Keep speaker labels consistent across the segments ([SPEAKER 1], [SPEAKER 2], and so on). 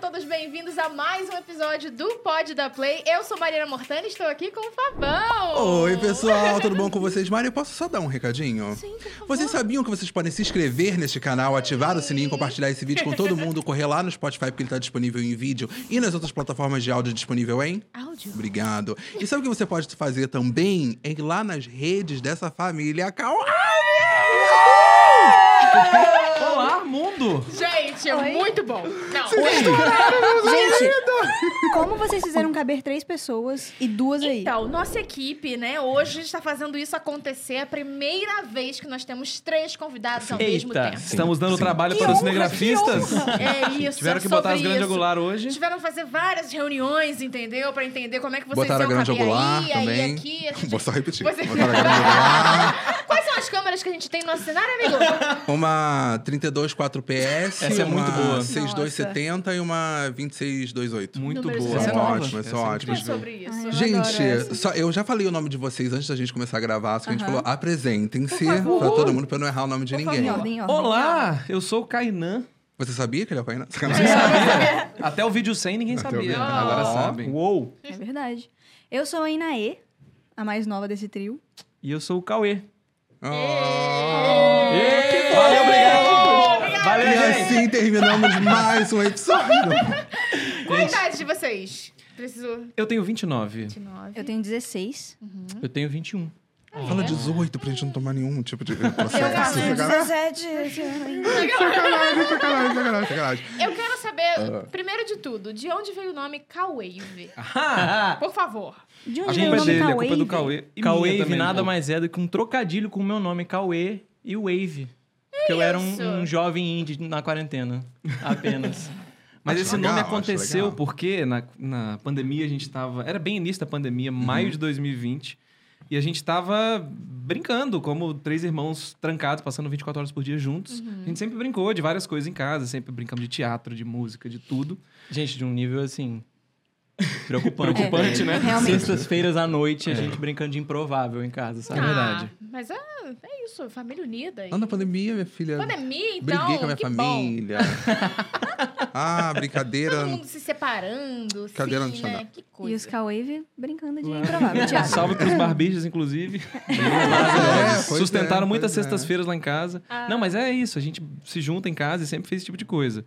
[SPEAKER 1] todos bem-vindos a mais um episódio do Pod da Play. Eu sou Mariana Mortani e estou aqui com o Fabão.
[SPEAKER 2] Oi, pessoal, tudo bom com vocês? Mário, posso só dar um recadinho?
[SPEAKER 1] Sim, por favor.
[SPEAKER 2] Vocês sabiam que vocês podem se inscrever neste canal, ativar o sininho, compartilhar esse vídeo com todo mundo, correr lá no Spotify, porque ele tá disponível em vídeo e nas outras plataformas de áudio disponível em?
[SPEAKER 1] Áudio.
[SPEAKER 2] Obrigado. E sabe o que você pode fazer também? É ir lá nas redes dessa família Cauã!
[SPEAKER 3] Olá, mundo!
[SPEAKER 1] Gente, é
[SPEAKER 4] Oi.
[SPEAKER 1] muito bom. Não,
[SPEAKER 4] Gente, como vocês fizeram caber três pessoas e duas aí?
[SPEAKER 1] Então, nossa equipe, né, hoje está fazendo isso acontecer. É a primeira vez que nós temos três convidados ao mesmo
[SPEAKER 3] Eita,
[SPEAKER 1] tempo.
[SPEAKER 3] estamos dando
[SPEAKER 2] Sim.
[SPEAKER 3] trabalho
[SPEAKER 4] Que
[SPEAKER 3] para os
[SPEAKER 4] honra,
[SPEAKER 3] cinegrafistas.
[SPEAKER 4] que honra.
[SPEAKER 1] É isso,
[SPEAKER 3] Tiveram que
[SPEAKER 1] é sobre
[SPEAKER 3] botar as grandes
[SPEAKER 1] isso.
[SPEAKER 3] angular hoje.
[SPEAKER 1] Tiveram que fazer várias reuniões, entendeu? Pra entender como é que vocês
[SPEAKER 2] Botaram a
[SPEAKER 1] iam
[SPEAKER 2] grande
[SPEAKER 1] caber
[SPEAKER 2] angular
[SPEAKER 1] aí, aí,
[SPEAKER 2] também.
[SPEAKER 1] aqui. a gente-
[SPEAKER 2] Vou só repetir.
[SPEAKER 1] Você-
[SPEAKER 2] Botaram a grande angular.
[SPEAKER 1] Quais são as câmeras que a gente tem no nosso cenário, amigo?
[SPEAKER 2] Uma 32 4 PS,
[SPEAKER 3] Essa é
[SPEAKER 2] uma
[SPEAKER 3] muito boa.
[SPEAKER 2] 6270 e uma 2628.
[SPEAKER 3] Muito
[SPEAKER 1] Números
[SPEAKER 3] boa.
[SPEAKER 1] são
[SPEAKER 3] Essa é nova.
[SPEAKER 2] ótimas,
[SPEAKER 3] Essa
[SPEAKER 2] são
[SPEAKER 3] é
[SPEAKER 1] É
[SPEAKER 2] ótimas.
[SPEAKER 3] incrível.
[SPEAKER 1] sobre isso.
[SPEAKER 4] Ai, adoro
[SPEAKER 2] Gente,
[SPEAKER 4] essa.
[SPEAKER 2] só, eu já falei o nome de vocês antes da gente começar a gravar, só que a gente
[SPEAKER 4] Aham.
[SPEAKER 2] falou apresentem-se
[SPEAKER 4] Por favor.
[SPEAKER 2] pra todo mundo, pra eu não errar o nome de ninguém.
[SPEAKER 4] Em ordem, em ordem.
[SPEAKER 3] Olá, eu sou o Kainan.
[SPEAKER 2] Você sabia que ele é o Kainan? Sacanagem.
[SPEAKER 3] Até o vídeo 100 ninguém
[SPEAKER 2] Até o
[SPEAKER 3] sabia.
[SPEAKER 2] vídeo-
[SPEAKER 1] agora
[SPEAKER 2] sabem.
[SPEAKER 3] Uou!
[SPEAKER 4] É verdade. Eu sou a Inaê, a mais nova desse trio.
[SPEAKER 3] E eu sou o Cauê.
[SPEAKER 2] Oh.
[SPEAKER 3] Ê, Valeu, obrigado!
[SPEAKER 2] E
[SPEAKER 3] Valeu, gente!
[SPEAKER 2] assim terminamos mais um episódio.
[SPEAKER 1] Qual a idade de vocês? Preciso...
[SPEAKER 3] Eu tenho 29.
[SPEAKER 1] 29.
[SPEAKER 4] Eu tenho 16.
[SPEAKER 3] Eu tenho 21.
[SPEAKER 2] Fala 18 pra gente não tomar nenhum tipo de processo.
[SPEAKER 4] Eu
[SPEAKER 2] Sacanagem,
[SPEAKER 4] tenho 17.
[SPEAKER 2] sacanagem, sacanagem, sacanagem.
[SPEAKER 1] Eu quero saber, primeiro de tudo, de onde veio o nome K-Wave?
[SPEAKER 3] Ah,
[SPEAKER 1] Por favor.
[SPEAKER 4] De
[SPEAKER 3] a
[SPEAKER 4] onde veio
[SPEAKER 3] culpa
[SPEAKER 4] o nome
[SPEAKER 3] é dele, a
[SPEAKER 4] Cauê?
[SPEAKER 3] culpa é do Cauê. E minha
[SPEAKER 5] Cauê
[SPEAKER 3] também,
[SPEAKER 5] nada
[SPEAKER 3] né?
[SPEAKER 5] mais é do que um trocadilho com o meu nome, Cauê e Wave. Porque eu era
[SPEAKER 1] isso?
[SPEAKER 5] um, um jovem indie na quarentena, apenas. Mas
[SPEAKER 2] Acho
[SPEAKER 5] esse
[SPEAKER 2] legal,
[SPEAKER 5] nome
[SPEAKER 2] acho
[SPEAKER 5] aconteceu
[SPEAKER 2] legal.
[SPEAKER 5] porque na, na pandemia a gente tava... Era bem início da
[SPEAKER 2] Uhum.
[SPEAKER 5] pandemia, maio de 2020. E a gente tava brincando, como três irmãos trancados, passando 24 horas por dia juntos. A gente sempre brincou de várias coisas em casa. Sempre brincamos de teatro, de música, de tudo. Gente, de um nível, assim, Preocupante.
[SPEAKER 4] Preocupante, É, né? realmente.
[SPEAKER 5] Sextas-feiras à
[SPEAKER 3] É.
[SPEAKER 5] noite, a gente brincando de improvável em casa, sabe?
[SPEAKER 1] Ah, mas ah, é isso, família unida. hein?
[SPEAKER 2] Não, na pandemia, minha filha.
[SPEAKER 1] Pandemia, então,
[SPEAKER 2] briguei com a minha
[SPEAKER 1] que bom.
[SPEAKER 2] família. ah, brincadeira.
[SPEAKER 1] Todo mundo se separando,
[SPEAKER 2] Cadeira
[SPEAKER 1] sim,
[SPEAKER 2] no
[SPEAKER 1] né?
[SPEAKER 2] stand-up.
[SPEAKER 1] Que
[SPEAKER 4] E os
[SPEAKER 1] coisa.
[SPEAKER 4] Cauê brincando de improvável. Tiago.
[SPEAKER 5] Salve pros barbichos, inclusive.
[SPEAKER 2] É, pois
[SPEAKER 5] Sustentaram
[SPEAKER 2] é,
[SPEAKER 5] muitas
[SPEAKER 2] pois é.
[SPEAKER 5] sextas-feiras lá em casa. Não, mas é isso. A gente se junta em casa e sempre fez esse tipo de coisa.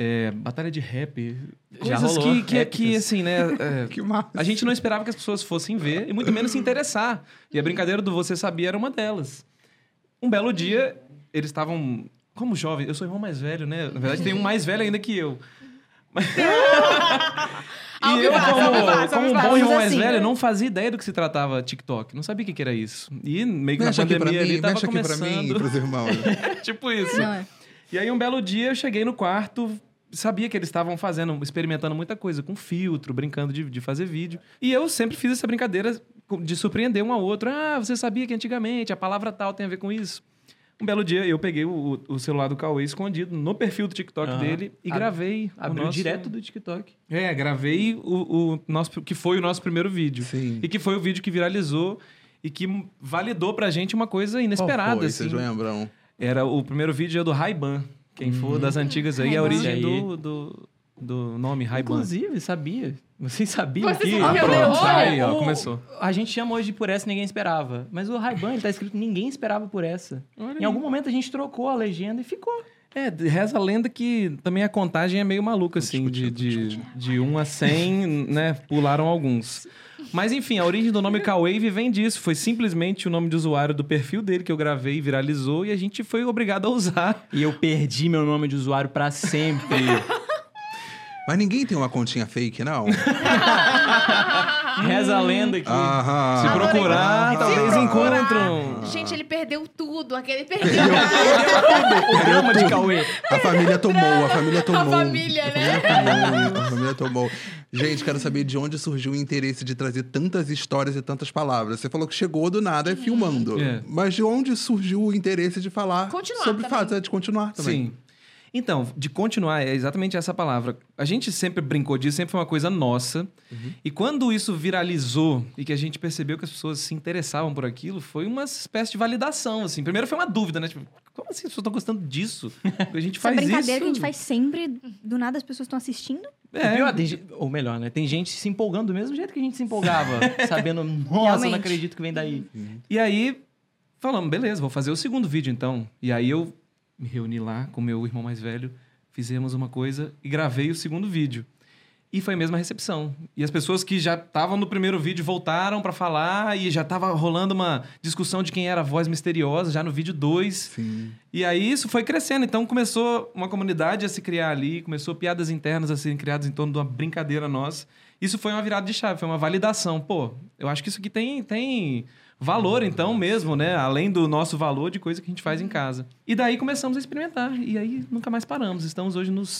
[SPEAKER 5] É, batalha de rap. Já
[SPEAKER 3] Já
[SPEAKER 5] coisas
[SPEAKER 3] rolou.
[SPEAKER 5] que, que, que,
[SPEAKER 3] Épicas.
[SPEAKER 5] assim, né? é,
[SPEAKER 2] Que massa.
[SPEAKER 5] a gente não esperava que as pessoas fossem ver e muito menos se interessar. E a brincadeira do Você Sabia era uma delas. Um belo dia, eles estavam... Como jovem, eu sou o irmão mais velho, né? Na verdade, tem um mais velho ainda que eu.
[SPEAKER 1] Ah,
[SPEAKER 5] E eu,
[SPEAKER 1] Alvivaz, alvivaz,
[SPEAKER 5] como, como um
[SPEAKER 1] alvivaz.
[SPEAKER 5] bom irmão
[SPEAKER 4] Vamos
[SPEAKER 5] mais
[SPEAKER 4] assim.
[SPEAKER 5] velho, não fazia ideia do que se tratava TikTok. Não sabia o que, que era isso. E meio que
[SPEAKER 2] Mexe
[SPEAKER 5] na
[SPEAKER 2] aqui pra
[SPEAKER 5] pandemia
[SPEAKER 2] mim,
[SPEAKER 5] ali tava
[SPEAKER 2] mexe aqui pra mim e
[SPEAKER 5] começando.
[SPEAKER 2] pros irmãos.
[SPEAKER 5] tipo isso.
[SPEAKER 4] Não, é.
[SPEAKER 5] E aí, um belo dia, eu cheguei no quarto, sabia que eles estavam fazendo, experimentando muita coisa, com filtro, brincando de, de fazer vídeo. E eu sempre fiz essa brincadeira de surpreender um ao outro. Ah, você sabia que antigamente a palavra tal tem a ver com isso? Um belo dia, eu peguei o, o celular do Cauê escondido no perfil do TikTok
[SPEAKER 3] Aham.
[SPEAKER 5] dele e
[SPEAKER 3] Ab-
[SPEAKER 5] gravei. o
[SPEAKER 3] Abriu
[SPEAKER 5] nosso-
[SPEAKER 3] direto do TikTok.
[SPEAKER 5] É, gravei o, o nosso, que foi o nosso primeiro vídeo.
[SPEAKER 2] Sim.
[SPEAKER 5] E que foi o vídeo que viralizou e que validou pra gente uma coisa inesperada.
[SPEAKER 2] Qual foi,
[SPEAKER 5] assim.
[SPEAKER 2] Vocês lembram?
[SPEAKER 5] Era o primeiro vídeo é do Ray-Ban. Quem for das antigas aí, é a
[SPEAKER 4] Hum. Ray-Ban.
[SPEAKER 5] origem
[SPEAKER 3] Esse aí.
[SPEAKER 5] do, do, do nome Ray-Ban.
[SPEAKER 3] Inclusive, sabia? Vocês sabiam
[SPEAKER 1] Vocês
[SPEAKER 3] que...
[SPEAKER 1] sabiam,
[SPEAKER 5] Ah, pronto,
[SPEAKER 1] Leone?
[SPEAKER 5] aí, ó,
[SPEAKER 3] O-
[SPEAKER 5] começou.
[SPEAKER 3] A gente chama hoje por essa Ninguém Esperava. Mas o Ray-Ban, ele tá escrito Ninguém Esperava por Essa. Em algum momento a gente trocou a legenda e ficou.
[SPEAKER 5] É, de- reza a lenda que também a contagem é meio maluca, assim, de, de, de 1 a 100, né? Pularam alguns. Mas enfim, a origem do nome K-Wave vem disso. Foi simplesmente o nome de usuário do perfil dele que eu gravei, viralizou e a gente foi obrigado a usar.
[SPEAKER 3] E eu perdi meu nome de usuário pra sempre.
[SPEAKER 2] Mas ninguém tem uma continha fake, não?
[SPEAKER 3] Reza
[SPEAKER 4] Hum.
[SPEAKER 3] a lenda que...
[SPEAKER 2] Aham.
[SPEAKER 5] Ah, Se
[SPEAKER 1] Adorei.
[SPEAKER 5] procurar,
[SPEAKER 2] Se
[SPEAKER 5] talvez um
[SPEAKER 1] procurar.
[SPEAKER 2] um
[SPEAKER 5] encontram.
[SPEAKER 1] Gente, ele perdeu tudo. Aquele perdeu nada.
[SPEAKER 3] O drama de Cauê.
[SPEAKER 2] A família tomou, a família tomou.
[SPEAKER 1] A família, né?
[SPEAKER 2] A família tomou, a família tomou. Gente, quero saber de onde surgiu o interesse de trazer tantas histórias e tantas palavras. Você falou que chegou do nada filmando.
[SPEAKER 5] É.
[SPEAKER 2] Mas de onde surgiu o interesse de falar
[SPEAKER 1] Continuar
[SPEAKER 2] sobre
[SPEAKER 1] também.
[SPEAKER 2] fatos? É, de continuar também.
[SPEAKER 5] Sim. Então, de continuar, é exatamente essa palavra. A gente sempre brincou disso, sempre foi uma coisa nossa. E quando isso viralizou e que a gente percebeu que as pessoas se interessavam por aquilo, foi uma espécie de validação, assim. Primeiro foi uma dúvida, né? Tipo, como assim as pessoas estão gostando disso? Porque a gente
[SPEAKER 4] Essa
[SPEAKER 5] faz
[SPEAKER 4] brincadeira
[SPEAKER 5] isso...
[SPEAKER 4] que a gente faz sempre, do nada as pessoas estão assistindo.
[SPEAKER 5] É.
[SPEAKER 3] O pior, tem ge- ou melhor, né? Tem gente se empolgando do mesmo jeito que a gente se empolgava, sabendo, nossa, não
[SPEAKER 4] Realmente.
[SPEAKER 3] acredito que vem daí.
[SPEAKER 5] E aí, falamos, beleza, vou fazer o segundo vídeo então. E aí eu me reuni lá com meu irmão mais velho, fizemos uma coisa e gravei o segundo vídeo. E foi a mesma recepção. E as pessoas que já estavam no primeiro vídeo voltaram pra falar e já tava rolando uma discussão de quem era a voz misteriosa já no vídeo 2.
[SPEAKER 2] Sim.
[SPEAKER 5] E aí isso foi crescendo. Então começou uma comunidade a se criar ali, começou piadas internas a serem criadas em torno de uma brincadeira nossa. Isso foi uma virada de chave, foi uma validação. Pô, eu acho que isso aqui tem, tem valor, então mesmo, né? Além do nosso valor de coisa que a gente faz em casa. E daí começamos a experimentar. E aí nunca mais paramos. Estamos hoje nos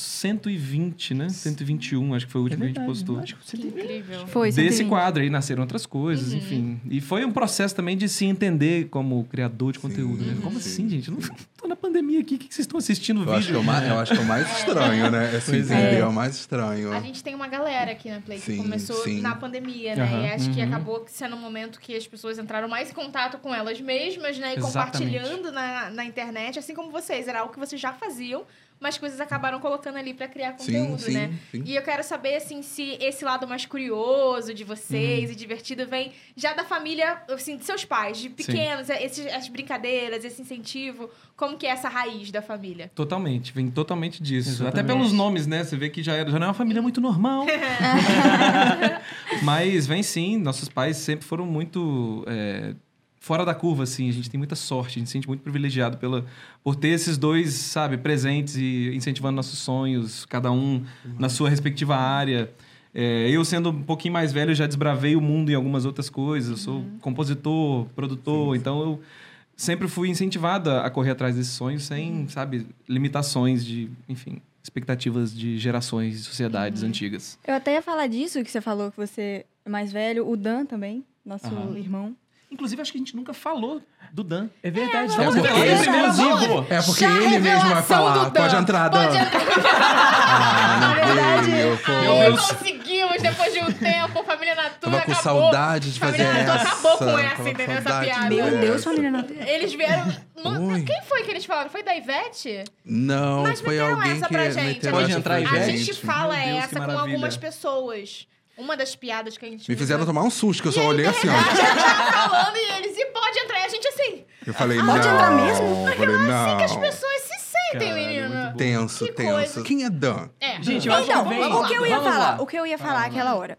[SPEAKER 5] 120, né? 121, acho que foi o
[SPEAKER 3] É
[SPEAKER 5] último
[SPEAKER 3] verdade,
[SPEAKER 5] que a gente postou
[SPEAKER 3] Acho que você
[SPEAKER 1] Que
[SPEAKER 3] tem...
[SPEAKER 1] incrível.
[SPEAKER 4] Foi,
[SPEAKER 5] desse
[SPEAKER 4] 120.
[SPEAKER 5] quadro. Aí nasceram outras coisas, enfim. E foi um processo também de se entender como criador de
[SPEAKER 2] Sim,
[SPEAKER 5] conteúdo, né? Como
[SPEAKER 2] sim.
[SPEAKER 5] assim, gente? Eu Não tô na pandemia aqui, o que que vocês estão assistindo o
[SPEAKER 2] Eu
[SPEAKER 5] vídeo?
[SPEAKER 2] acho, que é o
[SPEAKER 1] né?
[SPEAKER 2] mais, eu acho que é o mais estranho, né? Assim,
[SPEAKER 5] Pois é.
[SPEAKER 2] entendeu? É o mais estranho.
[SPEAKER 1] A gente tem uma galera aqui na Play
[SPEAKER 2] Sim,
[SPEAKER 1] que começou
[SPEAKER 2] sim.
[SPEAKER 1] na pandemia, né?
[SPEAKER 5] Aham,
[SPEAKER 1] e acho que
[SPEAKER 5] uhum.
[SPEAKER 1] acabou sendo um momento que as pessoas entraram mais em contato com elas mesmas, né? E
[SPEAKER 5] Exatamente.
[SPEAKER 1] compartilhando na, na internet, assim como vocês. Era algo que vocês já faziam, mas que vocês acabaram colocando ali pra criar
[SPEAKER 2] Sim,
[SPEAKER 1] conteúdo,
[SPEAKER 2] sim,
[SPEAKER 1] né?
[SPEAKER 2] sim.
[SPEAKER 1] E eu quero saber, assim, se esse lado mais curioso de
[SPEAKER 5] Uhum.
[SPEAKER 1] vocês e divertido vem já da família, assim, de seus pais, de pequenos, esses, essas brincadeiras, esse incentivo. Como que é essa raiz da família?
[SPEAKER 5] Totalmente, vem totalmente disso.
[SPEAKER 3] Exatamente.
[SPEAKER 5] Até pelos nomes, né? Você vê que já, era, já não é uma família muito normal. Mas vem sim, nossos pais sempre foram muito é, fora da curva, assim. A gente tem muita sorte, a gente se sente muito privilegiado pela, por ter esses dois, sabe, presentes e incentivando nossos sonhos, cada um na sua respectiva área. É, eu, sendo um pouquinho mais velho, já desbravei o mundo em algumas outras coisas. Eu sou compositor, produtor, então eu sempre fui incentivada a correr atrás desses sonhos sem,
[SPEAKER 4] Uhum.
[SPEAKER 5] sabe, limitações de, enfim, expectativas de gerações e sociedades
[SPEAKER 4] Uhum.
[SPEAKER 5] antigas.
[SPEAKER 4] Eu até ia falar disso que você falou, que você é mais velho. O Dan também, nosso
[SPEAKER 5] Aham.
[SPEAKER 4] irmão.
[SPEAKER 5] Inclusive, acho que a gente nunca falou do Dan.
[SPEAKER 3] É verdade,
[SPEAKER 2] É
[SPEAKER 3] não,
[SPEAKER 2] porque-
[SPEAKER 3] foi
[SPEAKER 2] é
[SPEAKER 3] exclusivo.
[SPEAKER 2] É porque
[SPEAKER 1] Já a
[SPEAKER 2] ele mesmo vai
[SPEAKER 1] revelação
[SPEAKER 2] falar.
[SPEAKER 1] do Dan.
[SPEAKER 2] Pode entrar, Dan.
[SPEAKER 1] Pode entrar.
[SPEAKER 2] Ah,
[SPEAKER 4] Na verdade,
[SPEAKER 2] veio, pô.
[SPEAKER 1] Aí
[SPEAKER 5] Meu Deus.
[SPEAKER 1] conseguimos, depois de um tempo, a família Natura
[SPEAKER 2] Tava com
[SPEAKER 1] acabou.
[SPEAKER 2] saudade de fazer
[SPEAKER 1] Família
[SPEAKER 2] essa.
[SPEAKER 1] Natura acabou com essa,
[SPEAKER 2] Tava com
[SPEAKER 1] entendeu? Essa
[SPEAKER 2] saudade
[SPEAKER 1] piada.
[SPEAKER 4] Meu
[SPEAKER 2] dessa.
[SPEAKER 4] Deus, família Natal.
[SPEAKER 1] Eles vieram. Mano,
[SPEAKER 2] Oi.
[SPEAKER 1] Quem foi que eles falaram? Foi da Ivete?
[SPEAKER 2] Não,
[SPEAKER 1] Mas
[SPEAKER 2] foi
[SPEAKER 1] meteram
[SPEAKER 2] alguém
[SPEAKER 1] essa
[SPEAKER 2] que
[SPEAKER 1] pra gente.
[SPEAKER 2] meteu
[SPEAKER 3] Pode
[SPEAKER 2] essa
[SPEAKER 3] entrar
[SPEAKER 2] pra
[SPEAKER 3] aí,
[SPEAKER 1] A
[SPEAKER 3] Ivete?
[SPEAKER 1] gente fala
[SPEAKER 5] Meu Deus, que
[SPEAKER 1] essa com
[SPEAKER 5] maravilha.
[SPEAKER 1] algumas pessoas. Uma das piadas que a gente. usa.
[SPEAKER 2] Me
[SPEAKER 1] tá
[SPEAKER 2] fizeram tomar um susto, que eu só olhei assim,
[SPEAKER 1] é
[SPEAKER 2] ó.
[SPEAKER 1] falando e eles, e pode entrar. E a gente assim.
[SPEAKER 2] Eu falei, não.
[SPEAKER 4] Pode entrar mesmo?
[SPEAKER 2] Eu falei,
[SPEAKER 1] Assim que as
[SPEAKER 2] não.
[SPEAKER 1] pessoas se
[SPEAKER 4] um
[SPEAKER 1] sentem,
[SPEAKER 5] Caralho,
[SPEAKER 1] menina.
[SPEAKER 5] é muito
[SPEAKER 2] Tenso,
[SPEAKER 1] Que
[SPEAKER 2] tenso.
[SPEAKER 1] coisa.
[SPEAKER 2] Quem é Dan?
[SPEAKER 1] É.
[SPEAKER 3] Gente, eu acho que
[SPEAKER 4] Então,
[SPEAKER 3] vem-
[SPEAKER 1] vamos
[SPEAKER 4] o que eu ia
[SPEAKER 3] vamos
[SPEAKER 4] falar,
[SPEAKER 3] lá.
[SPEAKER 4] o que eu ia falar
[SPEAKER 5] Fala.
[SPEAKER 4] aquela hora.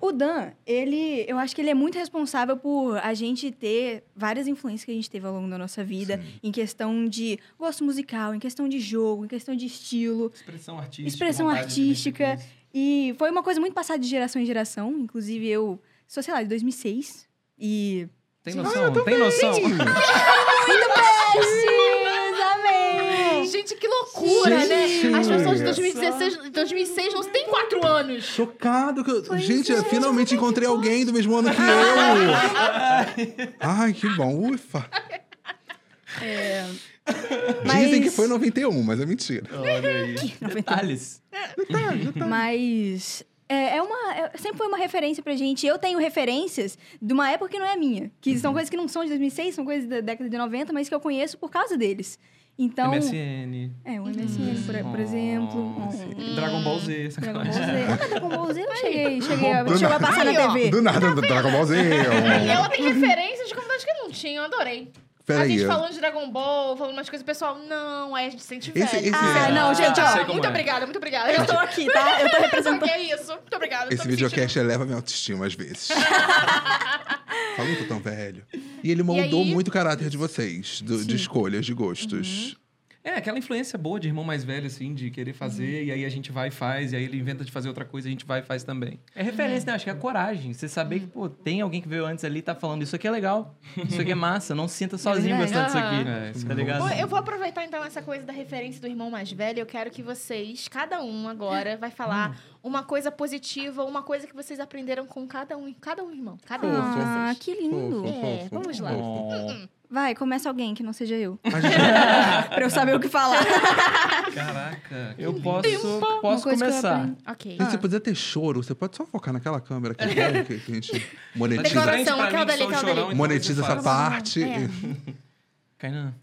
[SPEAKER 4] O Dan, ele, eu acho que ele é muito responsável por a gente ter várias influências que a gente teve ao longo da nossa vida, em questão de gosto musical, em questão de jogo, em questão de estilo.
[SPEAKER 5] Expressão artística.
[SPEAKER 4] Expressão
[SPEAKER 5] vontade de
[SPEAKER 4] artística.
[SPEAKER 5] mexer com isso.
[SPEAKER 4] E foi uma coisa muito passada de geração em geração, inclusive eu sou, sei lá, de 2006. E.
[SPEAKER 5] Tem
[SPEAKER 4] Gente,
[SPEAKER 5] noção? Tem noção?
[SPEAKER 4] amém!
[SPEAKER 1] Gente, que loucura,
[SPEAKER 2] Gente,
[SPEAKER 1] né? As pessoas de
[SPEAKER 2] olha
[SPEAKER 1] 2016, 2016 não tem quatro anos.
[SPEAKER 2] Chocado. Que eu...
[SPEAKER 1] é,
[SPEAKER 2] Gente, eu finalmente encontrei alguém do mesmo ano que eu. Ai, que bom. Ufa. Dizem
[SPEAKER 1] É.
[SPEAKER 4] Mas-
[SPEAKER 2] que foi 91, mas é mentira.
[SPEAKER 5] Olha aí.
[SPEAKER 3] Detalhes.
[SPEAKER 4] Mas é, é uma, é- sempre foi uma referência pra gente. Eu tenho referências de uma época que não é minha. Que
[SPEAKER 5] Uhum.
[SPEAKER 4] são coisas que não são de 2006, são coisas da década de 90, mas que eu conheço por causa deles. Então...
[SPEAKER 5] MSN.
[SPEAKER 4] É, o MSN, por, por exemplo. Um-
[SPEAKER 5] Oh, Hum, Dragon Ball Z.
[SPEAKER 4] Dragon
[SPEAKER 5] sacanagem.
[SPEAKER 4] Ball Z. Ah, Dragon Ball Z eu cheguei, cheguei a,
[SPEAKER 2] Do
[SPEAKER 4] chegou a
[SPEAKER 2] nada.
[SPEAKER 4] passar na
[SPEAKER 1] Aí, ó,
[SPEAKER 4] TV.
[SPEAKER 2] Do nada, do Dragon Ball
[SPEAKER 1] É,
[SPEAKER 2] Z.
[SPEAKER 1] E ela tem referências de convidados que não tinham, eu adorei. a
[SPEAKER 2] É. Peraí.
[SPEAKER 1] gente falando de Dragon Ball, falando umas coisas, o pessoal, não, aí a gente sente velho.
[SPEAKER 2] Esse- esse-
[SPEAKER 4] Ah, não, gente,
[SPEAKER 1] Ah,
[SPEAKER 5] sei
[SPEAKER 4] ó.
[SPEAKER 5] como
[SPEAKER 1] muito
[SPEAKER 5] é.
[SPEAKER 1] obrigada, muito obrigada.
[SPEAKER 4] Eu tô aqui, tá? Eu tô
[SPEAKER 1] Que
[SPEAKER 4] representando.
[SPEAKER 1] é isso, muito obrigada. tô
[SPEAKER 2] Esse é
[SPEAKER 1] me sentindo-
[SPEAKER 2] videocast eleva minha autoestima às vezes. Fala, eu tô tão velho. E ele moldou
[SPEAKER 1] aí?
[SPEAKER 2] muito o caráter de vocês, do- de escolhas, de gostos.
[SPEAKER 5] É, aquela influência boa de irmão mais velho, assim, de querer fazer,
[SPEAKER 4] Uhum.
[SPEAKER 5] e aí a gente vai e faz, e aí ele inventa de fazer outra coisa, a gente vai e faz também.
[SPEAKER 3] É referência, né? Acho que é coragem. Você saber que, pô, tem alguém que veio antes ali e tá falando, isso aqui é legal, isso aqui é massa, não se sinta sozinho
[SPEAKER 4] verdade.
[SPEAKER 3] gostando disso aqui.
[SPEAKER 5] Aham. É, isso é
[SPEAKER 3] tá
[SPEAKER 5] bom.
[SPEAKER 3] ligado?
[SPEAKER 1] Pô, Eu vou aproveitar então essa coisa da referência do irmão mais velho. Eu quero que vocês, cada um agora, vai falar uma coisa positiva, uma coisa que vocês aprenderam com cada um, cada um irmão, cada um de
[SPEAKER 2] Fofo.
[SPEAKER 1] vocês.
[SPEAKER 4] Ah, que Ah, lindo.
[SPEAKER 1] É, vamos lá.
[SPEAKER 3] Oh.
[SPEAKER 4] Vai, começa alguém que não seja eu.
[SPEAKER 2] A gente-
[SPEAKER 4] pra eu saber o que falar.
[SPEAKER 5] Caraca.
[SPEAKER 3] Eu posso,
[SPEAKER 4] coisa
[SPEAKER 3] posso
[SPEAKER 4] que eu
[SPEAKER 3] começar.
[SPEAKER 4] aprendi.
[SPEAKER 1] Ok.
[SPEAKER 2] Se você puder ter choro, você pode só focar naquela câmera que, é, que, que a gente monetiza,
[SPEAKER 1] Decoração, aquela dali, aquela dali.
[SPEAKER 2] monetiza essa parte.
[SPEAKER 1] É.
[SPEAKER 3] Kainan,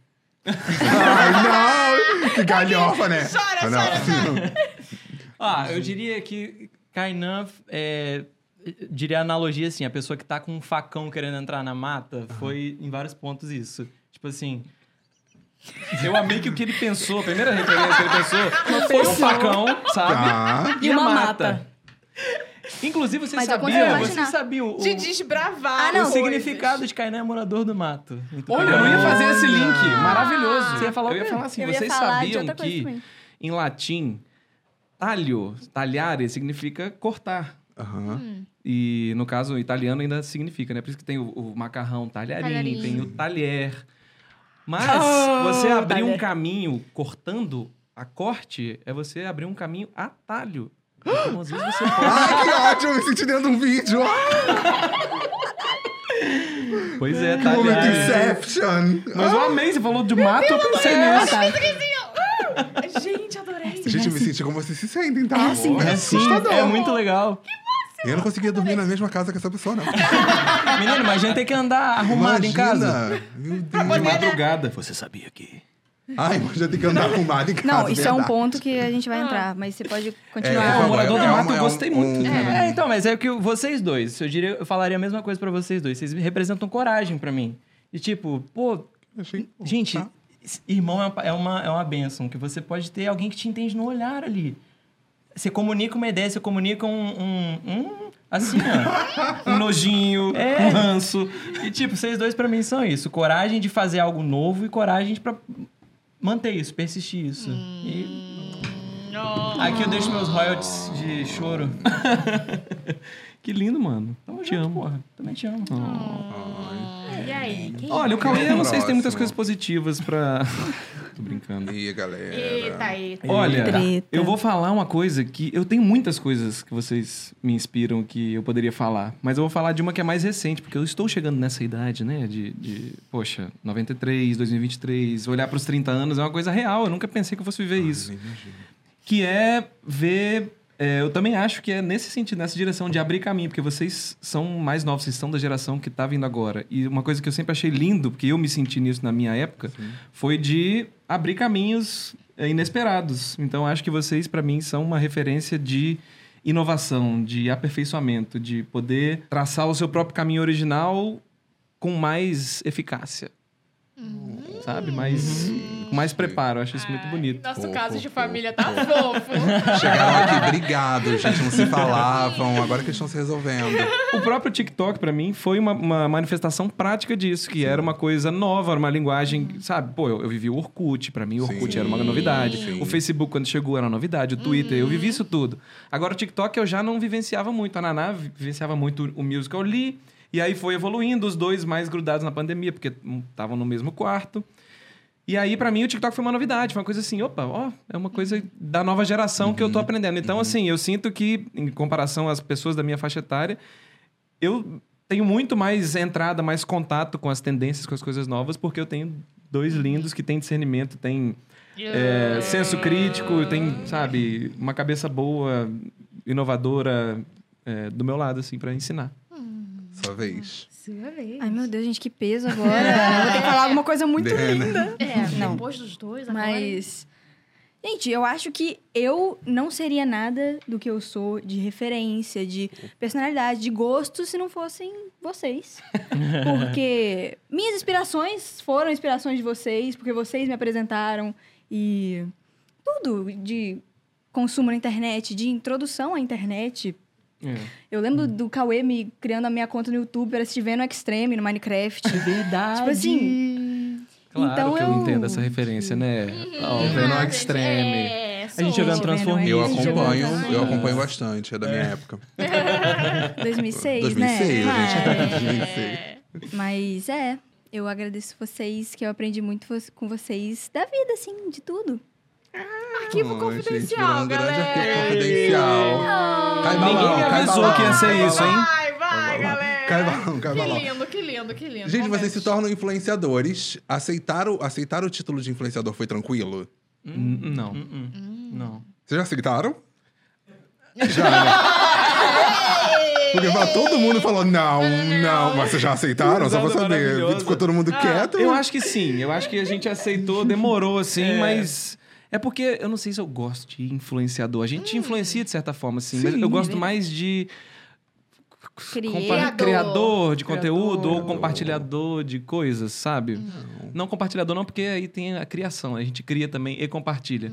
[SPEAKER 2] Ai, não! Que galhofa, né?
[SPEAKER 1] Chora,
[SPEAKER 2] Ah,
[SPEAKER 1] chora, chora.
[SPEAKER 3] Ah, eu diria que Kainan é. eu Diria a analogia assim: a pessoa que tá com um facão querendo entrar na mata foi em vários pontos isso. Tipo assim. Eu amei que o que ele pensou, a primeira referência que ele pensou foi um facão, sabe?
[SPEAKER 2] Tá.
[SPEAKER 3] E uma mata. Inclusive, vocês
[SPEAKER 4] Mas eu
[SPEAKER 3] sabiam,
[SPEAKER 4] consigo
[SPEAKER 3] vocês
[SPEAKER 4] imaginar.
[SPEAKER 3] sabiam o,
[SPEAKER 1] De desbravar.
[SPEAKER 4] Ah,
[SPEAKER 3] o
[SPEAKER 4] não.
[SPEAKER 1] coisas.
[SPEAKER 3] significado de Kainan é morador do mato. Muito
[SPEAKER 5] Olha, eu
[SPEAKER 3] legal.
[SPEAKER 5] não ia fazer esse link. Maravilhoso.
[SPEAKER 3] Você ia falar o
[SPEAKER 5] eu ia
[SPEAKER 3] quê?
[SPEAKER 5] falar assim,
[SPEAKER 4] eu
[SPEAKER 5] vocês
[SPEAKER 4] ia falar de
[SPEAKER 5] sabiam
[SPEAKER 4] outra coisa
[SPEAKER 5] que
[SPEAKER 4] também.
[SPEAKER 5] em latim, talho, talhare, significa cortar.
[SPEAKER 2] Aham.
[SPEAKER 5] E no caso, o italiano ainda significa, né? Por isso que tem o, o macarrão talharim,
[SPEAKER 1] Talharim.
[SPEAKER 5] tem o talher. Mas
[SPEAKER 3] Ah,
[SPEAKER 5] você abrir um
[SPEAKER 3] talher.
[SPEAKER 5] caminho cortando a corte é você abrir um caminho a talho. Então, às vezes você pode.
[SPEAKER 2] Ai, que ótimo! Eu me senti dentro de um vídeo. Ai,
[SPEAKER 5] Pois é,
[SPEAKER 2] que momento
[SPEAKER 5] talher.
[SPEAKER 2] Inception!
[SPEAKER 5] Mas eu amei, você falou de mato, eu
[SPEAKER 4] é.
[SPEAKER 5] pensei nessa.
[SPEAKER 1] Gente, adorei.
[SPEAKER 2] Gente, eu me senti como vocês se sentem, tá?
[SPEAKER 4] É assim.
[SPEAKER 2] É
[SPEAKER 3] Sim,
[SPEAKER 2] assustador.
[SPEAKER 3] é muito legal.
[SPEAKER 2] Eu não conseguia dormir na mesma casa que essa pessoa, não.
[SPEAKER 3] Menino, mas a gente tem que andar arrumado em casa.
[SPEAKER 2] Meu
[SPEAKER 5] De
[SPEAKER 2] Deus.
[SPEAKER 5] madrugada. Você sabia que.
[SPEAKER 2] Ai, mas já tem que andar arrumado em casa.
[SPEAKER 4] Não, isso é um
[SPEAKER 2] verdade. É,
[SPEAKER 4] ponto que a gente vai entrar, mas você pode
[SPEAKER 2] por
[SPEAKER 4] continuar.
[SPEAKER 2] favor,
[SPEAKER 5] o morador
[SPEAKER 2] é
[SPEAKER 5] do
[SPEAKER 2] um-
[SPEAKER 5] mato eu
[SPEAKER 2] é um-
[SPEAKER 5] gostei muito.
[SPEAKER 2] um-
[SPEAKER 3] É, então, mas é que vocês dois, eu diria, eu falaria a mesma coisa pra vocês dois. Vocês representam coragem pra mim. E tipo, pô,
[SPEAKER 2] Achei-
[SPEAKER 3] gente,
[SPEAKER 2] tá.
[SPEAKER 3] s- irmão é uma, é uma é uma benção que você pode ter alguém que te entende no olhar ali. Você comunica uma ideia, você comunica um, um, um assim, ó.
[SPEAKER 5] Um nojinho,
[SPEAKER 3] É.
[SPEAKER 5] um ranço.
[SPEAKER 3] E tipo, vocês dois pra mim são isso, coragem de fazer algo novo e coragem de pra manter isso, persistir isso. E Hum, aqui eu deixo meus royalties de choro.
[SPEAKER 5] Que lindo, mano.
[SPEAKER 3] Tamo
[SPEAKER 5] Te
[SPEAKER 3] junto,
[SPEAKER 5] amo.
[SPEAKER 3] porra. Também te amo.
[SPEAKER 5] Oh.
[SPEAKER 1] E aí? Quem...
[SPEAKER 5] Olha, o Cauê, eu não sei se tem muitas
[SPEAKER 2] Próximo.
[SPEAKER 5] coisas positivas pra. Tô brincando.
[SPEAKER 2] Ih, galera.
[SPEAKER 1] Eita, eita.
[SPEAKER 5] Olha,
[SPEAKER 4] Treta.
[SPEAKER 5] eu vou falar uma coisa que. Eu tenho muitas coisas que vocês me inspiram que eu poderia falar. Mas eu vou falar de uma que é mais recente, porque eu estou chegando nessa idade, né? De. de poxa, 93, 2023. Olhar pros 30 anos é uma coisa real. Eu nunca pensei que eu fosse viver isso. Que é ver. é, eu também acho que é nesse sentido, nessa direção de abrir caminho, porque vocês são mais novos, vocês são da geração que tá vindo agora. E uma coisa que eu sempre achei lindo, porque eu me senti nisso na minha época, foi de abrir caminhos é, inesperados. Então acho que vocês, para mim, são uma referência de inovação, de aperfeiçoamento, de poder traçar o seu próprio caminho original com mais eficácia. Sabe? Mais, com mais preparo. Eu acho isso muito
[SPEAKER 1] Ai,
[SPEAKER 5] bonito.
[SPEAKER 1] Nosso
[SPEAKER 2] Fofo,
[SPEAKER 1] caso de
[SPEAKER 2] fofo,
[SPEAKER 1] família tá
[SPEAKER 2] fofo.
[SPEAKER 1] fofo.
[SPEAKER 2] Chegaram aqui, obrigado, gente. Não se falavam, agora que estão se resolvendo.
[SPEAKER 5] O próprio TikTok, pra mim, foi uma, uma manifestação prática disso, que era uma coisa nova, era uma linguagem, sabe? Pô, eu, eu vivi o Orkut, pra mim o Orkut
[SPEAKER 2] Sim.
[SPEAKER 5] era uma novidade.
[SPEAKER 2] Sim.
[SPEAKER 5] O Facebook, quando chegou, era uma novidade. O Twitter, eu vivi isso tudo. Agora, o TikTok eu já não vivenciava muito. A Naná vi- vivenciava muito o Musical Lee. E aí foi evoluindo, os dois mais grudados na pandemia, porque estavam no mesmo quarto. E aí, pra mim, o TikTok foi uma novidade. Foi uma coisa assim, opa, ó, é uma coisa da nova geração que eu tô
[SPEAKER 2] Uhum.
[SPEAKER 5] aprendendo. Então, assim, eu sinto que, em comparação às pessoas da minha faixa etária, eu tenho muito mais entrada, mais contato com as tendências, com as coisas novas, porque eu tenho dois lindos que têm discernimento, têm é, senso crítico, têm, sabe, uma cabeça boa, inovadora, é, do meu lado, assim, pra ensinar.
[SPEAKER 2] Sua vez.
[SPEAKER 1] Sua vez.
[SPEAKER 4] Ai, meu Deus, gente, que peso agora. Eu vou ter que falar alguma coisa muito
[SPEAKER 2] É, né?
[SPEAKER 4] linda.
[SPEAKER 1] É,
[SPEAKER 4] Não.
[SPEAKER 1] depois dos dois, agora...
[SPEAKER 4] Mas. Gente, eu acho que eu não seria nada do que eu sou de referência, de personalidade, de gosto, se não fossem vocês. Porque minhas inspirações foram inspirações de vocês, porque vocês me apresentaram e tudo de consumo na internet, de introdução à internet,
[SPEAKER 5] É.
[SPEAKER 4] eu lembro do Cauê me criando a minha conta no YouTube para assistir vendo Extreme no Minecraft.
[SPEAKER 3] Verdade.
[SPEAKER 4] tipo assim,
[SPEAKER 5] Claro
[SPEAKER 4] Então
[SPEAKER 5] que eu,
[SPEAKER 4] eu-
[SPEAKER 5] entendo essa referência, né? Ó,
[SPEAKER 1] Ah,
[SPEAKER 5] o Venom
[SPEAKER 1] gente,
[SPEAKER 5] Extreme.
[SPEAKER 1] É,
[SPEAKER 3] A gente jogando
[SPEAKER 4] Gente,
[SPEAKER 3] Transformers.
[SPEAKER 2] Eu
[SPEAKER 4] Esse jogo
[SPEAKER 2] acompanho,
[SPEAKER 4] é
[SPEAKER 1] tá
[SPEAKER 2] eu
[SPEAKER 4] maravilhoso.
[SPEAKER 2] acompanho bastante, é da minha época.
[SPEAKER 4] 2006,
[SPEAKER 2] 2006,
[SPEAKER 4] né?
[SPEAKER 2] gente.
[SPEAKER 1] É.
[SPEAKER 4] Claro. Mas é, eu agradeço vocês, que eu aprendi muito vo- com vocês da vida, assim, de tudo.
[SPEAKER 1] Arquivo
[SPEAKER 2] Ai, gente, virou
[SPEAKER 1] confidencial,
[SPEAKER 2] um grande
[SPEAKER 1] galera.
[SPEAKER 2] arquivo confidencial. Cai
[SPEAKER 5] Ninguém
[SPEAKER 2] balão,
[SPEAKER 5] me
[SPEAKER 2] cai
[SPEAKER 5] avisou
[SPEAKER 2] balão,
[SPEAKER 5] que ia ser
[SPEAKER 2] cai
[SPEAKER 5] isso, hein?
[SPEAKER 1] É. Vai, vai, galera.
[SPEAKER 2] Caibalão, caibalão.
[SPEAKER 1] Que lindo, que lindo, que lindo.
[SPEAKER 2] Gente, vocês se
[SPEAKER 1] Momentos.
[SPEAKER 2] tornam influenciadores. Aceitar o, aceitar o título de influenciador foi tranquilo?
[SPEAKER 5] N- Não.
[SPEAKER 3] Hum, hum. Não.
[SPEAKER 2] Vocês já aceitaram? Já, né? Porque pra todo mundo falou, não, não, mas vocês já aceitaram? Só pra
[SPEAKER 3] Risada
[SPEAKER 2] saber.
[SPEAKER 3] maravilhosa.
[SPEAKER 2] Ficou todo mundo quieto?
[SPEAKER 5] Ah, Eu acho que sim. Eu acho que a gente aceitou, demorou, assim, mas. É porque eu não sei se eu gosto de influenciador. A gente influencia de certa forma, assim, mas
[SPEAKER 4] Sim,
[SPEAKER 5] eu gosto
[SPEAKER 4] verdade.
[SPEAKER 5] mais de. compa-
[SPEAKER 1] Criador.
[SPEAKER 5] criador de conteúdo ou
[SPEAKER 3] Criador.
[SPEAKER 5] compartilhador de coisas, sabe? Não compartilhador não, porque aí tem a criação. A gente cria também e compartilha.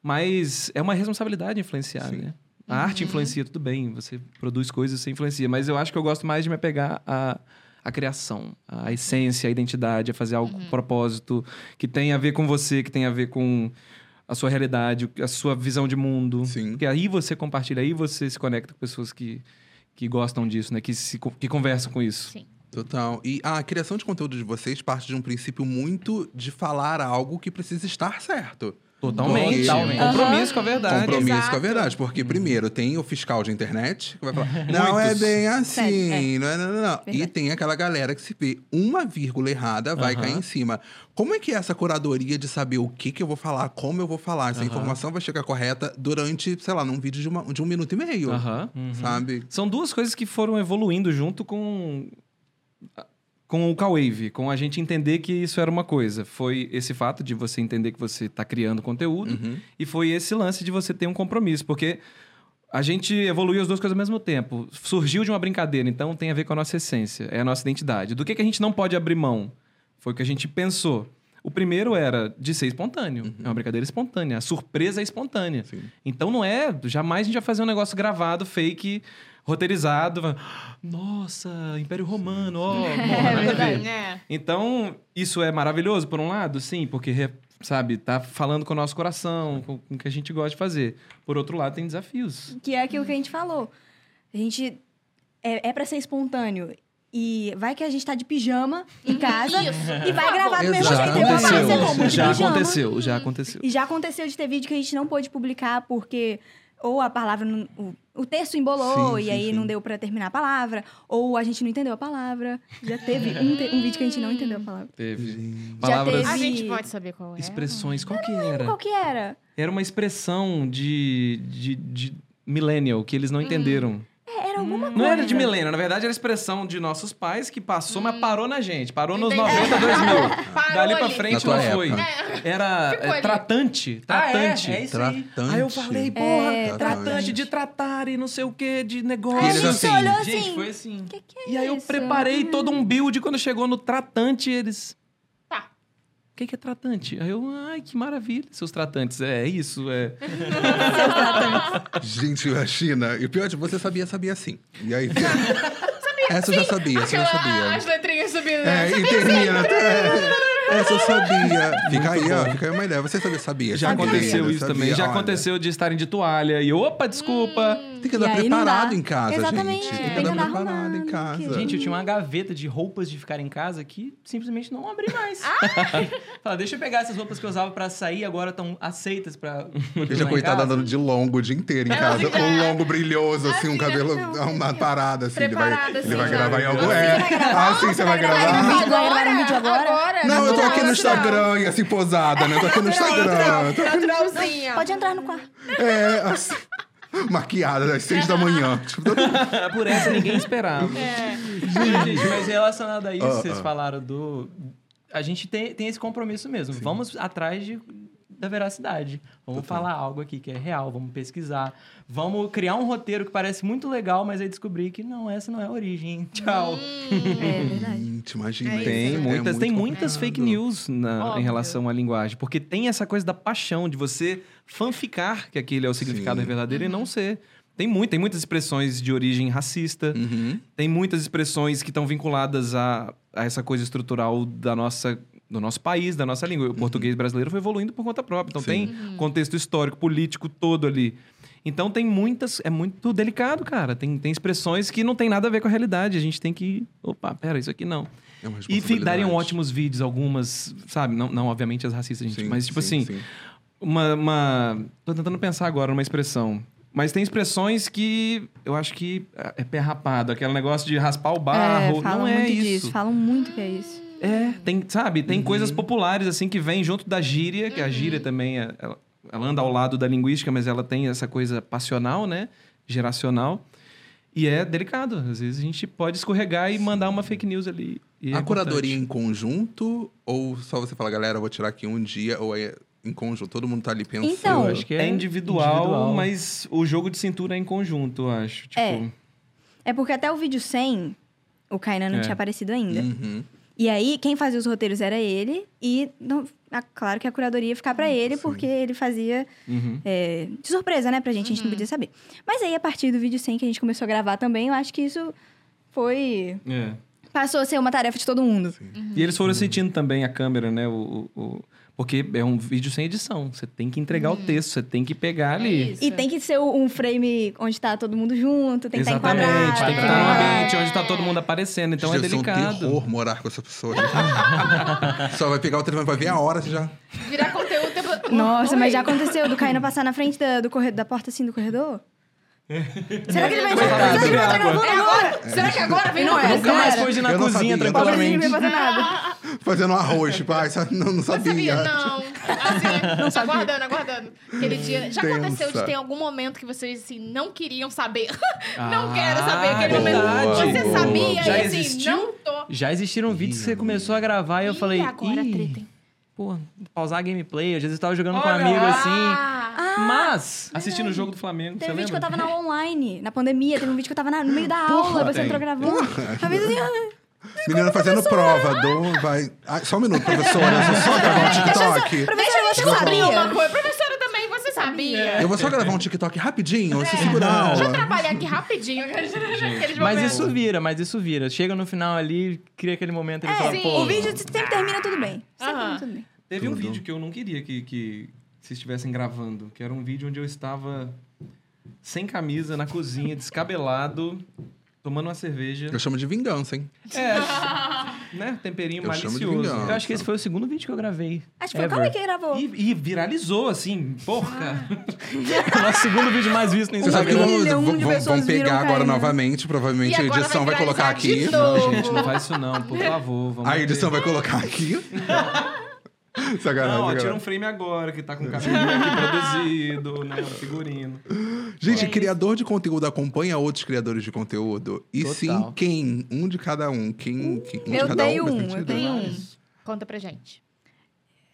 [SPEAKER 5] Mas é uma responsabilidade influenciar,
[SPEAKER 2] Sim.
[SPEAKER 5] né? A arte influencia, tudo bem. Você produz coisas, você influencia. Mas eu acho que eu gosto mais de me apegar à, à criação, à essência, à identidade, a fazer algo com propósito que tem a ver com você, que tem a ver com a sua realidade, a sua visão de mundo.
[SPEAKER 2] Sim.
[SPEAKER 5] Porque aí você compartilha, aí você se conecta com pessoas que, que gostam disso, né? Que, se, co- que conversam com isso.
[SPEAKER 1] Sim.
[SPEAKER 2] Total. E a criação de conteúdo de vocês parte de um princípio muito de falar algo que precisa estar certo.
[SPEAKER 5] Totalmente.
[SPEAKER 2] Totalmente.
[SPEAKER 5] Compromisso com a É verdade.
[SPEAKER 2] Compromisso
[SPEAKER 1] Exato.
[SPEAKER 2] com a verdade. Porque, primeiro, tem o fiscal de internet que vai falar: não é
[SPEAKER 5] Muitos.
[SPEAKER 2] bem assim,
[SPEAKER 4] Sério,
[SPEAKER 2] não é, não, não, não. E
[SPEAKER 4] Verdade.
[SPEAKER 2] tem aquela galera que se vê uma vírgula errada, vai
[SPEAKER 3] Aham.
[SPEAKER 2] cair em cima. Como é que é essa curadoria de saber o que, que eu vou falar, como eu vou falar? Essa
[SPEAKER 3] Aham.
[SPEAKER 2] informação vai chegar correta durante, sei lá, num vídeo de, uma- de um minuto e meio.
[SPEAKER 5] Aham.
[SPEAKER 2] Sabe?
[SPEAKER 5] São duas coisas que foram evoluindo junto com com o K-Wave, com a gente entender que isso era uma coisa. Foi esse fato de você entender que você está criando conteúdo
[SPEAKER 2] Uhum.
[SPEAKER 5] e foi esse lance de você ter um compromisso, porque a gente evoluiu as duas coisas ao mesmo tempo. Surgiu de uma brincadeira, então tem a ver com a nossa essência, é a nossa identidade. Do que, que a gente não pode abrir mão? Foi o que a gente pensou. O primeiro era de ser espontâneo. É uma brincadeira espontânea. A surpresa é espontânea.
[SPEAKER 2] Sim.
[SPEAKER 5] Então não é. Jamais a gente vai fazer um negócio gravado, fake, roteirizado. vai, Nossa, Império Romano, ó. porra, nada a ver."
[SPEAKER 1] É.
[SPEAKER 5] Então, isso é maravilhoso, por um lado, sim, porque, re- sabe, tá falando com o nosso coração, com com o que a gente gosta de fazer. Por outro lado, tem desafios.
[SPEAKER 4] Que é aquilo que a gente falou. A gente. É, é pra ser espontâneo. E vai que a gente tá de pijama em casa
[SPEAKER 1] Isso.
[SPEAKER 4] e vai gravar do mesmo
[SPEAKER 2] Já
[SPEAKER 4] jeito. Então vai
[SPEAKER 2] aconteceu.
[SPEAKER 4] aparecer como? De
[SPEAKER 5] Já
[SPEAKER 4] pijama.
[SPEAKER 5] aconteceu, já aconteceu.
[SPEAKER 4] E já aconteceu de ter vídeo que a gente não pôde publicar porque ou a palavra não- o, o texto embolou
[SPEAKER 2] Sim,
[SPEAKER 4] e
[SPEAKER 2] sim,
[SPEAKER 4] aí
[SPEAKER 2] sim.
[SPEAKER 4] não deu pra terminar a palavra, ou a gente não entendeu a palavra. Já teve um, te- um vídeo que a gente não entendeu a palavra.
[SPEAKER 5] Teve
[SPEAKER 4] Já
[SPEAKER 5] palavras,
[SPEAKER 4] teve-
[SPEAKER 1] Hum. A gente pode saber qual é.
[SPEAKER 5] expressões. Qual que
[SPEAKER 4] Qual
[SPEAKER 5] era?
[SPEAKER 4] que era?
[SPEAKER 5] Era uma expressão de, de, de millennial que eles não entenderam.
[SPEAKER 4] É, era alguma
[SPEAKER 1] Hum.
[SPEAKER 4] coisa.
[SPEAKER 5] Não era de milênio, na verdade era a expressão de nossos pais que passou, mas parou na gente. Parou nos
[SPEAKER 1] Entendi.
[SPEAKER 5] 90, 2000.
[SPEAKER 1] Parou
[SPEAKER 5] Dali pra
[SPEAKER 1] ali.
[SPEAKER 2] Na
[SPEAKER 5] frente
[SPEAKER 2] tua
[SPEAKER 5] não
[SPEAKER 2] época.
[SPEAKER 5] foi.
[SPEAKER 1] É.
[SPEAKER 5] Era
[SPEAKER 1] Ficou
[SPEAKER 5] é,
[SPEAKER 1] ali.
[SPEAKER 5] tratante. Tratante.
[SPEAKER 3] é isso aí.
[SPEAKER 2] Tratante.
[SPEAKER 5] Aí eu falei, porra,
[SPEAKER 4] É,
[SPEAKER 5] tratante,
[SPEAKER 2] tratante.
[SPEAKER 5] de tratar e não sei o que, de negócio.
[SPEAKER 4] Aí a
[SPEAKER 2] Eles
[SPEAKER 4] gente
[SPEAKER 2] assim,
[SPEAKER 4] olhou assim.
[SPEAKER 3] Gente, foi assim.
[SPEAKER 4] "Que que é
[SPEAKER 5] E aí eu
[SPEAKER 4] isso?"
[SPEAKER 5] preparei todo um build quando chegou no tratante, eles.
[SPEAKER 1] Tá.
[SPEAKER 5] O que, que é tratante? Aí eu, ai, que maravilha, seus tratantes. É isso, é.
[SPEAKER 2] Gente, a China. E o pior de você sabia, sabia sim. E aí. Essa eu já sabia, essa assim eu
[SPEAKER 1] Aquela,
[SPEAKER 2] já sabia.
[SPEAKER 1] as letrinhas subindo.
[SPEAKER 2] É,
[SPEAKER 1] né?
[SPEAKER 2] e termina. É, essa eu sabia. Fica aí, ó. Fica aí uma ideia. Você sabia, sabia.
[SPEAKER 5] Já
[SPEAKER 2] sabia,
[SPEAKER 5] aconteceu isso
[SPEAKER 2] sabia,
[SPEAKER 5] também. Já
[SPEAKER 2] olha.
[SPEAKER 5] aconteceu de estarem de toalha e, opa, desculpa.
[SPEAKER 2] Tem que
[SPEAKER 4] E
[SPEAKER 2] andar
[SPEAKER 4] aí não
[SPEAKER 2] preparado
[SPEAKER 4] dá.
[SPEAKER 2] em casa,
[SPEAKER 4] Exatamente,
[SPEAKER 2] gente.
[SPEAKER 4] é.
[SPEAKER 2] Tem que
[SPEAKER 4] Tem
[SPEAKER 2] andar
[SPEAKER 4] que andar
[SPEAKER 2] preparado em
[SPEAKER 4] arrumado,
[SPEAKER 2] casa.
[SPEAKER 4] que-
[SPEAKER 3] Gente, eu tinha uma gaveta de roupas de ficar em casa que simplesmente não abri mais. Fala, deixa eu pegar essas roupas que eu usava pra sair, agora estão aceitas pra. poder
[SPEAKER 2] Deixa
[SPEAKER 3] usar
[SPEAKER 2] a
[SPEAKER 3] em
[SPEAKER 2] coitada
[SPEAKER 3] casa.
[SPEAKER 2] andando de longo o dia inteiro em casa.
[SPEAKER 1] assim, já-
[SPEAKER 2] Um longo brilhoso, assim, um
[SPEAKER 1] Assim, já-
[SPEAKER 2] cabelo
[SPEAKER 4] não,
[SPEAKER 2] arrumado,
[SPEAKER 4] assim,
[SPEAKER 2] parado, assim. Ele vai,
[SPEAKER 1] Preparado,
[SPEAKER 2] ele
[SPEAKER 1] assim,
[SPEAKER 2] vai
[SPEAKER 1] já.
[SPEAKER 2] gravar em
[SPEAKER 1] Assim,
[SPEAKER 2] algum... É.
[SPEAKER 4] você vai gravar?
[SPEAKER 2] Ah, sim, você vai
[SPEAKER 4] gravar?
[SPEAKER 2] gravar?
[SPEAKER 4] Vai gravar no vídeo agora?
[SPEAKER 1] tá Agora?
[SPEAKER 2] Não, eu tô aqui no
[SPEAKER 1] É, Natural,
[SPEAKER 2] Instagram, e assim, posada, né? Eu tô aqui no Instagram.
[SPEAKER 1] natural, Naturalzinha.
[SPEAKER 4] Pode entrar no quarto.
[SPEAKER 2] É, assim... Maquiada das seis da manhã. Tipo, todo mundo-
[SPEAKER 5] Por essa ninguém esperava.
[SPEAKER 1] É.
[SPEAKER 3] Não, gente, mas relacionado a isso,
[SPEAKER 2] Ah,
[SPEAKER 3] vocês
[SPEAKER 2] ah.
[SPEAKER 3] falaram do. A gente tem, tem esse compromisso mesmo. Vamos atrás de, da veracidade. Vamos
[SPEAKER 2] Total.
[SPEAKER 3] falar algo aqui que é real, vamos pesquisar. Vamos criar um roteiro que parece muito legal, mas aí descobrir que não, essa não é a origem. Tchau.
[SPEAKER 1] Hum,
[SPEAKER 4] É verdade.
[SPEAKER 2] Gente, imagina. isso.
[SPEAKER 5] Tem
[SPEAKER 1] É
[SPEAKER 5] muitas, tem muitas
[SPEAKER 2] complicado.
[SPEAKER 5] fake news na-
[SPEAKER 1] Óbvio.
[SPEAKER 5] em relação à linguagem, porque tem essa coisa da paixão de você fanficar que aquele é o significado
[SPEAKER 2] Sim.
[SPEAKER 5] verdadeiro e não ser. Tem muito, tem muitas expressões de origem racista,
[SPEAKER 2] Uhum.
[SPEAKER 5] tem muitas expressões que estão vinculadas a, a essa coisa estrutural da nossa do nosso país, da nossa língua. O português brasileiro foi evoluindo por conta própria. Então
[SPEAKER 2] Uhum. Sim.
[SPEAKER 5] tem
[SPEAKER 1] Uhum.
[SPEAKER 5] contexto histórico, político todo ali. Então tem muitas, é muito delicado, cara. Tem, tem expressões que não tem nada a ver com a realidade. A gente tem que, opa, pera, isso aqui não.
[SPEAKER 2] É uma
[SPEAKER 5] E fi- um dariam
[SPEAKER 2] responsabilidade.
[SPEAKER 5] ótimos vídeos, algumas, sabe? Não, não obviamente as racistas, gente.
[SPEAKER 2] Sim,
[SPEAKER 5] mas, tipo
[SPEAKER 2] sim,
[SPEAKER 5] assim,
[SPEAKER 2] sim.
[SPEAKER 5] Uma, uma- Tô tentando pensar agora numa expressão. Mas tem expressões que eu acho que é pé rapado, aquele negócio de raspar o barro.
[SPEAKER 4] falam
[SPEAKER 5] não é
[SPEAKER 4] muito
[SPEAKER 5] isso.
[SPEAKER 4] disso, falam muito que é isso.
[SPEAKER 5] É, tem, sabe,
[SPEAKER 2] Uhum.
[SPEAKER 5] tem coisas populares assim que vêm junto da gíria,
[SPEAKER 1] Uhum.
[SPEAKER 5] que a gíria também é- ela, ela anda ao lado da linguística, mas ela tem essa coisa passional, né? Geracional. E é delicado. Às vezes a gente pode escorregar e mandar uma fake news ali. E é
[SPEAKER 2] a curadoria
[SPEAKER 5] importante.
[SPEAKER 2] em conjunto ou só você fala, galera, eu vou tirar aqui um dia ou é em conjunto? Todo mundo tá ali pensando.
[SPEAKER 4] Então,
[SPEAKER 3] Eu acho que é
[SPEAKER 5] É individual,
[SPEAKER 3] individual.
[SPEAKER 5] mas o jogo de cintura é em conjunto, eu acho. Tipo,
[SPEAKER 4] É. É porque até o vídeo 100, o Kainan não
[SPEAKER 5] É.
[SPEAKER 4] tinha aparecido ainda.
[SPEAKER 1] Então,
[SPEAKER 2] Uhum.
[SPEAKER 4] E aí, quem fazia os roteiros era ele, e não- ah, claro que a curadoria ia ficar pra
[SPEAKER 5] Hum,
[SPEAKER 4] ele,
[SPEAKER 2] sim.
[SPEAKER 4] porque ele fazia
[SPEAKER 5] uhum.
[SPEAKER 4] é, de surpresa, né, pra gente, a gente não podia saber. Mas aí, a partir do vídeo 100 que a gente começou a gravar também, eu acho que isso foi.
[SPEAKER 5] É.
[SPEAKER 4] passou a ser uma tarefa de todo mundo.
[SPEAKER 5] E eles
[SPEAKER 2] Uhum.
[SPEAKER 5] foram sentindo também a câmera, né? O, o- o- Porque é um vídeo sem edição. Você tem que entregar o texto, você tem que pegar ali.
[SPEAKER 1] Uhum. É isso.
[SPEAKER 4] E tem que ser um frame onde tá todo mundo junto, tem que estar
[SPEAKER 5] Exatamente, tem
[SPEAKER 4] enquadrado.
[SPEAKER 5] que
[SPEAKER 4] tá
[SPEAKER 5] estar num
[SPEAKER 4] enquadrado.
[SPEAKER 5] ambiente onde tá todo mundo aparecendo, então é
[SPEAKER 2] Gente, deve ser um
[SPEAKER 5] delicado.
[SPEAKER 2] terror morar com essa pessoa. só vai pegar o telefone pra ver a hora você já.
[SPEAKER 1] Virar conteúdo... tempo- É
[SPEAKER 4] Nossa, mas já
[SPEAKER 1] Oi.
[SPEAKER 4] aconteceu do Caína passar na frente da, do corre- da porta assim do corredor? Será que ele vai
[SPEAKER 5] Vai
[SPEAKER 4] entrar?
[SPEAKER 5] falar
[SPEAKER 4] Será que ele
[SPEAKER 5] sobre
[SPEAKER 4] vai entrar
[SPEAKER 5] água.
[SPEAKER 4] gravando
[SPEAKER 1] É
[SPEAKER 4] agora?
[SPEAKER 1] agora? Será que agora vem
[SPEAKER 4] E não é,
[SPEAKER 1] essa?
[SPEAKER 4] Nunca mais foi
[SPEAKER 2] na Eu não cozinha sabia, eu não
[SPEAKER 4] Talvez ele
[SPEAKER 2] tranquilamente.
[SPEAKER 4] não vai fazer nada.
[SPEAKER 2] Fazendo um arroz, tipo, ai, sa- não, não
[SPEAKER 1] Não
[SPEAKER 2] sabia.
[SPEAKER 1] sabia, não. Assim, não
[SPEAKER 4] sabia.
[SPEAKER 1] Aguardando, aguardando. Aquele dia. Já
[SPEAKER 2] Tensa.
[SPEAKER 1] aconteceu de ter algum momento que vocês, assim, não queriam saber. não
[SPEAKER 5] Ah,
[SPEAKER 1] quero saber
[SPEAKER 3] é
[SPEAKER 1] aquele
[SPEAKER 5] verdade.
[SPEAKER 1] momento. Você
[SPEAKER 2] Boa,
[SPEAKER 1] sabia
[SPEAKER 5] boa.
[SPEAKER 1] e
[SPEAKER 5] Já
[SPEAKER 1] assim,
[SPEAKER 5] existiu?
[SPEAKER 1] não tô.
[SPEAKER 3] Já existiram vídeos que você começou a gravar e eu
[SPEAKER 1] Ih,
[SPEAKER 3] falei.
[SPEAKER 1] agora
[SPEAKER 3] "Ih,
[SPEAKER 1] treta, hein?
[SPEAKER 4] então?"
[SPEAKER 3] Pô, pausar a gameplay. Às vezes eu tava jogando com um
[SPEAKER 5] Olha
[SPEAKER 3] amigo
[SPEAKER 5] lá.
[SPEAKER 3] assim.
[SPEAKER 1] Ah,
[SPEAKER 3] Mas.
[SPEAKER 5] Assistindo o jogo do Flamengo,
[SPEAKER 4] Teve
[SPEAKER 5] você
[SPEAKER 4] um vídeo que
[SPEAKER 5] lembra?
[SPEAKER 4] eu tava na online, na pandemia. Teve um vídeo que eu tava na- no meio da aula, você
[SPEAKER 5] tem.
[SPEAKER 4] entrou gravando. Talvez assim, ah,
[SPEAKER 2] Menina fazendo prova, dou, vai. Ai, só um minuto, professora, eu vou só gravar um TikTok.
[SPEAKER 1] Deixa eu
[SPEAKER 4] Professora, você
[SPEAKER 1] descobrir
[SPEAKER 4] sabia?
[SPEAKER 1] uma coisa. Professora também, você sabia.
[SPEAKER 2] Eu vou só gravar um TikTok rapidinho, se segura a
[SPEAKER 1] Deixa eu
[SPEAKER 2] aula.
[SPEAKER 1] trabalhar aqui rapidinho. Aqueles
[SPEAKER 3] Mas
[SPEAKER 1] momentos.
[SPEAKER 3] isso vira, mas isso vira. Chega no final ali, cria aquele momento ele fala,
[SPEAKER 1] sim.
[SPEAKER 3] pô.
[SPEAKER 4] o vídeo sempre termina tudo bem. Sempre
[SPEAKER 1] Aham.
[SPEAKER 4] termina tudo bem.
[SPEAKER 5] Teve um
[SPEAKER 2] Tudo.
[SPEAKER 5] vídeo que eu não queria que, que vocês estivessem gravando, que era um vídeo onde eu estava sem camisa, na cozinha, descabelado, tomando uma cerveja.
[SPEAKER 2] Eu chamo de vingança, hein?
[SPEAKER 5] É, né? Temperinho
[SPEAKER 2] Eu chamo de
[SPEAKER 5] malicioso.
[SPEAKER 2] vingança.
[SPEAKER 3] Eu acho que esse foi o segundo vídeo que eu gravei.
[SPEAKER 4] Acho que foi o
[SPEAKER 3] Ever.
[SPEAKER 4] Cauê que gravou.
[SPEAKER 5] E, e viralizou, assim, porca.
[SPEAKER 3] O nosso segundo vídeo mais visto no
[SPEAKER 2] Você sabe que
[SPEAKER 3] Instagram.
[SPEAKER 2] vão,
[SPEAKER 4] milhão
[SPEAKER 2] vão-
[SPEAKER 4] de
[SPEAKER 2] vão
[SPEAKER 4] pessoas viram
[SPEAKER 2] pegar agora
[SPEAKER 4] caindo.
[SPEAKER 2] novamente, provavelmente
[SPEAKER 1] E
[SPEAKER 2] a
[SPEAKER 1] agora
[SPEAKER 2] edição
[SPEAKER 1] vai
[SPEAKER 2] vai colocar
[SPEAKER 1] viralizar de
[SPEAKER 2] aqui.
[SPEAKER 1] novo.
[SPEAKER 5] Não, gente, não faz isso não, por favor. Vamos
[SPEAKER 2] A
[SPEAKER 5] ter-
[SPEAKER 2] edição vai colocar aqui. Sacanagem.
[SPEAKER 5] Não, ó,
[SPEAKER 2] sacanagem.
[SPEAKER 5] tira um frame agora, que tá com o cabelinho aqui produzido, né? Figurino.
[SPEAKER 2] Gente, criador de conteúdo acompanha outros criadores de conteúdo. E
[SPEAKER 3] Total.
[SPEAKER 2] sim, quem? Um de cada um. Quem, quem- um de
[SPEAKER 4] eu
[SPEAKER 2] cada
[SPEAKER 4] tenho
[SPEAKER 2] faz
[SPEAKER 4] um, eu
[SPEAKER 2] sentido?
[SPEAKER 4] tenho um.
[SPEAKER 1] Conta pra gente.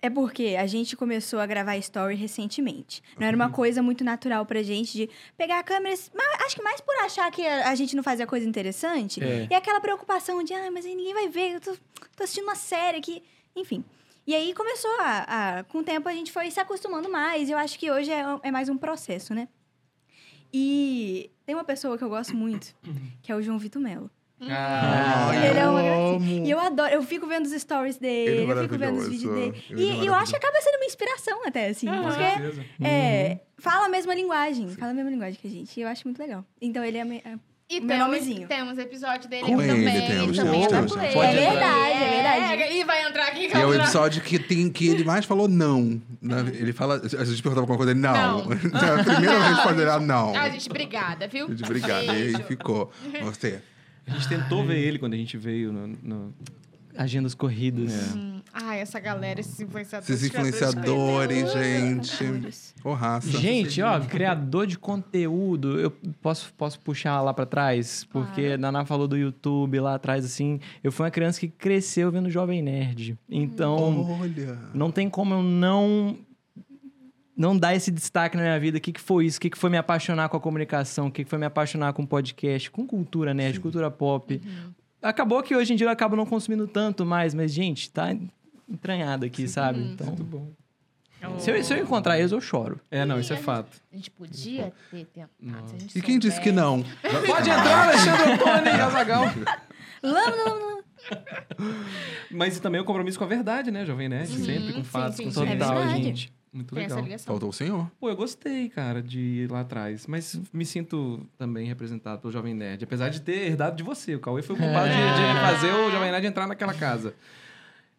[SPEAKER 4] É porque a gente começou a gravar story recentemente. Não era
[SPEAKER 3] Uhum.
[SPEAKER 4] uma coisa muito natural pra gente de pegar a câmera. mas acho que mais por achar que a, a gente não fazia coisa interessante.
[SPEAKER 3] É.
[SPEAKER 4] E aquela preocupação de, ah, mas aí ninguém vai ver, eu tô, tô assistindo uma série aqui. Enfim. E aí começou a, a- Com o tempo a gente foi se acostumando mais. Eu acho que hoje é, é mais um processo, né? E tem uma pessoa que eu gosto muito, que é o João Vitor Melo.
[SPEAKER 5] Ah,
[SPEAKER 2] Ai,
[SPEAKER 4] Ele é uma
[SPEAKER 2] eu
[SPEAKER 4] gracinha. E eu adoro, eu fico vendo os stories
[SPEAKER 2] Ele é
[SPEAKER 4] dele, eu fico vendo os
[SPEAKER 2] maravilhoso.
[SPEAKER 4] vídeos dele.
[SPEAKER 2] Ele é
[SPEAKER 4] E- E eu acho
[SPEAKER 2] maravilhoso.
[SPEAKER 4] que acaba sendo uma inspiração até, assim.
[SPEAKER 1] Aham.
[SPEAKER 4] Porque
[SPEAKER 5] Ah, Com certeza.
[SPEAKER 2] Uhum.
[SPEAKER 4] é, fala a mesma linguagem. Fala a mesma linguagem que a gente. E eu acho muito legal. Então ele é. me- é-
[SPEAKER 1] E
[SPEAKER 4] Meu
[SPEAKER 1] temos,
[SPEAKER 4] nomezinho.
[SPEAKER 1] temos episódio dele
[SPEAKER 2] Com
[SPEAKER 1] aqui
[SPEAKER 2] ele
[SPEAKER 1] também.
[SPEAKER 2] temos,
[SPEAKER 1] também é
[SPEAKER 2] temos,
[SPEAKER 1] da
[SPEAKER 2] temos.
[SPEAKER 1] Play.
[SPEAKER 3] Pode entrar.
[SPEAKER 4] É verdade, é
[SPEAKER 1] E vai entrar aqui em
[SPEAKER 2] E é o
[SPEAKER 1] Caldeirão.
[SPEAKER 2] episódio que, tem, que ele mais falou não. né? Ele fala... A gente perguntava alguma coisa, ele não.
[SPEAKER 1] Não.
[SPEAKER 2] É a primeira vez que fala, ele, ah, não.
[SPEAKER 1] Ah, gente, obrigada, viu?
[SPEAKER 2] Gente, obrigado. E
[SPEAKER 1] Beijo.
[SPEAKER 2] aí ficou. Você.
[SPEAKER 5] A gente tentou ver ele quando a gente veio no. no-
[SPEAKER 3] Agendas corridas.
[SPEAKER 1] Hum, Ai, essa galera, esses influenciadores.
[SPEAKER 2] Esses influenciadores, gente. Ô, raça.
[SPEAKER 3] Gente, ó, criador de conteúdo, eu posso, posso puxar lá pra trás, porque a Naná falou do YouTube lá atrás, assim. Eu fui uma criança que cresceu vendo Jovem Nerd. Então,
[SPEAKER 2] Uhum. Olha.
[SPEAKER 3] Não tem como eu não não dar esse destaque na minha vida. O que, que foi isso? O que, que foi me apaixonar com a comunicação? O que, que foi me apaixonar com podcast? Com cultura nerd, cultura pop. Acabou que hoje em dia eu acabo não consumindo tanto mais, mas, gente, tá entranhado aqui, sabe? Então,
[SPEAKER 5] bom.
[SPEAKER 3] se, eu, se eu encontrar eles, eu choro.
[SPEAKER 5] É, não, isso é fato.
[SPEAKER 1] A gente podia ter tentado. se a gente
[SPEAKER 2] E quem disse que não?
[SPEAKER 5] Pode entrar, Alexandre Antônio e Azagal.
[SPEAKER 4] Lâmina, lâmina.
[SPEAKER 5] Mas também o compromisso com a verdade, né, Jovem Nerd? Sempre com
[SPEAKER 1] Sim,
[SPEAKER 5] fatos,
[SPEAKER 1] sim,
[SPEAKER 5] com
[SPEAKER 1] sim. É
[SPEAKER 5] total,
[SPEAKER 4] verdade.
[SPEAKER 5] gente. Muito
[SPEAKER 1] Tem essa
[SPEAKER 5] legal.
[SPEAKER 1] ligação.
[SPEAKER 2] Faltou o senhor.
[SPEAKER 5] Pô, eu gostei, cara, de ir lá atrás. Mas me sinto também representado pelo Jovem Nerd. Apesar de ter herdado de você. O Cauê foi o culpado de, de fazer o Jovem Nerd entrar naquela casa.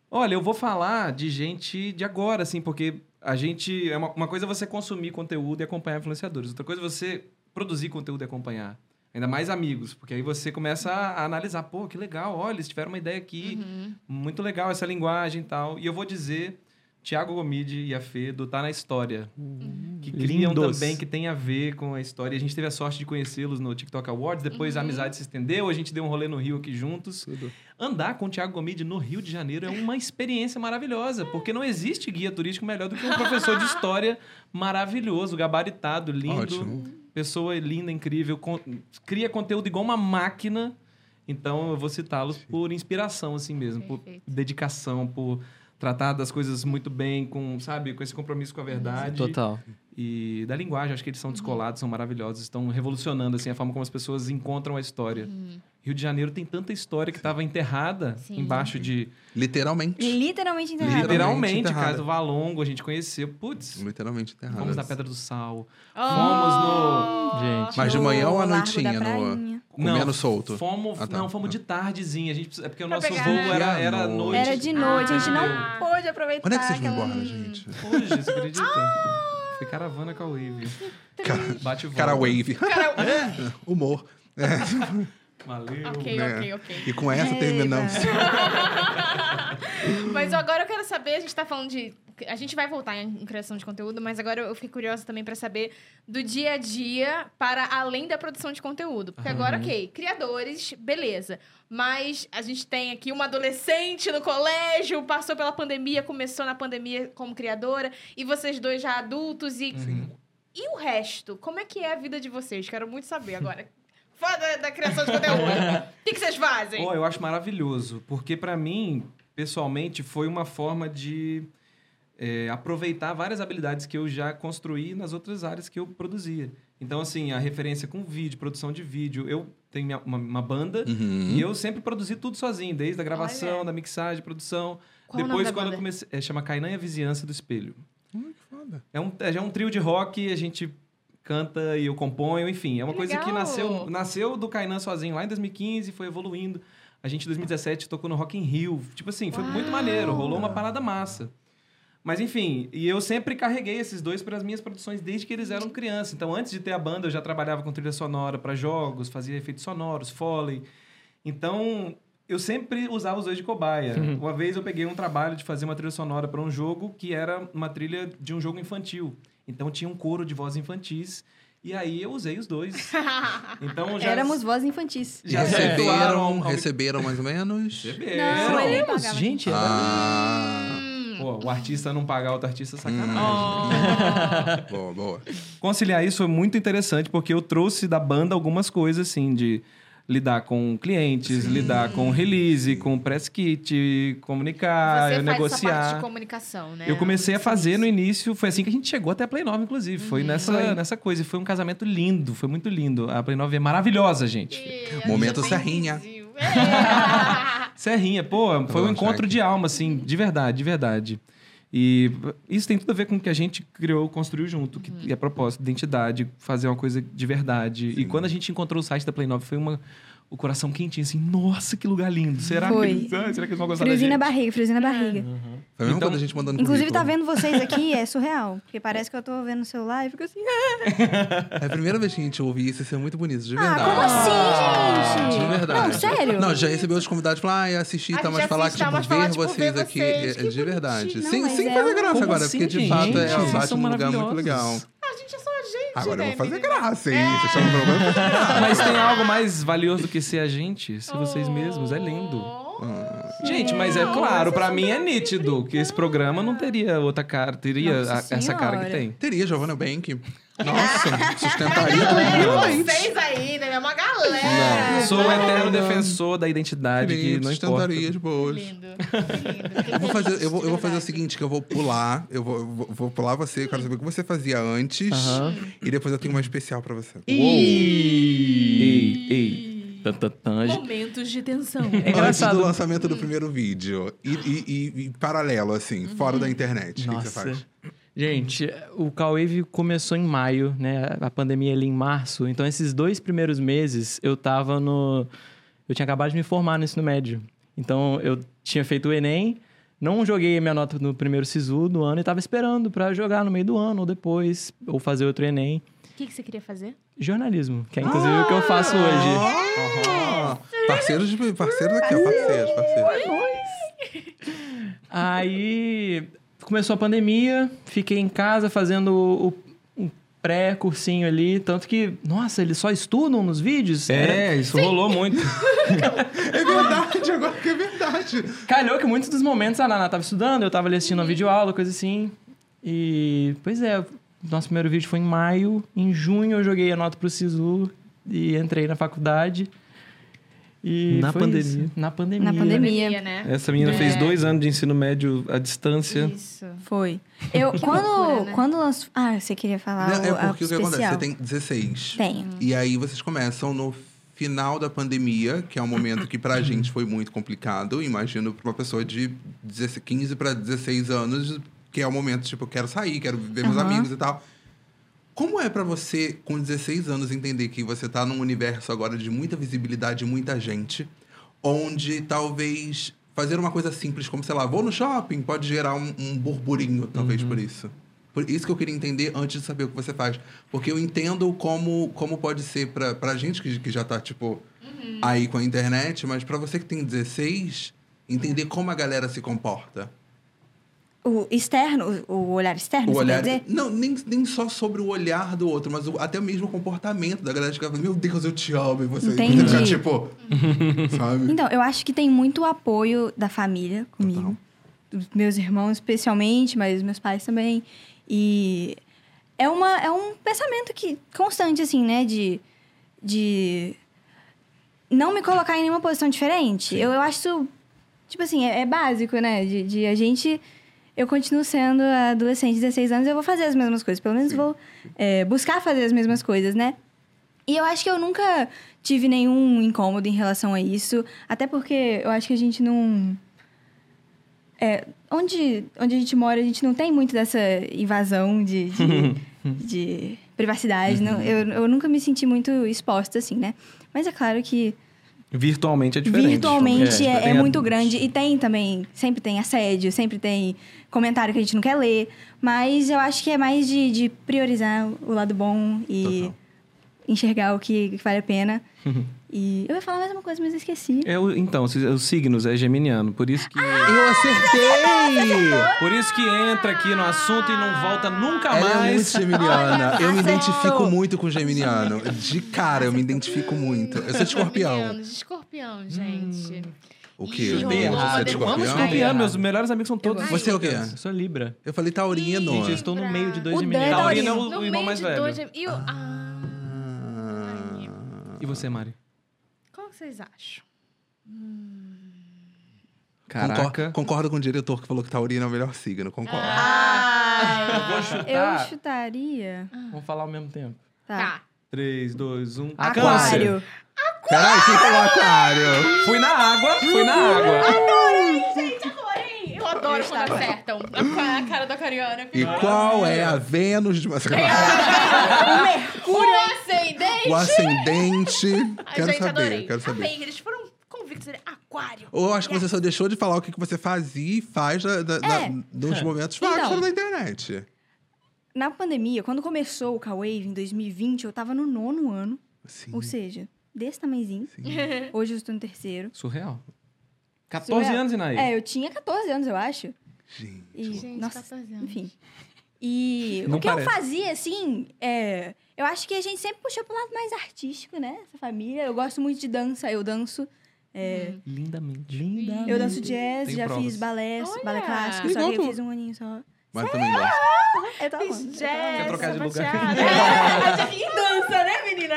[SPEAKER 5] Olha, eu vou falar de gente de agora, assim, porque ah, a gente. É uma, uma coisa é você consumir conteúdo e acompanhar influenciadores, outra coisa é você produzir conteúdo e acompanhar. Ainda mais amigos, porque aí você começa a, a analisar, pô, que legal, olha, eles tiveram uma ideia aqui,
[SPEAKER 1] Uhum.
[SPEAKER 5] muito legal essa linguagem e tal. E eu vou dizer, Tiago Gomide e a Fê do Tá na História, que criam
[SPEAKER 3] Lindos.
[SPEAKER 5] também, que tem a ver com a história. E A gente teve a sorte de conhecê-los no TikTok Awards, depois a amizade se estendeu, a gente deu um rolê no Rio aqui juntos.
[SPEAKER 2] Tudo.
[SPEAKER 5] Andar com o Tiago Gomide no Rio de Janeiro é uma experiência maravilhosa, porque não existe guia turístico melhor do que um professor de história maravilhoso, gabaritado, lindo.
[SPEAKER 2] Ótimo.
[SPEAKER 5] Pessoa linda, incrível, con- cria conteúdo igual uma máquina. Então eu vou citá-los por inspiração, assim mesmo,
[SPEAKER 1] Perfeito.
[SPEAKER 5] por dedicação, por tratar das coisas muito bem, com, sabe, com esse compromisso com a verdade.
[SPEAKER 3] Total.
[SPEAKER 5] E da linguagem, acho que eles são descolados, são maravilhosos, estão revolucionando assim a forma como as pessoas encontram a história.
[SPEAKER 4] Uhum.
[SPEAKER 5] Rio de Janeiro tem tanta história que estava enterrada
[SPEAKER 1] Sim.
[SPEAKER 5] embaixo de.
[SPEAKER 2] Literalmente.
[SPEAKER 4] Literalmente enterrado.
[SPEAKER 2] Literalmente
[SPEAKER 5] Literalmente,
[SPEAKER 2] É, enterrada.
[SPEAKER 5] caso Valongo, a gente conheceu. Putz,
[SPEAKER 2] Literalmente enterrada.
[SPEAKER 5] fomos na Pedra do Sal.
[SPEAKER 1] Oh!
[SPEAKER 3] Gente.
[SPEAKER 2] Mas de manhã ou à
[SPEAKER 4] No Largo
[SPEAKER 2] noitinha,
[SPEAKER 4] da
[SPEAKER 2] no-
[SPEAKER 4] Prainha.
[SPEAKER 2] Comendo solto.
[SPEAKER 5] Fomos,
[SPEAKER 2] Ah, tá.
[SPEAKER 5] Não, fomos
[SPEAKER 2] Ah.
[SPEAKER 5] de tardezinha. A gente, precisa- é porque o
[SPEAKER 1] Pra
[SPEAKER 5] nosso
[SPEAKER 1] pegar-
[SPEAKER 5] voo era, era à
[SPEAKER 2] Era
[SPEAKER 5] noite.
[SPEAKER 4] Era de noite, a gente
[SPEAKER 1] Ah.
[SPEAKER 4] não pôde aproveitar.
[SPEAKER 2] Quando é que vocês vão
[SPEAKER 4] aquela-
[SPEAKER 2] embora, gente?
[SPEAKER 5] Hoje, você acredita?
[SPEAKER 4] Ah!
[SPEAKER 5] Foi caravana com a Wave. Bate o
[SPEAKER 2] Cara wave. Humor.
[SPEAKER 5] Valeu.
[SPEAKER 1] Ok,
[SPEAKER 2] né?
[SPEAKER 1] ok, ok.
[SPEAKER 2] E com essa
[SPEAKER 4] Ei,
[SPEAKER 2] terminamos.
[SPEAKER 1] Mas agora eu quero saber, a gente tá falando de. A gente vai voltar em em criação de conteúdo, mas agora eu fiquei curiosa também pra saber do dia a dia para além da produção de conteúdo. Porque agora, ok, criadores, beleza. Mas a gente tem aqui uma adolescente no colégio, passou pela pandemia, começou na pandemia como criadora, e vocês dois já adultos e. E o resto? Como é que é a vida de vocês? Quero muito saber agora. Fora da, da criação de conteúdo. O que, que vocês fazem?
[SPEAKER 5] Pô, eu acho maravilhoso, porque pra mim, pessoalmente, foi uma forma de é, aproveitar várias habilidades que eu já construí nas outras áreas que eu produzia. Então, assim, a referência com vídeo, produção de vídeo, eu tenho minha- uma, uma banda
[SPEAKER 2] Uhum.
[SPEAKER 5] e eu sempre produzi tudo sozinho, desde a gravação,
[SPEAKER 1] Olha.
[SPEAKER 5] da mixagem, produção.
[SPEAKER 1] Qual o nome
[SPEAKER 5] Depois,
[SPEAKER 1] da
[SPEAKER 5] quando
[SPEAKER 1] banda?
[SPEAKER 5] eu comecei, é, chama Kainan e a Vizinhança do Espelho.
[SPEAKER 2] Ai, Hum, que foda.
[SPEAKER 5] É um, é já um trio de rock, a gente canta e eu componho, enfim. É uma
[SPEAKER 1] Que
[SPEAKER 5] coisa que
[SPEAKER 1] legal!
[SPEAKER 5] nasceu, nasceu do Kainan sozinho lá em 2015, foi evoluindo. A gente, em 2017, tocou no Rock in Rio. Tipo assim, foi muito
[SPEAKER 1] Uau!
[SPEAKER 5] maneiro, rolou uma parada massa. Mas enfim, e eu sempre carreguei esses dois para as minhas produções desde que eles eram criança. Então, antes de ter a banda, eu já trabalhava com trilha sonora para jogos, fazia efeitos sonoros, foley. Então, eu sempre usava os dois de cobaia. Uma vez eu peguei um trabalho de fazer uma trilha sonora para um jogo que era uma trilha de um jogo infantil. Então tinha um coro de vozes infantis e aí eu usei os dois. Então já
[SPEAKER 4] Éramos vozes infantis.
[SPEAKER 2] E
[SPEAKER 5] já atuaram
[SPEAKER 2] receberam,
[SPEAKER 5] ao- ao-
[SPEAKER 2] receberam mais ou menos?
[SPEAKER 4] Não, ele- é
[SPEAKER 5] receberam.
[SPEAKER 3] Temos,
[SPEAKER 4] pagava.
[SPEAKER 5] é
[SPEAKER 3] gente.
[SPEAKER 2] Ah,
[SPEAKER 5] Pô, o artista não pagar outro artista é sacanagem.
[SPEAKER 4] Hum.
[SPEAKER 2] tá. boa, boa.
[SPEAKER 5] conciliar isso foi muito interessante, porque eu trouxe da banda algumas coisas, assim, de lidar com clientes, lidar com release, com press kit, comunicar,
[SPEAKER 1] Você
[SPEAKER 5] eu
[SPEAKER 1] faz essa parte de
[SPEAKER 5] negociar.
[SPEAKER 1] comunicação, né?
[SPEAKER 5] Eu comecei a fazer no início, foi assim que a gente chegou até a Play 9, inclusive. Foi
[SPEAKER 4] Uhum.
[SPEAKER 5] nessa, nessa coisa. E foi um casamento lindo, foi muito lindo. A Play 9 é maravilhosa, gente.
[SPEAKER 2] Momento Serrinha.
[SPEAKER 1] Serrinha.
[SPEAKER 5] Serrinha, pô, foi um
[SPEAKER 2] lançar
[SPEAKER 5] encontro
[SPEAKER 2] aqui.
[SPEAKER 5] de alma, assim, de verdade, de verdade. E isso tem tudo a ver com o que a gente criou, construiu junto, que,
[SPEAKER 4] Uhum.
[SPEAKER 5] e a propósito, identidade, fazer uma coisa de verdade. E quando a gente encontrou o site da Play 9, foi uma, o coração quentinho, assim, nossa, que lugar lindo. Será,
[SPEAKER 4] Foi.
[SPEAKER 5] que, eles- ah, será que eles vão gostar da
[SPEAKER 4] Friozinho na
[SPEAKER 5] gente?
[SPEAKER 4] barriga, friozinho
[SPEAKER 5] É.
[SPEAKER 4] na barriga.
[SPEAKER 2] Foi mesmo
[SPEAKER 5] Então,
[SPEAKER 2] quando a gente mandando
[SPEAKER 4] Inclusive, tá
[SPEAKER 2] currículo.
[SPEAKER 4] vendo vocês aqui, é surreal. Porque parece que eu tô vendo o celular e fico assim... ah,
[SPEAKER 2] É a primeira vez que a gente ouve isso, isso é muito bonito, de verdade. Ah,
[SPEAKER 4] como assim, gente?
[SPEAKER 2] De verdade.
[SPEAKER 4] Não, sério?
[SPEAKER 2] Não, já recebi outros convidados falar, ah, assisti,
[SPEAKER 1] Ah,
[SPEAKER 2] tá, mas
[SPEAKER 1] já
[SPEAKER 2] falar que
[SPEAKER 1] assisti, tá,
[SPEAKER 2] tipo,
[SPEAKER 1] mas falar,
[SPEAKER 2] ver
[SPEAKER 1] tipo,
[SPEAKER 2] vocês
[SPEAKER 1] ver
[SPEAKER 2] aqui
[SPEAKER 1] vocês,
[SPEAKER 2] é,
[SPEAKER 1] que
[SPEAKER 2] é de verdade.
[SPEAKER 4] bonitinho.
[SPEAKER 2] sem
[SPEAKER 4] Não,
[SPEAKER 2] sem
[SPEAKER 4] mas
[SPEAKER 2] fazer
[SPEAKER 4] é-
[SPEAKER 2] graça
[SPEAKER 5] Como
[SPEAKER 2] agora,
[SPEAKER 5] assim,
[SPEAKER 2] porque de
[SPEAKER 5] gente?
[SPEAKER 2] fato é
[SPEAKER 5] Vocês
[SPEAKER 2] o bate
[SPEAKER 5] são
[SPEAKER 2] num lugar muito
[SPEAKER 5] maravilhosos.
[SPEAKER 2] legal.
[SPEAKER 1] A gente é só a gente,
[SPEAKER 2] Agora eu
[SPEAKER 1] né,
[SPEAKER 2] vou fazer
[SPEAKER 1] menina?
[SPEAKER 2] graça, hein? Vocês estão me provando que eu faço graça.
[SPEAKER 5] Mas tem algo mais valioso do que ser a gente, ser vocês mesmos, é lindo.
[SPEAKER 1] Oh.
[SPEAKER 2] Ah,
[SPEAKER 5] Gente, mas é claro, pra mim é nítido que esse programa não teria outra cara, teria a-
[SPEAKER 4] Nossa
[SPEAKER 5] essa cara que
[SPEAKER 4] Senhora.
[SPEAKER 5] tem.
[SPEAKER 2] Teria Giovanna Bank. Nossa, sustentaria
[SPEAKER 1] É,
[SPEAKER 2] tranquilamente.
[SPEAKER 1] vocês aí, né? É uma
[SPEAKER 4] É,
[SPEAKER 1] galera.
[SPEAKER 5] Sou o eterno
[SPEAKER 2] não.
[SPEAKER 5] defensor da identidade que não importa.
[SPEAKER 2] sustentaria de
[SPEAKER 1] Que
[SPEAKER 2] boas.
[SPEAKER 1] lindo. Que lindo.
[SPEAKER 2] Eu vou, fazer, eu, vou, eu vou fazer o seguinte, que eu vou pular. Eu vou, eu vou- vou pular você, eu quero saber o que você fazia antes.
[SPEAKER 3] Aham.
[SPEAKER 2] E depois eu tenho uma especial pra
[SPEAKER 5] É
[SPEAKER 2] você.
[SPEAKER 3] Ei, ei. Tan, tan, tan.
[SPEAKER 1] Momentos de tensão.
[SPEAKER 3] É
[SPEAKER 2] Antes do
[SPEAKER 3] engraçado.
[SPEAKER 2] lançamento do primeiro vídeo. E, e- e- e paralelo, assim, fora
[SPEAKER 5] Uhum.
[SPEAKER 2] da internet. O que que você faz?
[SPEAKER 3] Gente, o Cowave começou em maio, né? A pandemia ali em março. Então, esses dois primeiros meses, eu tava no... Eu tinha acabado de me formar no ensino médio. Então, eu tinha feito o Enem, Não joguei a minha nota no primeiro SISU do ano e tava esperando pra jogar no meio do ano ou depois, ou fazer outro Enem.
[SPEAKER 1] O que, que você queria fazer?
[SPEAKER 3] Jornalismo, que é inclusive o que eu faço hoje.
[SPEAKER 2] Ah, parceiro, de, parceiro daqui, ó. Parceiro, parceiro.
[SPEAKER 3] Aí começou a pandemia, fiquei em casa fazendo o, um pré-cursinho ali. Tanto que, nossa, eles só estudam nos vídeos? Era-
[SPEAKER 5] É, isso rolou muito.
[SPEAKER 2] É verdade, agora que é verdade.
[SPEAKER 3] Calhou que muitos dos momentos a Naná tava estudando, eu tava ali assistindo a
[SPEAKER 4] Uhum.
[SPEAKER 3] videoaula, coisa assim. E, pois é, nosso primeiro vídeo foi em maio. Em junho eu joguei a nota pro SISU e entrei na faculdade. E
[SPEAKER 5] Na
[SPEAKER 3] foi
[SPEAKER 5] pandemia.
[SPEAKER 3] isso. Na pandemia.
[SPEAKER 4] Na pandemia.
[SPEAKER 1] né?
[SPEAKER 5] Essa menina fez
[SPEAKER 4] É.
[SPEAKER 5] dois anos de ensino médio à distância.
[SPEAKER 1] Isso.
[SPEAKER 4] Foi. Eu, quando,
[SPEAKER 1] loucura, né?
[SPEAKER 4] quando lançou... Ah, você queria falar
[SPEAKER 2] Não,
[SPEAKER 4] o,
[SPEAKER 2] é
[SPEAKER 4] a
[SPEAKER 2] porque o que
[SPEAKER 4] especial.
[SPEAKER 2] acontece? Você tem 16.
[SPEAKER 4] Tenho.
[SPEAKER 2] Uhum. E aí vocês começam no final da pandemia, que é um momento que pra gente foi muito complicado. Imagino pra uma pessoa de 16 15 para 16 anos, que é o momento, tipo, eu quero sair, quero ver meus
[SPEAKER 4] Aham.
[SPEAKER 2] amigos e tal. Como é pra você, com 16 anos, entender que você tá num universo agora de muita visibilidade, muita gente, onde talvez fazer uma coisa simples como, sei lá, vou no shopping, pode gerar um, um burburinho, talvez, por isso? Por isso que eu queria entender antes de saber o que você faz. Porque eu entendo como, como pode ser pra, pra gente que, que já tá, tipo, aí com a internet, mas pra você que tem 16, entender como a galera se comporta.
[SPEAKER 4] O externo, o o olhar externo,
[SPEAKER 2] O
[SPEAKER 4] você
[SPEAKER 2] olhar.
[SPEAKER 4] quer dizer?
[SPEAKER 2] Não, nem, nem só sobre o olhar do outro, mas o- até mesmo o comportamento da galera de casa. Meu Deus, eu te amo. E você, e você
[SPEAKER 4] Entendi.
[SPEAKER 2] fica tipo. sabe?
[SPEAKER 4] Então, eu acho que tem muito apoio da família comigo. Dos meus irmãos, especialmente, mas meus pais também. E é, uma, é um pensamento que constante, assim, né? De, de não me colocar em nenhuma posição diferente. Eu, eu acho isso, tipo assim, é, é básico, né? De, de a gente. Eu continuo sendo adolescente, 16 anos, eu vou fazer as mesmas coisas. Pelo menos vou é, buscar fazer as mesmas coisas, né? E eu acho que eu nunca tive nenhum incômodo em relação a isso. Até porque eu acho que a gente não. É, onde, onde a gente mora, a gente não tem muito dessa invasão de, de, de privacidade. não. eu, eu nunca me senti muito exposta, assim, né? Mas é claro que
[SPEAKER 5] Virtualmente é diferente.
[SPEAKER 4] virtualmente
[SPEAKER 5] Tem
[SPEAKER 4] é, é
[SPEAKER 5] a-
[SPEAKER 4] muito grande. E tem também, sempre tem assédio, sempre tem comentário que a gente não quer ler. Mas eu acho que é mais de, de priorizar o lado bom e
[SPEAKER 2] Total.
[SPEAKER 4] enxergar o que, que vale a pena. e eu ia falar mais uma coisa, mas eu esqueci.
[SPEAKER 5] É o- então, os os signos é geminiano, por isso que...
[SPEAKER 2] Eu
[SPEAKER 4] é
[SPEAKER 2] acertei!
[SPEAKER 5] Por isso que entra aqui no assunto e não volta nunca
[SPEAKER 2] Ela é muito
[SPEAKER 5] mais.
[SPEAKER 2] geminiana. Eu me
[SPEAKER 4] Acertou.
[SPEAKER 2] identifico muito com geminiano. De cara, eu me identifico muito. Eu sou de escorpião.
[SPEAKER 1] Geminianos, Escorpião, gente.
[SPEAKER 2] O quê?
[SPEAKER 1] Ih,
[SPEAKER 2] Você é de
[SPEAKER 1] eu amo
[SPEAKER 5] Eu amo
[SPEAKER 2] escorpião?
[SPEAKER 5] escorpião, meus melhores amigos são todos
[SPEAKER 1] Eu
[SPEAKER 2] Você é o quê?
[SPEAKER 3] Eu sou Libra.
[SPEAKER 2] Eu falei taurino.
[SPEAKER 3] Gente, eu estou no meio de dois
[SPEAKER 4] O Dan
[SPEAKER 3] geminianos.
[SPEAKER 4] é
[SPEAKER 5] Taurino é
[SPEAKER 4] Taurino.
[SPEAKER 5] o, o irmão mais velho.
[SPEAKER 1] E o... Ah,
[SPEAKER 2] Ah.
[SPEAKER 5] E você, Mari?
[SPEAKER 1] qual que vocês acham?
[SPEAKER 2] Concor- Concordo com o diretor que falou que taurino é o melhor signo. Concordo.
[SPEAKER 1] Ah!
[SPEAKER 3] Vou
[SPEAKER 5] É.
[SPEAKER 4] Eu
[SPEAKER 5] Tá.
[SPEAKER 3] chutar.
[SPEAKER 4] chutaria.
[SPEAKER 3] Vamos falar ao mesmo tempo.
[SPEAKER 4] Tá.
[SPEAKER 5] 3, 2, 1...
[SPEAKER 3] Câncer.
[SPEAKER 4] Aquário.
[SPEAKER 2] Caralho, quem falou aquário?
[SPEAKER 5] Fui na água, fui na água.
[SPEAKER 1] Eu adoro quando acertam. A a cara da Cariana.
[SPEAKER 2] E qual é a Vênus de uma
[SPEAKER 1] Mercúrio ascendente!
[SPEAKER 2] O ascendente.
[SPEAKER 1] Ai,
[SPEAKER 2] Quero
[SPEAKER 1] gente,
[SPEAKER 2] saber,
[SPEAKER 1] adorei.
[SPEAKER 2] quero saber.
[SPEAKER 1] Amei, eles foram convictos. Ele é aquário.
[SPEAKER 2] Ou acho que você só deixou de falar o que que você fazia e faz da, da, da-
[SPEAKER 4] É.
[SPEAKER 2] nos momentos
[SPEAKER 4] Então.
[SPEAKER 2] fora da internet.
[SPEAKER 4] Na pandemia, quando começou o K-Wave em 2020, eu tava no nono ano.
[SPEAKER 2] Sim.
[SPEAKER 4] Ou seja, desse tamanhozinho.
[SPEAKER 2] sim.
[SPEAKER 4] Hoje eu estou no terceiro.
[SPEAKER 5] Surreal. 14
[SPEAKER 4] Surreal.
[SPEAKER 5] anos, Inaí.
[SPEAKER 4] É, eu tinha 14 anos, eu acho.
[SPEAKER 2] Gente.
[SPEAKER 4] E,
[SPEAKER 1] Gente,
[SPEAKER 4] nossa,
[SPEAKER 1] 14 anos.
[SPEAKER 4] enfim. E
[SPEAKER 5] Não
[SPEAKER 4] o que
[SPEAKER 5] parece.
[SPEAKER 4] eu fazia, assim, é, eu acho que a gente sempre puxou pro lado mais artístico, né? Essa família. Eu gosto muito de dança, eu danço. é,
[SPEAKER 3] Lindamente. Lindamente.
[SPEAKER 4] Eu danço jazz,
[SPEAKER 5] Tenho
[SPEAKER 4] já
[SPEAKER 5] provas.
[SPEAKER 4] fiz balé,
[SPEAKER 1] Uhum. Olha!
[SPEAKER 4] balé clássico, só
[SPEAKER 2] Igual
[SPEAKER 4] que eu
[SPEAKER 2] tu.
[SPEAKER 4] fiz um aninho só.
[SPEAKER 2] Mas também gosto.
[SPEAKER 4] Eu tava
[SPEAKER 1] Ah, Fiz
[SPEAKER 4] falando, eu
[SPEAKER 1] jazz, É,
[SPEAKER 4] tava falando.
[SPEAKER 5] Quer trocar de lugar?
[SPEAKER 1] sapateado. E dança, né, menina?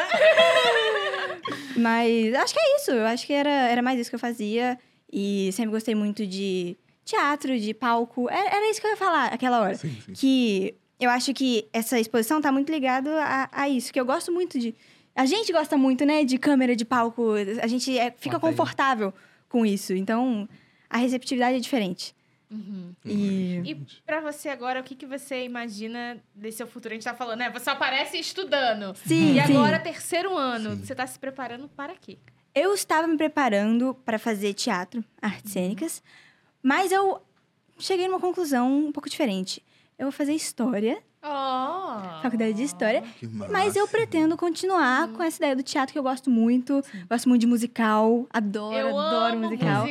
[SPEAKER 4] Mas acho que é isso. Eu acho que era, era mais isso que eu fazia. E sempre gostei muito de teatro, de palco. Era, era isso que eu ia falar aquela hora.
[SPEAKER 2] Sim, sim.
[SPEAKER 4] que eu acho que essa exposição tá muito ligado a, a isso, que eu gosto muito de. A gente gosta muito, né, de câmera, de palco. A gente é- fica
[SPEAKER 5] Plateia.
[SPEAKER 4] confortável com isso. Então, a receptividade é diferente. Uhum. E.
[SPEAKER 1] E pra você agora, o que, que você imagina desse seu futuro? A gente tá falando, né? Você aparece estudando.
[SPEAKER 4] Sim,
[SPEAKER 1] e
[SPEAKER 4] sim.
[SPEAKER 1] agora, terceiro ano.
[SPEAKER 2] Sim.
[SPEAKER 1] Você tá se preparando para quê?
[SPEAKER 4] Eu estava me preparando para fazer teatro, artes cênicas, mas eu cheguei numa conclusão um pouco diferente. Eu vou fazer história,
[SPEAKER 1] Oh.
[SPEAKER 4] faculdade de história,
[SPEAKER 2] Que
[SPEAKER 4] mas eu
[SPEAKER 2] massa.
[SPEAKER 4] pretendo continuar com essa ideia do teatro que eu gosto muito. Gosto muito de musical, adoro,
[SPEAKER 1] Eu
[SPEAKER 4] adoro
[SPEAKER 1] amo
[SPEAKER 4] musical.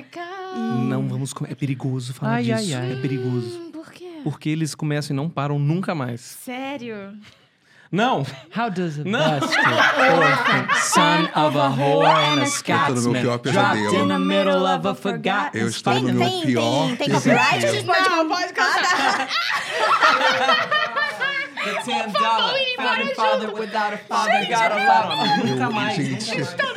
[SPEAKER 5] Não vamos. com- É perigoso falar
[SPEAKER 3] Ai,
[SPEAKER 5] disso.
[SPEAKER 3] ai, ai.
[SPEAKER 5] É perigoso.
[SPEAKER 1] Hum, por quê?
[SPEAKER 5] Porque eles começam e não param nunca mais.
[SPEAKER 1] Sério?
[SPEAKER 5] Não!
[SPEAKER 3] How does a
[SPEAKER 5] Não.
[SPEAKER 3] bastard orphan, son of a whore and a Scotsman,
[SPEAKER 2] pior
[SPEAKER 3] dropped
[SPEAKER 2] pesadelo.
[SPEAKER 3] in the middle of a forgotten
[SPEAKER 2] Eu estou no
[SPEAKER 4] Tem-
[SPEAKER 2] meu
[SPEAKER 4] tem-
[SPEAKER 2] pior
[SPEAKER 4] tem- tem
[SPEAKER 2] pesadelo.
[SPEAKER 4] copyright? A gente pode- não pode cantar.
[SPEAKER 3] The ten dollar found a father without a father got a lot. Nunca mais.
[SPEAKER 2] gente.
[SPEAKER 3] nunca mais.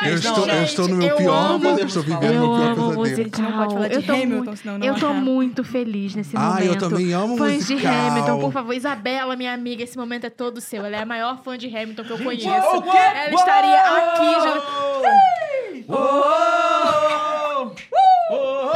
[SPEAKER 2] Eu
[SPEAKER 3] Não,
[SPEAKER 2] estou, eu
[SPEAKER 3] gente,
[SPEAKER 2] estou no meu
[SPEAKER 6] eu
[SPEAKER 2] pior,
[SPEAKER 6] amo-
[SPEAKER 2] pesadelo, estou vivendo
[SPEAKER 6] eu
[SPEAKER 2] meu pior
[SPEAKER 6] amo
[SPEAKER 2] pesadelo.
[SPEAKER 6] musical.
[SPEAKER 4] Não pode falar de
[SPEAKER 6] eu tô
[SPEAKER 4] Hamilton,
[SPEAKER 6] muito,
[SPEAKER 4] senão não
[SPEAKER 6] Eu tô
[SPEAKER 4] acaba.
[SPEAKER 6] muito feliz nesse
[SPEAKER 2] Ah, eu
[SPEAKER 6] momento.
[SPEAKER 2] também amo
[SPEAKER 6] Fãs de
[SPEAKER 2] musical.
[SPEAKER 6] Hamilton, por
[SPEAKER 1] favor, Isabela, minha amiga, esse momento é todo seu. Ela é a maior fã de Hamilton que eu conheço.
[SPEAKER 3] Uou, uou,
[SPEAKER 1] Ela estaria aqui já.
[SPEAKER 3] Uou! Uou!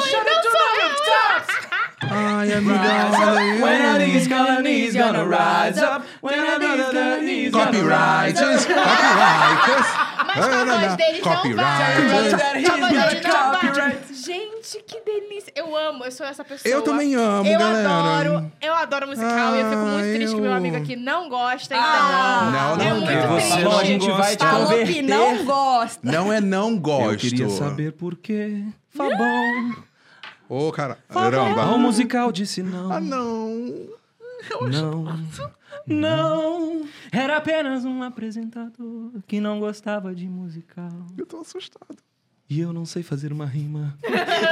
[SPEAKER 3] Shut it down,
[SPEAKER 2] tá!
[SPEAKER 3] stop!
[SPEAKER 2] Ai,
[SPEAKER 3] Rise up. When
[SPEAKER 2] amiga,
[SPEAKER 3] are
[SPEAKER 2] olha.
[SPEAKER 3] these colonies gonna rise up? When are these colonies gonna rise
[SPEAKER 2] Copyrights,
[SPEAKER 3] up?
[SPEAKER 2] copyrights.
[SPEAKER 1] Mas com a voz deles não
[SPEAKER 2] Copyright.
[SPEAKER 1] vai. Com a voz deles não vai.
[SPEAKER 3] Copyright.
[SPEAKER 1] Gente, que delícia. Eu amo, eu sou essa pessoa.
[SPEAKER 2] Eu também amo,
[SPEAKER 1] Eu
[SPEAKER 2] galera.
[SPEAKER 1] adoro, eu adoro musical e eu fico muito
[SPEAKER 2] Ah,
[SPEAKER 1] triste que meu
[SPEAKER 2] eu-
[SPEAKER 1] amigo aqui não gosta, então.
[SPEAKER 4] Ah,
[SPEAKER 2] Não,
[SPEAKER 1] é
[SPEAKER 2] não,
[SPEAKER 1] muito
[SPEAKER 2] não.
[SPEAKER 1] triste.
[SPEAKER 3] Bom, a gente vai te
[SPEAKER 4] Falou
[SPEAKER 3] converter.
[SPEAKER 4] que não gosta.
[SPEAKER 2] Não é não gosto.
[SPEAKER 5] Eu queria saber por quê. Fabão.
[SPEAKER 2] Ô, cara.
[SPEAKER 5] Ao
[SPEAKER 2] Caramba.
[SPEAKER 5] musical disse não.
[SPEAKER 2] Ah, não.
[SPEAKER 5] Não, não. Era apenas um apresentador que não gostava de musical.
[SPEAKER 2] Eu tô assustado.
[SPEAKER 5] E eu não sei fazer uma rima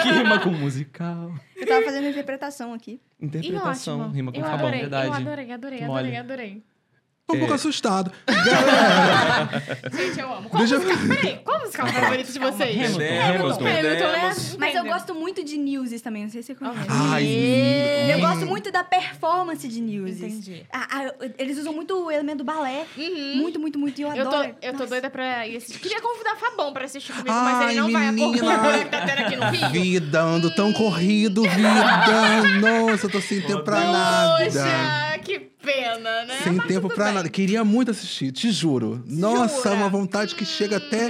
[SPEAKER 5] que rima com musical.
[SPEAKER 4] Eu tava fazendo interpretação aqui.
[SPEAKER 1] E
[SPEAKER 5] Interpretação,
[SPEAKER 1] ótimo.
[SPEAKER 5] rima com
[SPEAKER 1] eu
[SPEAKER 5] Fabão,
[SPEAKER 1] adorei,
[SPEAKER 5] verdade.
[SPEAKER 1] Eu adorei, adorei, adorei,
[SPEAKER 5] Mole.
[SPEAKER 1] adorei.
[SPEAKER 5] É.
[SPEAKER 2] Tô um pouco assustado.
[SPEAKER 1] Gente, eu amo. Qual
[SPEAKER 2] Deixa eu-
[SPEAKER 1] música? Peraí, qual música é o favorito de vocês?
[SPEAKER 3] Hamilton,
[SPEAKER 5] É,
[SPEAKER 1] Hamilton, né?
[SPEAKER 4] Mas eu
[SPEAKER 1] Entendeu?
[SPEAKER 4] gosto muito de Newsies também, não sei se você conhece.
[SPEAKER 2] Ai.
[SPEAKER 4] Eu gosto muito da performance de Newsies.
[SPEAKER 1] Entendi. Uhum.
[SPEAKER 4] Ah, ah, eles usam muito o elemento do balé. Muito, muito, muito. E eu,
[SPEAKER 1] Eu tô,
[SPEAKER 4] adoro.
[SPEAKER 1] eu tô
[SPEAKER 4] Nossa.
[SPEAKER 1] doida pra ir assistir. Queria convidar Fabão pra assistir comigo, mas
[SPEAKER 2] Ai,
[SPEAKER 1] ele não
[SPEAKER 2] menina.
[SPEAKER 1] vai acordar. Ele tá tendo aqui no Rio.
[SPEAKER 2] Vida, ando tão corrido, vida. Nossa, eu tô sem tempo pra nada.
[SPEAKER 1] Poxa, que pena, né?
[SPEAKER 2] Sem
[SPEAKER 1] Mas
[SPEAKER 2] tempo
[SPEAKER 1] tudo
[SPEAKER 2] pra
[SPEAKER 1] bem.
[SPEAKER 2] nada. Queria muito assistir, te juro. Nossa, uma vontade que chega até.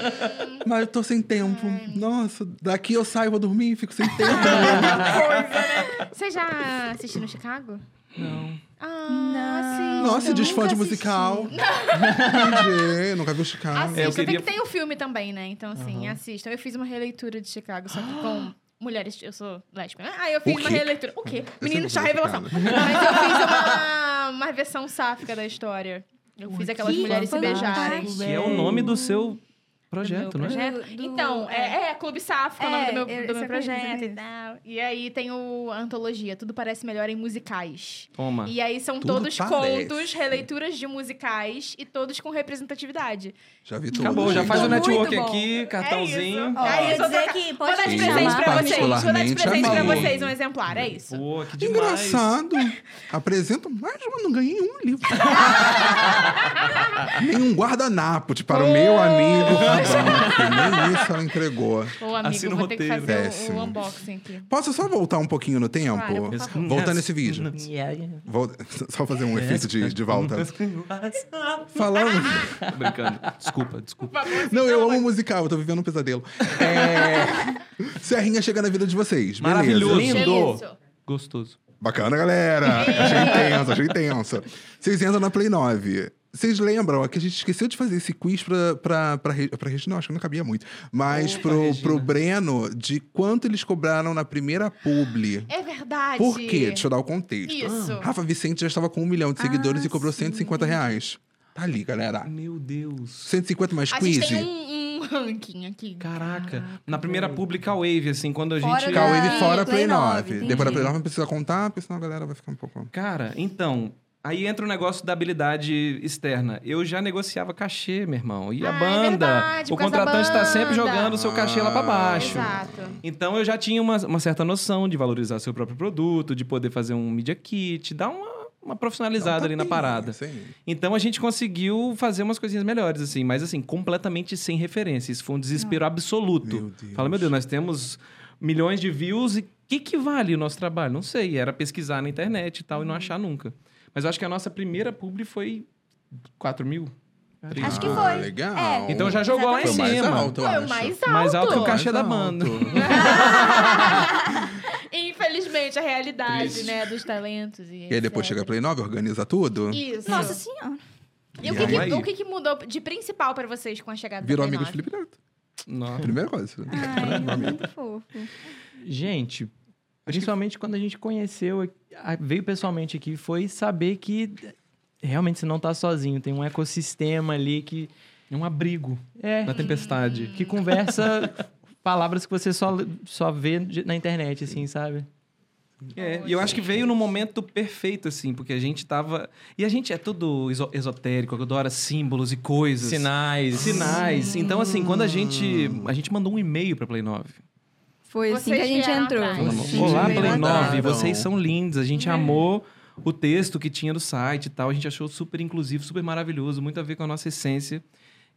[SPEAKER 2] Mas eu tô sem tempo. Nossa, daqui eu saio, vou dormir e fico sem tempo.
[SPEAKER 4] é.
[SPEAKER 1] Você já assistiu no Chicago?
[SPEAKER 5] Não.
[SPEAKER 1] Ah,
[SPEAKER 4] Não.
[SPEAKER 2] Nossa, é
[SPEAKER 4] eu
[SPEAKER 2] diz fã
[SPEAKER 4] nunca
[SPEAKER 2] de
[SPEAKER 4] assisti.
[SPEAKER 2] musical. Entendi, nunca viu Chicago.
[SPEAKER 1] Assista,
[SPEAKER 5] eu queria-
[SPEAKER 1] tem que ter o filme também, né? Então, assim, assistam. Eu fiz uma releitura de Chicago, só que com mulheres. Eu sou lésbica, né? Aí eu fiz
[SPEAKER 2] O
[SPEAKER 1] uma
[SPEAKER 2] quê?
[SPEAKER 1] releitura. O quê? Menino,
[SPEAKER 2] não
[SPEAKER 1] já
[SPEAKER 2] vou
[SPEAKER 1] revelação. Mas eu
[SPEAKER 2] Chicago.
[SPEAKER 1] fiz uma, uma versão sáfica da história. Eu fiz aquelas
[SPEAKER 4] que
[SPEAKER 1] mulheres se
[SPEAKER 4] fantástico,
[SPEAKER 1] beijarem.
[SPEAKER 5] Que é o nome do seu
[SPEAKER 1] meu
[SPEAKER 5] projeto, não é?
[SPEAKER 1] projeto.
[SPEAKER 4] Do- do-
[SPEAKER 1] Então, é, é, Clube Sáfico é o nome
[SPEAKER 4] É,
[SPEAKER 1] do meu,
[SPEAKER 4] eu-
[SPEAKER 1] do meu
[SPEAKER 4] isso eu conheço, eu
[SPEAKER 1] projeto e
[SPEAKER 4] conheço.
[SPEAKER 1] tal. E aí tem o, a antologia, Tudo Parece Melhor em Musicais.
[SPEAKER 5] Toma.
[SPEAKER 1] E aí são
[SPEAKER 2] Tudo
[SPEAKER 1] todos
[SPEAKER 2] parece.
[SPEAKER 1] contos, releituras de musicais e todos com representatividade.
[SPEAKER 2] Já vi tudo.
[SPEAKER 5] Acabou, já
[SPEAKER 2] gente.
[SPEAKER 5] faz o
[SPEAKER 4] Muito
[SPEAKER 5] network
[SPEAKER 4] bom.
[SPEAKER 5] aqui, cartãozinho.
[SPEAKER 1] isso.
[SPEAKER 4] Ó,
[SPEAKER 1] É
[SPEAKER 4] eu
[SPEAKER 1] isso,
[SPEAKER 4] ia dizer
[SPEAKER 1] troca-
[SPEAKER 4] que
[SPEAKER 1] Vou
[SPEAKER 4] pode
[SPEAKER 1] dar de
[SPEAKER 4] me
[SPEAKER 1] presente
[SPEAKER 4] chamar.
[SPEAKER 1] pra vocês. Vou dar de
[SPEAKER 2] Particularmente,
[SPEAKER 1] presente pra
[SPEAKER 5] amei.
[SPEAKER 1] vocês um exemplar, é isso.
[SPEAKER 5] Boa, que demais.
[SPEAKER 2] Engraçado. Apresento mais uma, não ganhei um livro. Nenhum guardanapo, tipo, para o meu amigo Fabão, que nem isso ela entregou.
[SPEAKER 1] Ô, amigo,
[SPEAKER 5] Assina o
[SPEAKER 1] vou ter que
[SPEAKER 5] roteiro.
[SPEAKER 1] fazer o- o,
[SPEAKER 2] Péssimo.
[SPEAKER 1] unboxing aqui.
[SPEAKER 2] Posso só voltar um pouquinho no tempo?
[SPEAKER 1] Claro, por favor.
[SPEAKER 2] Voltar nesse vídeo.
[SPEAKER 5] Yeah, yeah.
[SPEAKER 2] Vol- Só fazer um efeito de, de volta. Falando.
[SPEAKER 1] Ah,
[SPEAKER 5] Tô brincando. Desculpa, desculpa.
[SPEAKER 2] Não, eu amo musical, eu tô vivendo um pesadelo. É... Serrinha chega na vida de vocês. beleza.
[SPEAKER 5] Maravilhoso.
[SPEAKER 1] Beleza.
[SPEAKER 5] Gostoso.
[SPEAKER 2] Bacana, galera. achei intenso, achei intenso. Vocês entram na Play 9. Vocês lembram ó, que a gente esqueceu de fazer esse quiz pra, pra, pra, Re- pra Regina? Não, acho que não cabia muito. Mas
[SPEAKER 5] Opa,
[SPEAKER 2] pro,
[SPEAKER 5] Regina.
[SPEAKER 2] pro Breno, de quanto eles cobraram na primeira publi.
[SPEAKER 1] É verdade.
[SPEAKER 2] Por quê? Deixa eu dar o contexto.
[SPEAKER 1] Isso. Ah,
[SPEAKER 2] Rafa Vicente já estava com um milhão de seguidores e cobrou 150 reais. Tá ali, galera.
[SPEAKER 5] Meu Deus.
[SPEAKER 2] 150 mais
[SPEAKER 1] A
[SPEAKER 2] quiz.
[SPEAKER 1] gente tem um, um ranking aqui.
[SPEAKER 5] Caraca. Na primeira pública wave, assim, quando a
[SPEAKER 4] Fora
[SPEAKER 1] um
[SPEAKER 5] gente.
[SPEAKER 4] da-
[SPEAKER 2] Cauê de fora a
[SPEAKER 4] Play
[SPEAKER 2] Play 9.
[SPEAKER 4] 9,
[SPEAKER 2] Depois da Play 9 não precisa contar, porque senão a galera vai ficar um pouco.
[SPEAKER 5] Cara, então. Aí entra o negócio da habilidade externa. Eu já negociava cachê, meu irmão. E a
[SPEAKER 1] Ah, é
[SPEAKER 5] banda.
[SPEAKER 1] verdade,
[SPEAKER 5] o
[SPEAKER 1] por causa da
[SPEAKER 5] contratante tá sempre
[SPEAKER 1] banda. Ah,
[SPEAKER 5] jogando o seu cachê lá pra baixo.
[SPEAKER 1] Exato.
[SPEAKER 5] Então eu já tinha uma, uma certa noção de valorizar seu próprio produto, de poder fazer um media kit, dar uma, uma profissionalizada
[SPEAKER 2] um
[SPEAKER 5] ali
[SPEAKER 1] tá
[SPEAKER 5] na parada.
[SPEAKER 2] Sim.
[SPEAKER 5] Então a gente conseguiu fazer umas coisinhas melhores, assim, mas assim, completamente sem referência. Isso foi um desespero absoluto.
[SPEAKER 2] Meu Deus.
[SPEAKER 5] Fala, meu Deus, nós temos milhões de views e o que, que vale o nosso trabalho? Não sei. Era pesquisar na internet e tal e não achar nunca. Mas eu acho que a nossa primeira publi foi 4 mil.
[SPEAKER 4] Acho que
[SPEAKER 2] Ah,
[SPEAKER 4] foi.
[SPEAKER 2] legal.
[SPEAKER 4] É.
[SPEAKER 5] Então já jogou lá em
[SPEAKER 2] Foi
[SPEAKER 5] cima.
[SPEAKER 2] mais alto, eu
[SPEAKER 1] Foi é o
[SPEAKER 2] acho.
[SPEAKER 1] mais alto.
[SPEAKER 5] Mais alto que o
[SPEAKER 2] Mais
[SPEAKER 5] cachê da
[SPEAKER 2] alto.
[SPEAKER 5] banda.
[SPEAKER 1] realmente a realidade,
[SPEAKER 5] Triste.
[SPEAKER 1] né? Dos talentos e.
[SPEAKER 2] E aí depois
[SPEAKER 1] etc.
[SPEAKER 2] chega a Play 9, organiza tudo.
[SPEAKER 1] Isso.
[SPEAKER 4] Nossa senhora.
[SPEAKER 1] E o
[SPEAKER 2] E
[SPEAKER 1] que, que-
[SPEAKER 5] aí?
[SPEAKER 1] o que que mudou de principal pra vocês com a chegada
[SPEAKER 2] Virou
[SPEAKER 1] do
[SPEAKER 2] amigo
[SPEAKER 1] Play É.
[SPEAKER 2] de Felipe Neto.
[SPEAKER 5] Nossa.
[SPEAKER 2] Primeira coisa.
[SPEAKER 4] Ai, muito fofo.
[SPEAKER 3] Gente, principalmente quando a gente conheceu, a- veio pessoalmente aqui, foi saber que realmente você não tá sozinho. Tem um ecossistema ali que
[SPEAKER 5] É um abrigo
[SPEAKER 3] é
[SPEAKER 5] na tempestade.
[SPEAKER 3] que conversa palavras que você só, só vê de- na internet, assim, sabe?
[SPEAKER 5] É, e eu acho que veio no momento perfeito, assim, porque a gente tava. E a gente é tudo iso- esotérico, adora símbolos e coisas.
[SPEAKER 3] Sinais.
[SPEAKER 5] Sinais. Então, assim, quando a gente. A gente mandou um e-mail pra Play 9.
[SPEAKER 4] Foi assim
[SPEAKER 1] Vocês
[SPEAKER 4] que a gente
[SPEAKER 1] vieram
[SPEAKER 4] entrou.
[SPEAKER 1] atrás.
[SPEAKER 5] Falamos,
[SPEAKER 4] Sim,
[SPEAKER 5] Olá,
[SPEAKER 4] veio
[SPEAKER 5] Play
[SPEAKER 4] atrás.
[SPEAKER 5] 9,
[SPEAKER 2] Mandaram.
[SPEAKER 5] vocês são lindos. A gente
[SPEAKER 1] É.
[SPEAKER 5] amou o texto que tinha no site e tal. A gente achou super inclusivo, super maravilhoso, muito a ver com a nossa essência.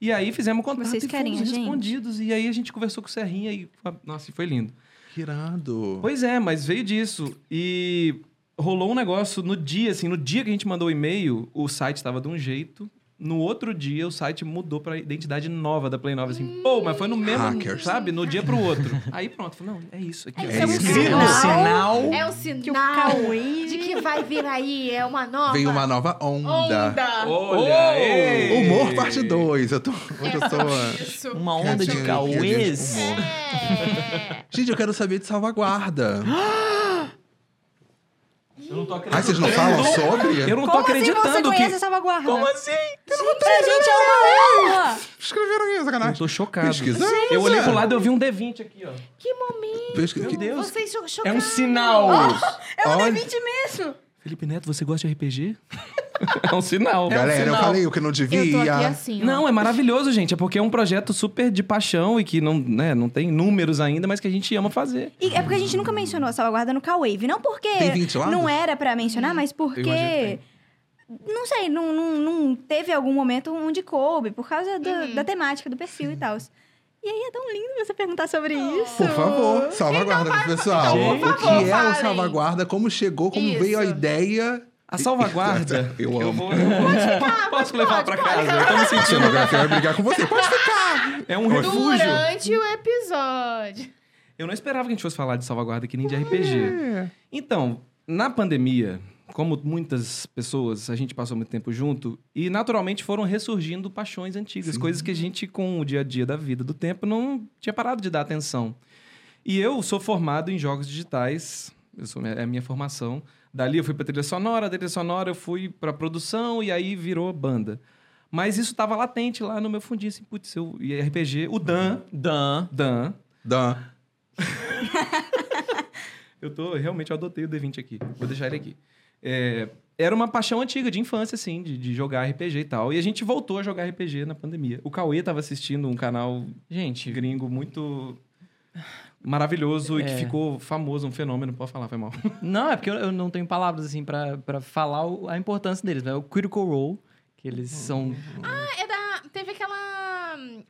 [SPEAKER 5] E aí fizemos contato
[SPEAKER 4] Vocês
[SPEAKER 5] e
[SPEAKER 4] querem
[SPEAKER 5] fomos
[SPEAKER 4] a gente?
[SPEAKER 5] respondidos. E aí a gente conversou com o Serrinha e... Nossa, e foi lindo.
[SPEAKER 2] Que irado.
[SPEAKER 5] Pois é, mas veio disso. E rolou um negócio no dia, assim, no dia que a gente mandou o e-mail, o site estava de um jeito. No outro dia, o site mudou pra identidade nova da Play 9, assim. Pô, mas foi no mesmo,
[SPEAKER 2] Hackers.
[SPEAKER 5] sabe? No dia pro outro. Aí pronto, falei, não, é isso aqui. ó.
[SPEAKER 2] É
[SPEAKER 4] um
[SPEAKER 2] isso.
[SPEAKER 4] sinal.
[SPEAKER 1] Neto? É um
[SPEAKER 4] Que o
[SPEAKER 1] sinal
[SPEAKER 4] Cauê...
[SPEAKER 1] de que vai vir aí. É uma nova.
[SPEAKER 2] Veio uma nova onda.
[SPEAKER 1] onda.
[SPEAKER 5] Olha, ei!
[SPEAKER 2] Humor parte 2. Eu tô. Hoje eu
[SPEAKER 1] É,
[SPEAKER 2] tô.
[SPEAKER 1] isso.
[SPEAKER 3] Uma onda de
[SPEAKER 2] Cadê-
[SPEAKER 3] cauês.
[SPEAKER 2] cadê esse um humor?
[SPEAKER 1] É.
[SPEAKER 2] Gente, eu quero saber de salvaguarda.
[SPEAKER 3] Eu não tô
[SPEAKER 2] Ah, vocês não falam
[SPEAKER 5] Eu
[SPEAKER 2] sobre?
[SPEAKER 5] não tô
[SPEAKER 4] Como assim você
[SPEAKER 5] acreditando
[SPEAKER 4] conhece
[SPEAKER 5] que...
[SPEAKER 4] essa vanguarda?
[SPEAKER 3] assim?
[SPEAKER 4] Pra gente é uma honra!
[SPEAKER 2] Escreveram isso,
[SPEAKER 5] Eu
[SPEAKER 2] sacanagem.
[SPEAKER 5] tô chocado.
[SPEAKER 2] Pesquisando.
[SPEAKER 5] Eu olhei pro lado e eu vi um D20 aqui, ó.
[SPEAKER 1] Que momento.
[SPEAKER 2] Pesqui- que-
[SPEAKER 5] Deus.
[SPEAKER 1] Vocês cho-
[SPEAKER 3] É
[SPEAKER 1] chocaram.
[SPEAKER 3] um sinal.
[SPEAKER 2] Olha-
[SPEAKER 4] mesmo!
[SPEAKER 5] Felipe Neto, você gosta de RPG? é um sinal.
[SPEAKER 2] Galera, eu falei o que não
[SPEAKER 1] Eu tô aqui
[SPEAKER 2] devia.
[SPEAKER 1] assim. ó.
[SPEAKER 5] Não, é maravilhoso, gente. É porque é um projeto super de paixão e que não, né, não tem números ainda, mas que a gente ama fazer.
[SPEAKER 4] E é porque a gente nunca mencionou a salvaguarda no K-Wave. Não porque
[SPEAKER 2] Tem 20 lados?
[SPEAKER 4] não era pra mencionar, mas
[SPEAKER 5] Eu imagino
[SPEAKER 4] porque... Não sei, não, não, não teve algum momento onde coube, por causa do- da temática, do perfil e tal. E aí é tão lindo você perguntar sobre isso.
[SPEAKER 2] Por favor, salvaguarda pro pessoal.
[SPEAKER 3] então, por
[SPEAKER 2] o
[SPEAKER 1] favor,
[SPEAKER 2] que é
[SPEAKER 1] falem.
[SPEAKER 2] o salvaguarda? Como chegou? Como
[SPEAKER 1] Isso.
[SPEAKER 2] veio a ideia?
[SPEAKER 5] A salvaguarda.
[SPEAKER 2] Eu amo.
[SPEAKER 5] vou, eu vou- posso levar pra casa? Eu tô me
[SPEAKER 2] A
[SPEAKER 5] sentindo.
[SPEAKER 2] cenografia vai brigar com você. Pode ficar.
[SPEAKER 5] É um refúgio.
[SPEAKER 1] Durante o episódio.
[SPEAKER 5] Eu não esperava que a gente fosse falar de salvaguarda aqui nem de RPG. Então, na pandemia, como muitas pessoas, a gente passou muito tempo junto e naturalmente foram ressurgindo paixões antigas, coisas que a gente, com o dia a dia da vida, do tempo, não tinha parado de dar atenção. E eu sou formado em jogos digitais, eu sou- é a minha formação. Dali eu fui pra trilha sonora, da trilha sonora eu fui pra produção e aí virou banda. Mas isso tava latente lá no meu fundinho, assim, putz, eu, e RPG, o Dan,
[SPEAKER 3] Dan.
[SPEAKER 5] Dan,
[SPEAKER 2] Dan.
[SPEAKER 5] Eu tô, realmente, eu adotei o D20 aqui. Vou deixar ele aqui. É, era uma paixão antiga, de infância, assim, de, de jogar RPG e tal. E a gente voltou a jogar RPG na pandemia. O Cauê tava assistindo um canal
[SPEAKER 3] Gente,
[SPEAKER 5] gringo muito maravilhoso e que
[SPEAKER 3] É.
[SPEAKER 5] ficou famoso, um fenômeno. Pode falar, foi mal.
[SPEAKER 3] Não, é porque eu, eu não tenho palavras, assim, pra, pra falar o- a importância deles. Né? O Critical Role, que eles são...
[SPEAKER 1] Ah, é da. Teve aquela.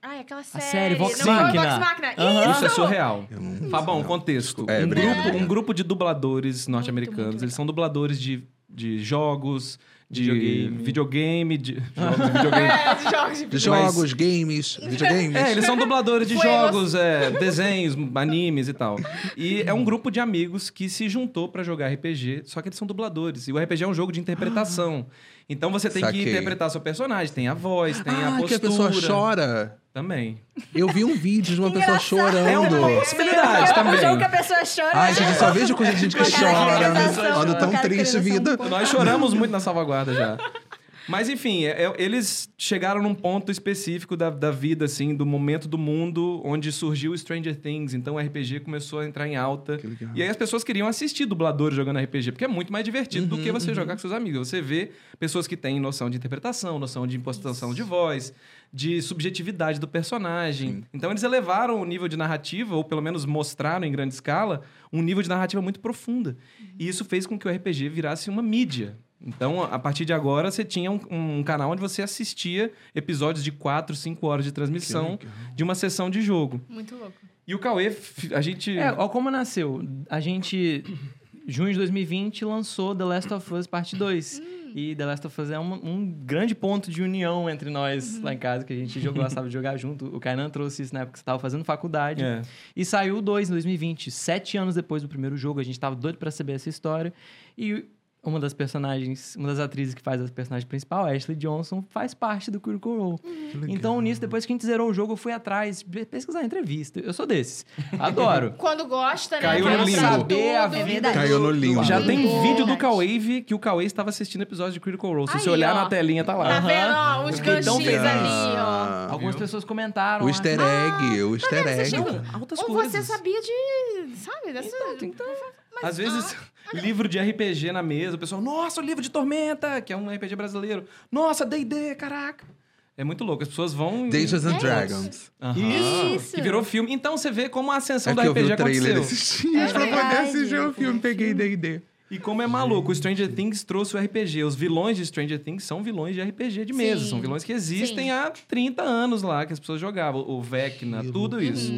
[SPEAKER 1] Ai, aquela série.
[SPEAKER 3] série Vox
[SPEAKER 1] Não foi
[SPEAKER 3] Machina.
[SPEAKER 1] Vox Machina.
[SPEAKER 3] Aham.
[SPEAKER 5] Isso é surreal.
[SPEAKER 2] Eu não-
[SPEAKER 5] Fabão,
[SPEAKER 2] não.
[SPEAKER 5] contexto.
[SPEAKER 2] É,
[SPEAKER 5] um,
[SPEAKER 2] obrigado.
[SPEAKER 5] grupo, um grupo de dubladores
[SPEAKER 1] muito
[SPEAKER 5] norte-americanos.
[SPEAKER 1] legal.
[SPEAKER 5] Eles são dubladores de, de jogos, de
[SPEAKER 3] Videogame.
[SPEAKER 5] videogame, de... Jogos de videogame.
[SPEAKER 1] É, de jogos de
[SPEAKER 2] De
[SPEAKER 1] videogame.
[SPEAKER 2] jogos, games, videogames.
[SPEAKER 5] É, eles são dubladores de
[SPEAKER 1] Foi
[SPEAKER 5] jogos, é, desenhos, animes e tal. E é um grupo de amigos que se juntou pra jogar RPG, só que eles são dubladores. E o RPG é um jogo de interpretação. Então você tem
[SPEAKER 2] Saquei.
[SPEAKER 5] que interpretar seu personagem, tem a voz, tem a
[SPEAKER 2] ah,
[SPEAKER 5] postura.
[SPEAKER 2] que a pessoa chora.
[SPEAKER 5] Também.
[SPEAKER 2] Eu vi um vídeo de uma pessoa chorando.
[SPEAKER 4] um
[SPEAKER 5] É uma possibilidade
[SPEAKER 4] É um
[SPEAKER 5] também.
[SPEAKER 4] jogo que a pessoa chora.
[SPEAKER 2] Ai, gente, eu só vejo coisa de gente que
[SPEAKER 4] Uma
[SPEAKER 2] chora.
[SPEAKER 4] caracterização,
[SPEAKER 2] Ando
[SPEAKER 4] uma
[SPEAKER 2] tão triste,
[SPEAKER 4] caracterização
[SPEAKER 2] vida.
[SPEAKER 4] boa.
[SPEAKER 5] Nós choramos muito na salvaguarda já. Mas enfim, é- é- eles chegaram num ponto específico da, da vida, assim, do momento do mundo onde surgiu o Stranger Things. Então o RPG começou a entrar em alta.
[SPEAKER 2] Que legal.
[SPEAKER 5] E aí as pessoas queriam assistir dubladores jogando RPG, porque é muito mais divertido do que você jogar com seus amigos. Você vê pessoas que têm noção de interpretação, noção de impostação de voz, de subjetividade do personagem. Então eles elevaram o nível de narrativa, ou pelo menos mostraram em grande escala, um nível de narrativa muito profunda. E isso fez com que o RPG virasse uma mídia. Então, a a partir de agora, você tinha um, um canal onde você assistia episódios de 4, 5 horas de transmissão de uma sessão de jogo.
[SPEAKER 1] Muito louco.
[SPEAKER 5] E o Cauê, f- a gente.
[SPEAKER 3] É, ó como nasceu. A gente junho de 2020 lançou The Last of Us Parte 2. E The Last of Us é uma- um grande ponto de união entre nós lá em casa, que a gente jogou, gostava de jogar junto. O Kainan trouxe isso na época que você estava fazendo faculdade.
[SPEAKER 5] É.
[SPEAKER 3] E saiu o 2 em 2020, sete anos depois do primeiro jogo. A gente tava doido pra saber essa história. E uma das personagens, uma das atrizes que faz a personagem principal, a Ashley Johnson, faz parte do Critical Role. Então, nisso, depois que a gente zerou o jogo, eu fui atrás pe- pesquisar a entrevista. Eu sou desses. Adoro.
[SPEAKER 1] Quando gosta, né?
[SPEAKER 5] Caiu
[SPEAKER 1] quer
[SPEAKER 5] no limbo.
[SPEAKER 1] saber
[SPEAKER 3] Saber a
[SPEAKER 1] tudo.
[SPEAKER 3] vida
[SPEAKER 4] verdade.
[SPEAKER 2] Caiu no limbo.
[SPEAKER 5] Já
[SPEAKER 1] Sim.
[SPEAKER 5] tem
[SPEAKER 1] Sim.
[SPEAKER 5] vídeo do
[SPEAKER 1] Verdade.
[SPEAKER 5] Cauave que o Cauê estava assistindo episódios de Critical Role. Se você
[SPEAKER 1] Aí,
[SPEAKER 5] olhar
[SPEAKER 1] ó.
[SPEAKER 5] na telinha, tá lá.
[SPEAKER 1] Tá vendo? Ó, os
[SPEAKER 3] Fiquei tão
[SPEAKER 1] ganchinhos
[SPEAKER 3] feliz.
[SPEAKER 1] ali, ó.
[SPEAKER 2] Ah,
[SPEAKER 3] Algumas
[SPEAKER 5] viu?
[SPEAKER 3] pessoas comentaram.
[SPEAKER 2] o
[SPEAKER 3] ah,
[SPEAKER 2] easter egg, o easter egg.
[SPEAKER 5] Altas
[SPEAKER 1] Ou
[SPEAKER 5] coisas.
[SPEAKER 1] você sabia de. Sabe? Dessa...
[SPEAKER 5] Às vezes,
[SPEAKER 1] ah,
[SPEAKER 5] livro de RPG na mesa, o pessoal, nossa, o livro de Tormenta, que é um RPG brasileiro. Nossa, D&D, caraca. É muito louco, as pessoas vão...
[SPEAKER 2] Dungeons
[SPEAKER 1] É
[SPEAKER 2] and
[SPEAKER 1] isso.
[SPEAKER 2] Dragons.
[SPEAKER 3] Aham.
[SPEAKER 4] Isso.
[SPEAKER 5] Que virou filme. Então você vê como a ascensão
[SPEAKER 2] É
[SPEAKER 5] do
[SPEAKER 2] que eu vi
[SPEAKER 5] RPG
[SPEAKER 2] o trailer
[SPEAKER 5] aconteceu.
[SPEAKER 2] desses dias
[SPEAKER 4] É
[SPEAKER 2] pra poder
[SPEAKER 4] verdade.
[SPEAKER 2] assistir o filme. Peguei D&D.
[SPEAKER 5] E como é maluco, o Stranger Things trouxe o RPG. Os vilões de Stranger Things são vilões de RPG de mesa.
[SPEAKER 1] Sim.
[SPEAKER 5] São vilões que existem
[SPEAKER 1] Sim.
[SPEAKER 5] há 30 anos lá, que as pessoas jogavam. O Vecna, tudo isso.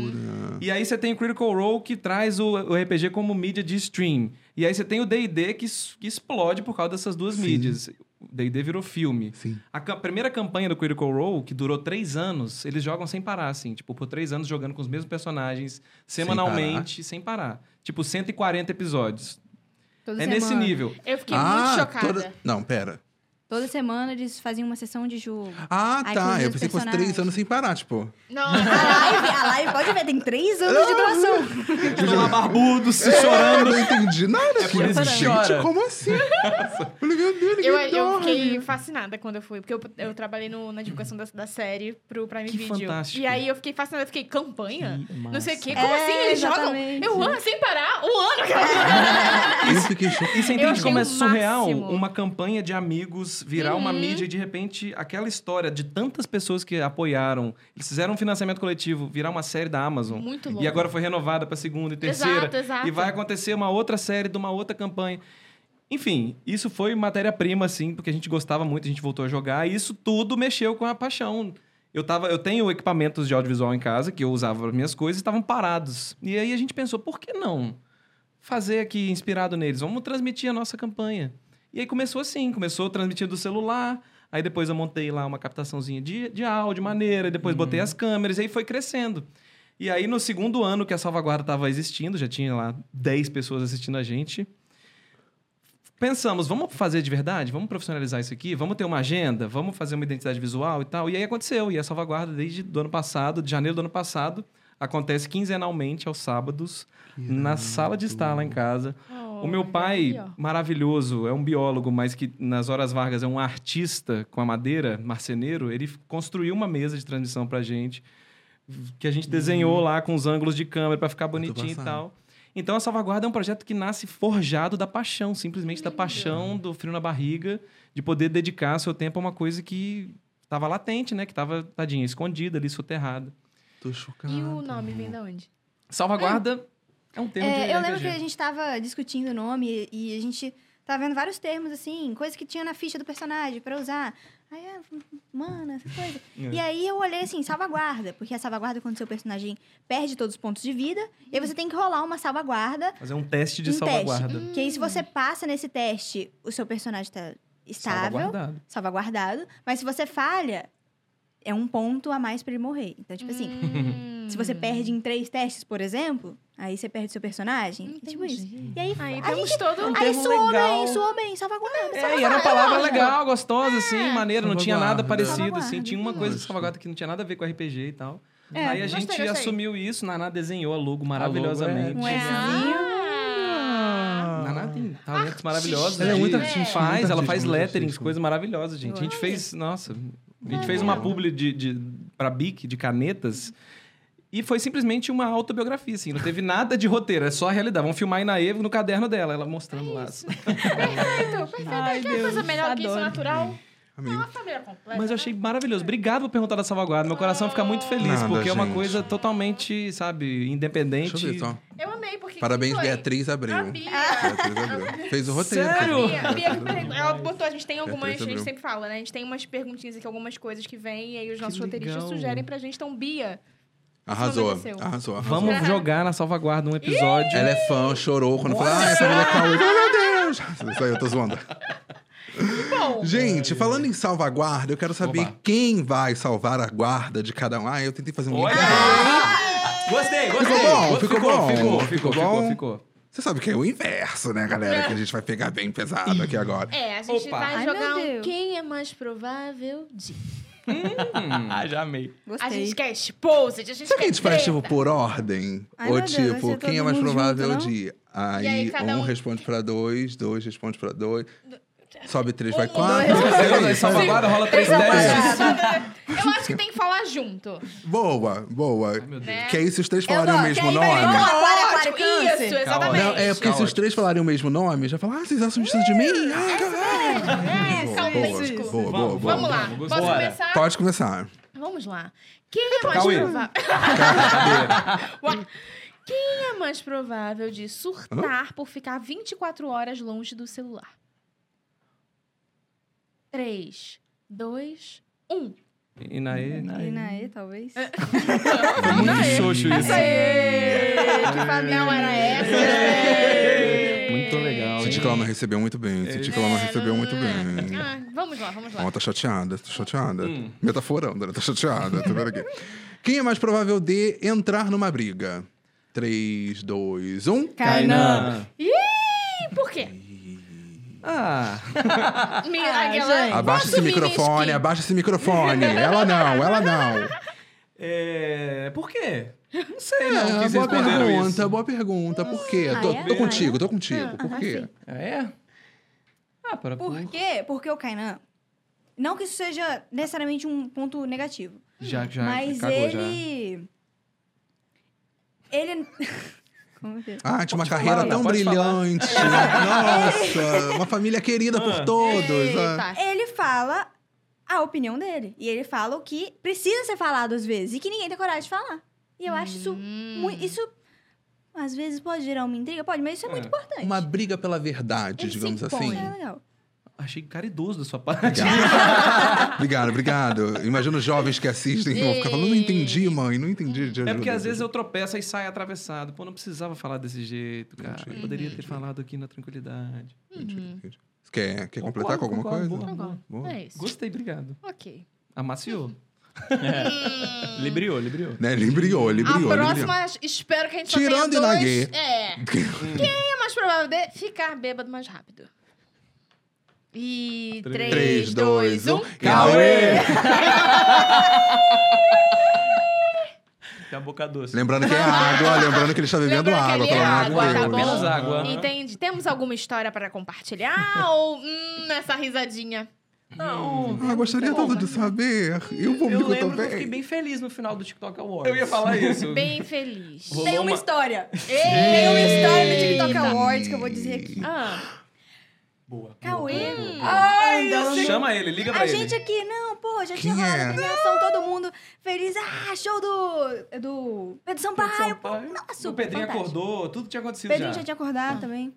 [SPEAKER 5] E aí você tem o Critical Role, que traz o, o RPG como mídia de stream. E aí você tem o D&D, que, s- que explode por causa dessas duas
[SPEAKER 2] Sim.
[SPEAKER 5] mídias. O D&D virou filme.
[SPEAKER 2] Sim.
[SPEAKER 5] A ca- primeira campanha do Critical Role, que durou três anos, eles jogam sem parar, assim. Tipo, por três anos jogando com os mesmos personagens, semanalmente, sem parar. Tipo, 140 episódios.
[SPEAKER 4] Toda
[SPEAKER 5] é nesse
[SPEAKER 4] semana.
[SPEAKER 5] nível.
[SPEAKER 1] Eu fiquei
[SPEAKER 2] ah,
[SPEAKER 1] muito chocada.
[SPEAKER 2] toda- Não, pera.
[SPEAKER 4] Toda semana eles faziam uma sessão de jogo.
[SPEAKER 2] Ah,
[SPEAKER 4] Aí
[SPEAKER 2] tá.
[SPEAKER 4] com
[SPEAKER 2] Eu pensei
[SPEAKER 4] os
[SPEAKER 2] que fosse
[SPEAKER 4] personagens.
[SPEAKER 2] três anos sem parar, tipo...
[SPEAKER 1] Não,
[SPEAKER 4] A live, a live, pode ver, tem três anos de duração.
[SPEAKER 5] Estão lá barbudos, se
[SPEAKER 2] Eu
[SPEAKER 5] chorando. É
[SPEAKER 2] não entendi nada. assim.
[SPEAKER 5] por isso que
[SPEAKER 2] Gente,
[SPEAKER 5] chora.
[SPEAKER 2] como assim? Falei, Meu
[SPEAKER 1] eu,
[SPEAKER 2] Deus, que
[SPEAKER 1] eu
[SPEAKER 2] dó.
[SPEAKER 5] né?
[SPEAKER 1] fiquei fascinada quando eu fui, porque eu, eu trabalhei no- na divulgação da, da série pro Prime
[SPEAKER 5] Que
[SPEAKER 1] Video.
[SPEAKER 5] fantástico.
[SPEAKER 1] E aí eu fiquei fascinada, eu fiquei, campanha?
[SPEAKER 3] Que
[SPEAKER 1] não sei o quê.
[SPEAKER 4] massa.
[SPEAKER 1] Como
[SPEAKER 4] É,
[SPEAKER 1] assim? Eles
[SPEAKER 4] exatamente.
[SPEAKER 1] jogam? Eu amo sem parar um ano.
[SPEAKER 5] É.
[SPEAKER 2] Eu fiquei chocado.
[SPEAKER 5] E você
[SPEAKER 1] Eu
[SPEAKER 5] entende
[SPEAKER 1] achei
[SPEAKER 5] como é
[SPEAKER 1] o
[SPEAKER 5] surreal
[SPEAKER 1] máximo.
[SPEAKER 5] uma campanha de amigos virar uma
[SPEAKER 1] Uhum.
[SPEAKER 5] mídia e de repente aquela história de tantas pessoas que apoiaram, eles fizeram um financiamento coletivo, virar uma série da Amazon.
[SPEAKER 1] Muito
[SPEAKER 5] E
[SPEAKER 1] louco.
[SPEAKER 5] agora foi renovada pra segunda e terceira.
[SPEAKER 1] Exato, exato.
[SPEAKER 5] E vai acontecer uma outra série de uma outra campanha. Enfim, isso foi matéria-prima, assim, porque a gente gostava muito, a gente voltou a jogar, e isso tudo mexeu com a paixão. Eu, tava, eu tenho equipamentos de audiovisual em casa que eu usava para minhas coisas e estavam parados. E aí a gente pensou, por que não fazer aqui inspirado neles? Vamos transmitir a nossa campanha. E aí começou assim, começou transmitindo do celular, aí depois eu montei lá uma captaçãozinha de, de áudio, maneira, e depois botei as câmeras, e aí foi crescendo. E aí, no segundo ano que a Salvaguarda estava existindo, já tinha lá 10 pessoas assistindo a gente. Pensamos, vamos fazer de verdade? Vamos profissionalizar isso aqui? Vamos ter uma agenda? Vamos fazer uma identidade visual e tal? E aí aconteceu. E a Salvaguarda, desde do ano passado, de janeiro do ano passado, acontece quinzenalmente aos sábados, na sala de estar lá em casa.
[SPEAKER 1] Oh,
[SPEAKER 5] O meu pai, maravilhoso, é um biólogo, mas que nas horas vagas é um artista com a madeira, marceneiro, ele f- construiu uma mesa de transmissão pra gente, que a gente desenhou lá com os ângulos de câmera pra ficar bonitinho e
[SPEAKER 2] passado.
[SPEAKER 5] tal. Então a Salvaguarda é um projeto que nasce forjado da paixão, simplesmente da paixão, do frio na barriga, de poder dedicar seu tempo a uma coisa que estava latente, né? Que estava, tadinha, escondida ali, soterrada.
[SPEAKER 2] Tô chocado.
[SPEAKER 1] E o nome vem da onde?
[SPEAKER 5] Salvaguarda é um termo
[SPEAKER 4] É,
[SPEAKER 5] de
[SPEAKER 4] eu lembro
[SPEAKER 5] RPG.
[SPEAKER 4] que a gente tava discutindo o nome e, e a gente tava vendo vários termos, assim, coisa que tinha na ficha do personagem pra usar. Aí, ah, mana, essa coisa.
[SPEAKER 5] É.
[SPEAKER 4] E aí eu olhei assim, salvaguarda, porque a salvaguarda, quando seu personagem perde todos os pontos de vida, e aí você tem que rolar uma salvaguarda.
[SPEAKER 5] Fazer um teste de
[SPEAKER 4] um
[SPEAKER 5] salvaguarda.
[SPEAKER 4] teste. Que aí, se você passa nesse teste, o seu personagem tá estável,
[SPEAKER 5] Salvaguardado.
[SPEAKER 4] salvaguardado. Mas se você falha, é um ponto a mais pra ele morrer. Então, tipo assim,
[SPEAKER 5] Hum.
[SPEAKER 4] se você
[SPEAKER 1] Uhum.
[SPEAKER 4] perde em três testes, por exemplo, aí você perde seu personagem. É Tipo isso. E aí,
[SPEAKER 1] Aí um
[SPEAKER 4] a
[SPEAKER 5] é
[SPEAKER 1] temos
[SPEAKER 4] gente-
[SPEAKER 1] todo.
[SPEAKER 4] aí
[SPEAKER 5] termo
[SPEAKER 4] soou
[SPEAKER 5] legal.
[SPEAKER 4] bem, soou bem, salvaguarda.
[SPEAKER 5] É, e era uma palavra legal, gostosa, assim, maneira, não tinha nada
[SPEAKER 2] Salvaguarda.
[SPEAKER 5] parecido, assim.
[SPEAKER 4] É. Salvaguarda.
[SPEAKER 5] Tinha uma coisa de
[SPEAKER 2] Justo.
[SPEAKER 5] salvaguarda que não tinha nada a ver com RPG e tal.
[SPEAKER 4] É,
[SPEAKER 5] aí a
[SPEAKER 1] gostei,
[SPEAKER 5] gente
[SPEAKER 1] gostei.
[SPEAKER 5] assumiu isso, Naná desenhou a logo é maravilhosamente.
[SPEAKER 4] Um
[SPEAKER 1] Ah.
[SPEAKER 5] Naná tem talentos maravilhosos. né?
[SPEAKER 2] Ela é
[SPEAKER 5] de-
[SPEAKER 2] muito artista,
[SPEAKER 5] Faz,
[SPEAKER 2] muito
[SPEAKER 5] ela
[SPEAKER 2] artista,
[SPEAKER 5] faz
[SPEAKER 2] muito
[SPEAKER 5] letterings,
[SPEAKER 2] artista.
[SPEAKER 5] coisas maravilhosas, gente. A gente fez, nossa, a gente fez uma
[SPEAKER 2] Maravilha.
[SPEAKER 5] publi de, de, pra Bic, de canetas, e foi simplesmente uma autobiografia, assim. Não teve nada de roteiro, é só a realidade. Vamos filmar aí na Evo, no caderno dela, ela mostrando lá.
[SPEAKER 1] Perfeito, perfeito.
[SPEAKER 5] Ai,
[SPEAKER 1] Quer coisa
[SPEAKER 5] Deus,
[SPEAKER 1] melhor que isso,
[SPEAKER 5] adoro.
[SPEAKER 1] natural? É
[SPEAKER 2] Amigo,
[SPEAKER 1] uma família completa.
[SPEAKER 5] Mas
[SPEAKER 1] né?
[SPEAKER 5] eu achei maravilhoso. Obrigado por perguntar da salvaguarda. Meu coração fica muito feliz,
[SPEAKER 2] Nada,
[SPEAKER 5] porque é uma
[SPEAKER 2] gente.
[SPEAKER 5] coisa totalmente, sabe, independente.
[SPEAKER 2] deixa eu ver só.
[SPEAKER 1] Eu amei, porque.
[SPEAKER 2] Parabéns,
[SPEAKER 1] quem foi?
[SPEAKER 2] Beatriz
[SPEAKER 1] A
[SPEAKER 2] Abreu.
[SPEAKER 1] Bia.
[SPEAKER 2] Beatriz Abreu. Fez o roteiro. fez
[SPEAKER 5] Sério?
[SPEAKER 2] o
[SPEAKER 1] Bia, Bia
[SPEAKER 2] roteiro.
[SPEAKER 1] que perguntou. Ela botou, a gente
[SPEAKER 2] É
[SPEAKER 1] tem algumas, a
[SPEAKER 2] Beatriz
[SPEAKER 1] gente
[SPEAKER 2] Abreu.
[SPEAKER 1] sempre fala, né? A gente tem umas perguntinhas aqui, algumas coisas que vêm, e aí os nossos
[SPEAKER 5] Que
[SPEAKER 1] roteiristas
[SPEAKER 5] legal.
[SPEAKER 1] sugerem pra gente. Então, Bia,
[SPEAKER 2] Arrasou,
[SPEAKER 1] aconteceu.
[SPEAKER 2] arrasou, arrasou.
[SPEAKER 5] Vamos jogar na salvaguarda um episódio.
[SPEAKER 2] Ela é fã, chorou quando falou, ah, essa mulher é Cauê. Meu Deus! Isso aí, eu tô zoando.
[SPEAKER 1] Bom,
[SPEAKER 2] Gente, falando em salvaguarda, eu quero saber
[SPEAKER 5] Oba.
[SPEAKER 2] quem vai salvar a guarda de cada um. Ah, eu tentei fazer um link.
[SPEAKER 5] Olha! Gostei, gostei.
[SPEAKER 2] Ficou bom,
[SPEAKER 5] Go-
[SPEAKER 2] ficou bom.
[SPEAKER 5] Ficou, ficou,
[SPEAKER 2] Ficou
[SPEAKER 5] ficou,
[SPEAKER 2] bom.
[SPEAKER 5] ficou.
[SPEAKER 2] Você sabe que é o inverso, né, galera? Que a gente vai pegar bem pesado aqui agora.
[SPEAKER 1] é, a gente
[SPEAKER 5] Opa.
[SPEAKER 1] vai
[SPEAKER 4] Ai, meu
[SPEAKER 1] jogar um
[SPEAKER 4] Deus.
[SPEAKER 1] quem é mais provável de.
[SPEAKER 3] Ah, já amei.
[SPEAKER 4] Gostei.
[SPEAKER 1] A gente quer expose, a gente
[SPEAKER 2] Será que a
[SPEAKER 1] quer
[SPEAKER 2] gente faz, tipo,
[SPEAKER 1] treta.
[SPEAKER 2] por ordem?
[SPEAKER 4] Ai,
[SPEAKER 2] Ou,
[SPEAKER 4] meu Deus, vai
[SPEAKER 2] tipo,
[SPEAKER 4] ser
[SPEAKER 2] quem é
[SPEAKER 4] todo
[SPEAKER 2] mais
[SPEAKER 4] mundo
[SPEAKER 2] provável
[SPEAKER 4] junto, não?
[SPEAKER 2] de...
[SPEAKER 1] E aí,
[SPEAKER 2] Aí,
[SPEAKER 1] cada
[SPEAKER 2] um
[SPEAKER 1] um-
[SPEAKER 2] responde pra dois, dois responde pra dois. Sobe três, vai
[SPEAKER 1] Um,
[SPEAKER 2] quatro.
[SPEAKER 1] dois,
[SPEAKER 2] É
[SPEAKER 5] Saiu da
[SPEAKER 2] isso, é isso.
[SPEAKER 5] salvaguarda, rola 3 10.
[SPEAKER 2] É.
[SPEAKER 1] Eu acho que tem que falar junto.
[SPEAKER 2] Boa, boa.
[SPEAKER 5] meu
[SPEAKER 1] Deus.
[SPEAKER 2] Que aí, se os três
[SPEAKER 4] Eu
[SPEAKER 2] falarem o
[SPEAKER 4] gosto,
[SPEAKER 2] mesmo
[SPEAKER 4] aí vai
[SPEAKER 2] nome...
[SPEAKER 4] rolar. Aquário,
[SPEAKER 1] Ótimo,
[SPEAKER 4] aquário, câncer.
[SPEAKER 1] Isso, exatamente.
[SPEAKER 2] Não, é porque se os três falarem o mesmo nome, já falam, ah, vocês acham isso de mim? Ah, galera.
[SPEAKER 1] É,
[SPEAKER 2] Boa,
[SPEAKER 1] calmístico.
[SPEAKER 2] boa, boa, boa, boa.
[SPEAKER 1] Vamos lá,
[SPEAKER 5] Vamos,
[SPEAKER 1] posso
[SPEAKER 5] bora.
[SPEAKER 1] começar?
[SPEAKER 2] Pode começar.
[SPEAKER 1] Vamos lá. Quem é mais
[SPEAKER 5] Cauê.
[SPEAKER 1] provável... Ué. Quem é mais provável de surtar por ficar 24 horas longe do celular? 3, 2, 1.
[SPEAKER 5] E naí,
[SPEAKER 4] E naí, talvez.
[SPEAKER 5] Foi muito xoxo isso.
[SPEAKER 1] Que família era essa?
[SPEAKER 5] Muito legal.
[SPEAKER 2] City
[SPEAKER 5] hein?
[SPEAKER 2] Clama recebeu muito bem. City Clama recebeu muito bem.
[SPEAKER 1] Ah, vamos lá, vamos lá.
[SPEAKER 2] Ó, tá chateada, tô chateada.
[SPEAKER 5] Hum.
[SPEAKER 2] Metaforando, né? Tá chateada. Tô vendo aqui. Quem é mais provável de entrar numa briga? um. 3, 2, 1.
[SPEAKER 5] Kainan.
[SPEAKER 1] E por quê?
[SPEAKER 5] Ah,
[SPEAKER 1] Me-
[SPEAKER 4] Ah,
[SPEAKER 1] aquela-
[SPEAKER 4] gente.
[SPEAKER 2] Abaixa
[SPEAKER 1] Posso
[SPEAKER 2] esse
[SPEAKER 1] me
[SPEAKER 2] microfone,
[SPEAKER 1] vestir?
[SPEAKER 2] abaixa esse microfone. Ela não, ela não.
[SPEAKER 5] é... Por quê? Não sei, não.
[SPEAKER 2] É,
[SPEAKER 5] quis
[SPEAKER 2] boa
[SPEAKER 5] responder
[SPEAKER 2] pergunta,
[SPEAKER 5] isso.
[SPEAKER 2] boa pergunta. Por quê?
[SPEAKER 4] Ah,
[SPEAKER 2] tô,
[SPEAKER 4] é?
[SPEAKER 2] tô
[SPEAKER 4] Ah,
[SPEAKER 2] contigo,
[SPEAKER 4] é?
[SPEAKER 2] tô contigo.
[SPEAKER 4] Ah,
[SPEAKER 2] Por
[SPEAKER 4] ah,
[SPEAKER 2] quê?
[SPEAKER 4] sim.
[SPEAKER 5] É? Ah, para
[SPEAKER 4] Por quê? Porque o Kainan. Não que isso seja necessariamente um ponto negativo.
[SPEAKER 5] Já, já.
[SPEAKER 4] mas
[SPEAKER 5] Ah, cagou já.
[SPEAKER 4] ele. Ele. Como que é?
[SPEAKER 2] Ah, tinha uma
[SPEAKER 5] falar,
[SPEAKER 2] carreira
[SPEAKER 5] Ana,
[SPEAKER 2] tão
[SPEAKER 5] pode falar.
[SPEAKER 2] brilhante. Nossa, uma família querida por
[SPEAKER 5] Ah.
[SPEAKER 2] todos. ah.
[SPEAKER 1] Eita.
[SPEAKER 4] Ele fala a opinião dele. E ele fala o que precisa ser falado às vezes. E que ninguém tem coragem de falar. E eu acho
[SPEAKER 1] Hum.
[SPEAKER 4] isso. mui- Isso. Às vezes pode gerar uma intriga, pode, mas isso é,
[SPEAKER 5] É.
[SPEAKER 4] muito importante.
[SPEAKER 2] Uma briga pela verdade,
[SPEAKER 1] Ele se
[SPEAKER 2] digamos assim.
[SPEAKER 1] impõe.
[SPEAKER 4] É legal.
[SPEAKER 5] Achei caridoso da sua parte.
[SPEAKER 2] Obrigado, obrigado. Imagina os jovens que assistem e vão ficar falando: não entendi, mãe, não entendi. te
[SPEAKER 5] É porque
[SPEAKER 2] ajuda."
[SPEAKER 5] às vezes eu tropeço e saio atravessado. Pô, não precisava falar desse jeito, cara.
[SPEAKER 2] Entendi.
[SPEAKER 5] Poderia ter falado aqui na tranquilidade.
[SPEAKER 2] Entendi, entendi. Uhum. Quer, quer completar
[SPEAKER 5] Concordo,
[SPEAKER 2] com alguma
[SPEAKER 5] concordo,
[SPEAKER 2] coisa?
[SPEAKER 5] boa.
[SPEAKER 1] Agora.
[SPEAKER 2] Boa.
[SPEAKER 1] É isso.
[SPEAKER 5] Gostei, obrigado.
[SPEAKER 1] Ok.
[SPEAKER 5] Amaciou. Libriou, libriou.
[SPEAKER 2] Né? Ele brilhou, ele brilhou.
[SPEAKER 1] a
[SPEAKER 2] ele
[SPEAKER 1] próxima, espero que a gente só
[SPEAKER 2] Tirando
[SPEAKER 1] tenha dois...
[SPEAKER 2] Inagê.
[SPEAKER 1] É.
[SPEAKER 2] brilhou.
[SPEAKER 1] Quem é mais provável de ficar bêbado mais rápido? E... um.
[SPEAKER 5] Três,
[SPEAKER 1] 3, 2, 1...
[SPEAKER 5] Tem a boca doce.
[SPEAKER 2] Lembrando que é água, lembrando que ele está bebendo
[SPEAKER 1] Lembrando que
[SPEAKER 2] água,
[SPEAKER 1] ele é água,
[SPEAKER 2] pelo amor de
[SPEAKER 1] tá
[SPEAKER 2] Deus.
[SPEAKER 1] bom?
[SPEAKER 5] Apenas água. né?
[SPEAKER 1] Entendi. Temos alguma história para compartilhar? ou hum, essa risadinha?
[SPEAKER 5] Não.
[SPEAKER 2] Ah,
[SPEAKER 1] Tá
[SPEAKER 2] gostaria tanto de saber. E o
[SPEAKER 5] Eu
[SPEAKER 2] público
[SPEAKER 5] lembro que eu
[SPEAKER 2] também.
[SPEAKER 5] fiquei bem feliz no final do TikTok Awards. Eu ia falar isso.
[SPEAKER 1] Bem feliz.
[SPEAKER 5] Rolou
[SPEAKER 4] Tem uma,
[SPEAKER 5] uma-
[SPEAKER 4] história. Tem uma
[SPEAKER 1] Ei!
[SPEAKER 4] história do TikTok Awards que eu vou dizer aqui.
[SPEAKER 1] Ah,
[SPEAKER 5] Boa.
[SPEAKER 4] Cauê.
[SPEAKER 5] Andando. Chama ele, liga pra
[SPEAKER 4] A
[SPEAKER 5] ele.
[SPEAKER 4] gente aqui, não, pô, já
[SPEAKER 2] Quem
[SPEAKER 4] tinha rolado
[SPEAKER 2] é?
[SPEAKER 4] a premiação, todo mundo feliz. Ah, show do. é do Pedro Sampaio.
[SPEAKER 5] São Paulo.
[SPEAKER 4] Nossa,
[SPEAKER 5] o Pedrinho
[SPEAKER 4] fantástico.
[SPEAKER 5] acordou, tudo tinha acontecido
[SPEAKER 4] Pedrinho já Ah.
[SPEAKER 5] já.
[SPEAKER 4] tinha acordado também.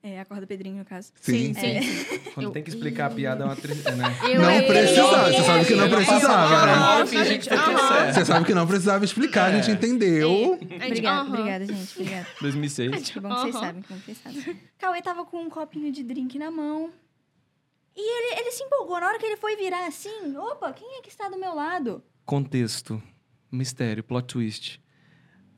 [SPEAKER 4] É, acorda Pedrinho, no caso. É.
[SPEAKER 2] Sim.
[SPEAKER 1] sim, sim.
[SPEAKER 5] Quando
[SPEAKER 1] Eu-
[SPEAKER 5] tem que explicar a piada, é uma tristeza, né?
[SPEAKER 1] Eu
[SPEAKER 2] Não
[SPEAKER 1] errei.
[SPEAKER 2] precisava, você sabe que não
[SPEAKER 1] Eu errei.
[SPEAKER 2] precisava, né?
[SPEAKER 1] Aham,
[SPEAKER 5] Eu fingi que foi tudo
[SPEAKER 1] aham.
[SPEAKER 5] certo.
[SPEAKER 2] Você sabe que não precisava explicar, a gente
[SPEAKER 5] É.
[SPEAKER 2] entendeu.
[SPEAKER 1] A gente-
[SPEAKER 4] Obrigada,
[SPEAKER 1] aham.
[SPEAKER 4] obrigada, gente. Obrigada. Ah,
[SPEAKER 5] 2006.
[SPEAKER 4] Que bom que vocês
[SPEAKER 1] Aham.
[SPEAKER 4] sabem, que bom que vocês sabem. Cauê tava com um copinho de drink na mão. E ele, ele se empolgou. Na hora que ele foi virar assim, opa, quem é que está do meu lado?
[SPEAKER 5] Contexto, mistério, plot twist.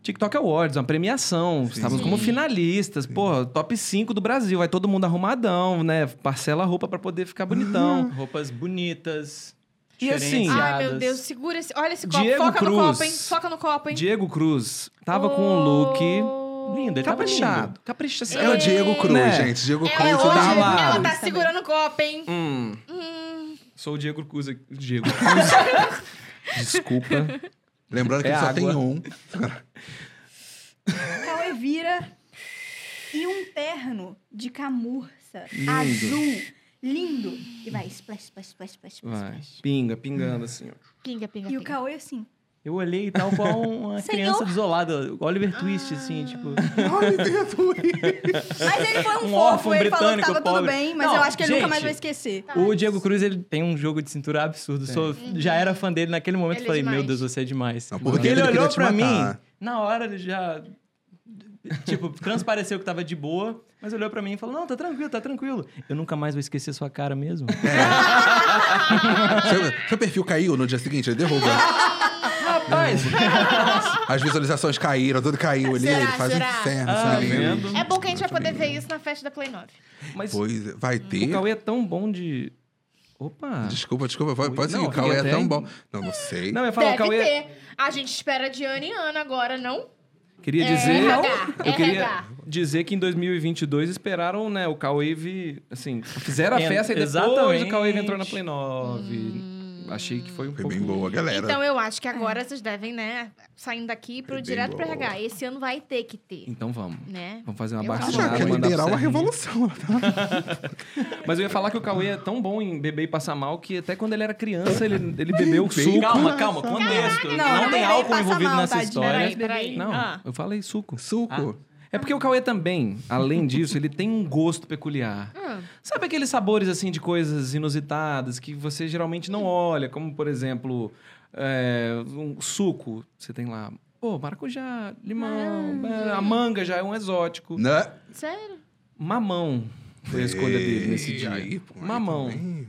[SPEAKER 5] TikTok Awards, uma premiação. Estávamos como finalistas. Porra, top 5 do Brasil. Vai todo mundo arrumadão, né? Parcela a roupa pra poder ficar bonitão.
[SPEAKER 3] Roupas bonitas.
[SPEAKER 5] E assim-
[SPEAKER 1] Ai,
[SPEAKER 3] diferenciadas.
[SPEAKER 1] meu Deus, segura esse. Olha esse copo.
[SPEAKER 5] Diego
[SPEAKER 1] Foca no
[SPEAKER 5] Cruz.
[SPEAKER 1] copo, hein? Foca no copo, hein?
[SPEAKER 5] Diego Cruz tava com um look
[SPEAKER 1] Oh.
[SPEAKER 3] Lindo, ele tava lindo.
[SPEAKER 5] caprichado. Caprichado.
[SPEAKER 2] É o Diego Cruz,
[SPEAKER 5] Né?
[SPEAKER 2] gente. Diego
[SPEAKER 1] Ela,
[SPEAKER 2] Cruz
[SPEAKER 1] É hoje,
[SPEAKER 2] dá uma.
[SPEAKER 1] ela tá
[SPEAKER 4] Também.
[SPEAKER 1] segurando o copo, hein?
[SPEAKER 5] Hum.
[SPEAKER 1] Hum,
[SPEAKER 5] Sou o Diego Cruz. aqui. Diego Cruz. Desculpa.
[SPEAKER 2] Lembrando que
[SPEAKER 5] É
[SPEAKER 2] ele só
[SPEAKER 5] água.
[SPEAKER 2] tem um.
[SPEAKER 4] Cauê vira e um terno de camurça
[SPEAKER 5] Lindo.
[SPEAKER 4] azul, lindo. E vai, splash, splash, splash, splash,
[SPEAKER 5] Vai.
[SPEAKER 4] splash.
[SPEAKER 5] Pinga, pingando assim. ó.
[SPEAKER 1] pinga, pinga,
[SPEAKER 4] E o
[SPEAKER 1] pinga.
[SPEAKER 4] Cauê assim,
[SPEAKER 3] Eu olhei tal qual uma
[SPEAKER 4] Senhor.
[SPEAKER 3] criança desolada. Oliver Twist, assim, tipo...
[SPEAKER 2] Olha,
[SPEAKER 4] Mas ele foi um,
[SPEAKER 3] Um
[SPEAKER 4] fofo,
[SPEAKER 3] órfão
[SPEAKER 4] ele falou que
[SPEAKER 3] britânico,
[SPEAKER 4] tava tudo
[SPEAKER 3] pobre.
[SPEAKER 4] bem, mas
[SPEAKER 3] Não,
[SPEAKER 4] eu acho que ele nunca
[SPEAKER 3] gente,
[SPEAKER 4] mais vai esquecer.
[SPEAKER 3] O Diego Cruz, ele tem um jogo de cintura absurdo. Sou, já era fã dele naquele momento.
[SPEAKER 1] Ele é
[SPEAKER 3] falei, meu
[SPEAKER 1] demais.
[SPEAKER 3] Deus, você é demais.
[SPEAKER 2] Não, por
[SPEAKER 3] Porque
[SPEAKER 2] dentro ele
[SPEAKER 3] ele
[SPEAKER 2] queria
[SPEAKER 3] olhou
[SPEAKER 2] te
[SPEAKER 3] pra mim,
[SPEAKER 2] matar.
[SPEAKER 3] na hora ele já... Tipo, transpareceu que tava de boa, mas olhou pra mim e falou, não, tá tranquilo, tá tranquilo. Eu nunca mais vou esquecer sua cara mesmo.
[SPEAKER 2] seu, seu perfil caiu no dia seguinte, ele derruba.
[SPEAKER 3] Rapaz!
[SPEAKER 2] As visualizações caíram, tudo caiu ali.
[SPEAKER 1] Será,
[SPEAKER 2] ele faz
[SPEAKER 1] será?
[SPEAKER 2] um inferno,
[SPEAKER 3] Ah,
[SPEAKER 2] sabe?
[SPEAKER 5] vendo?
[SPEAKER 1] É bom que a gente vai poder ver isso na festa da Play 9.
[SPEAKER 5] Mas
[SPEAKER 2] Pois é, vai
[SPEAKER 5] o
[SPEAKER 2] ter.
[SPEAKER 5] Cauê é tão bom de... Opa!
[SPEAKER 2] Desculpa, desculpa, pode, pode
[SPEAKER 5] Não,
[SPEAKER 2] seguir. O Cauê é
[SPEAKER 5] até-
[SPEAKER 2] tão bom. Não, não sei.
[SPEAKER 5] Não, eu ia falar,
[SPEAKER 1] Deve
[SPEAKER 5] o Cauê... é
[SPEAKER 1] ter. A gente espera de Ana e Ana agora, não?
[SPEAKER 5] Queria
[SPEAKER 1] É,
[SPEAKER 5] dizer...
[SPEAKER 1] RH,
[SPEAKER 5] Eu queria
[SPEAKER 1] RH.
[SPEAKER 5] dizer que em 2022 esperaram, né, o Cauê, assim, fizeram a
[SPEAKER 3] En-
[SPEAKER 5] festa e depois
[SPEAKER 3] Exatamente.
[SPEAKER 5] o Cauê entrou na Play 9. Achei que foi um
[SPEAKER 2] Foi
[SPEAKER 5] pouco...
[SPEAKER 2] bem boa, galera.
[SPEAKER 1] Então eu acho que agora vocês devem, né, saindo daqui pro
[SPEAKER 2] Foi É bem
[SPEAKER 1] direto pro
[SPEAKER 2] boa.
[SPEAKER 1] RH. Esse ano vai ter que ter,
[SPEAKER 5] Então vamos.
[SPEAKER 1] né?
[SPEAKER 5] Vamos fazer uma
[SPEAKER 1] Eu
[SPEAKER 5] barra
[SPEAKER 1] acho
[SPEAKER 2] Acho que
[SPEAKER 5] mandar
[SPEAKER 2] é liderar
[SPEAKER 5] pro
[SPEAKER 2] uma
[SPEAKER 5] Serginho.
[SPEAKER 2] revolução. né,
[SPEAKER 5] Mas eu ia falar que o Cauê é tão bom em beber e passar mal que até quando ele era criança, ele, ele bebeu
[SPEAKER 2] Bem
[SPEAKER 5] suco.
[SPEAKER 3] Calma, calma, contexto.
[SPEAKER 4] Caraca,
[SPEAKER 3] Não,
[SPEAKER 4] não, não
[SPEAKER 3] tem
[SPEAKER 4] vai
[SPEAKER 3] álcool
[SPEAKER 4] passar
[SPEAKER 3] envolvido
[SPEAKER 4] mal,
[SPEAKER 3] nessa
[SPEAKER 4] tadinho.
[SPEAKER 3] história.
[SPEAKER 1] Peraí, peraí.
[SPEAKER 5] Não,
[SPEAKER 1] Ah.
[SPEAKER 5] eu falei suco.
[SPEAKER 2] Suco.
[SPEAKER 5] É porque o Cauê também, além disso, ele tem um gosto peculiar.
[SPEAKER 1] Hum.
[SPEAKER 5] Sabe aqueles sabores, assim, de coisas inusitadas que você geralmente não olha? Como, por exemplo, é, um suco. Você tem lá, pô, maracujá, limão. é, A manga já é um exótico.
[SPEAKER 2] Né?
[SPEAKER 1] Sério?
[SPEAKER 5] Mamão foi a escolha dele nesse
[SPEAKER 2] E
[SPEAKER 5] dia.
[SPEAKER 2] aí, pô, aí
[SPEAKER 5] Mamão.
[SPEAKER 2] também.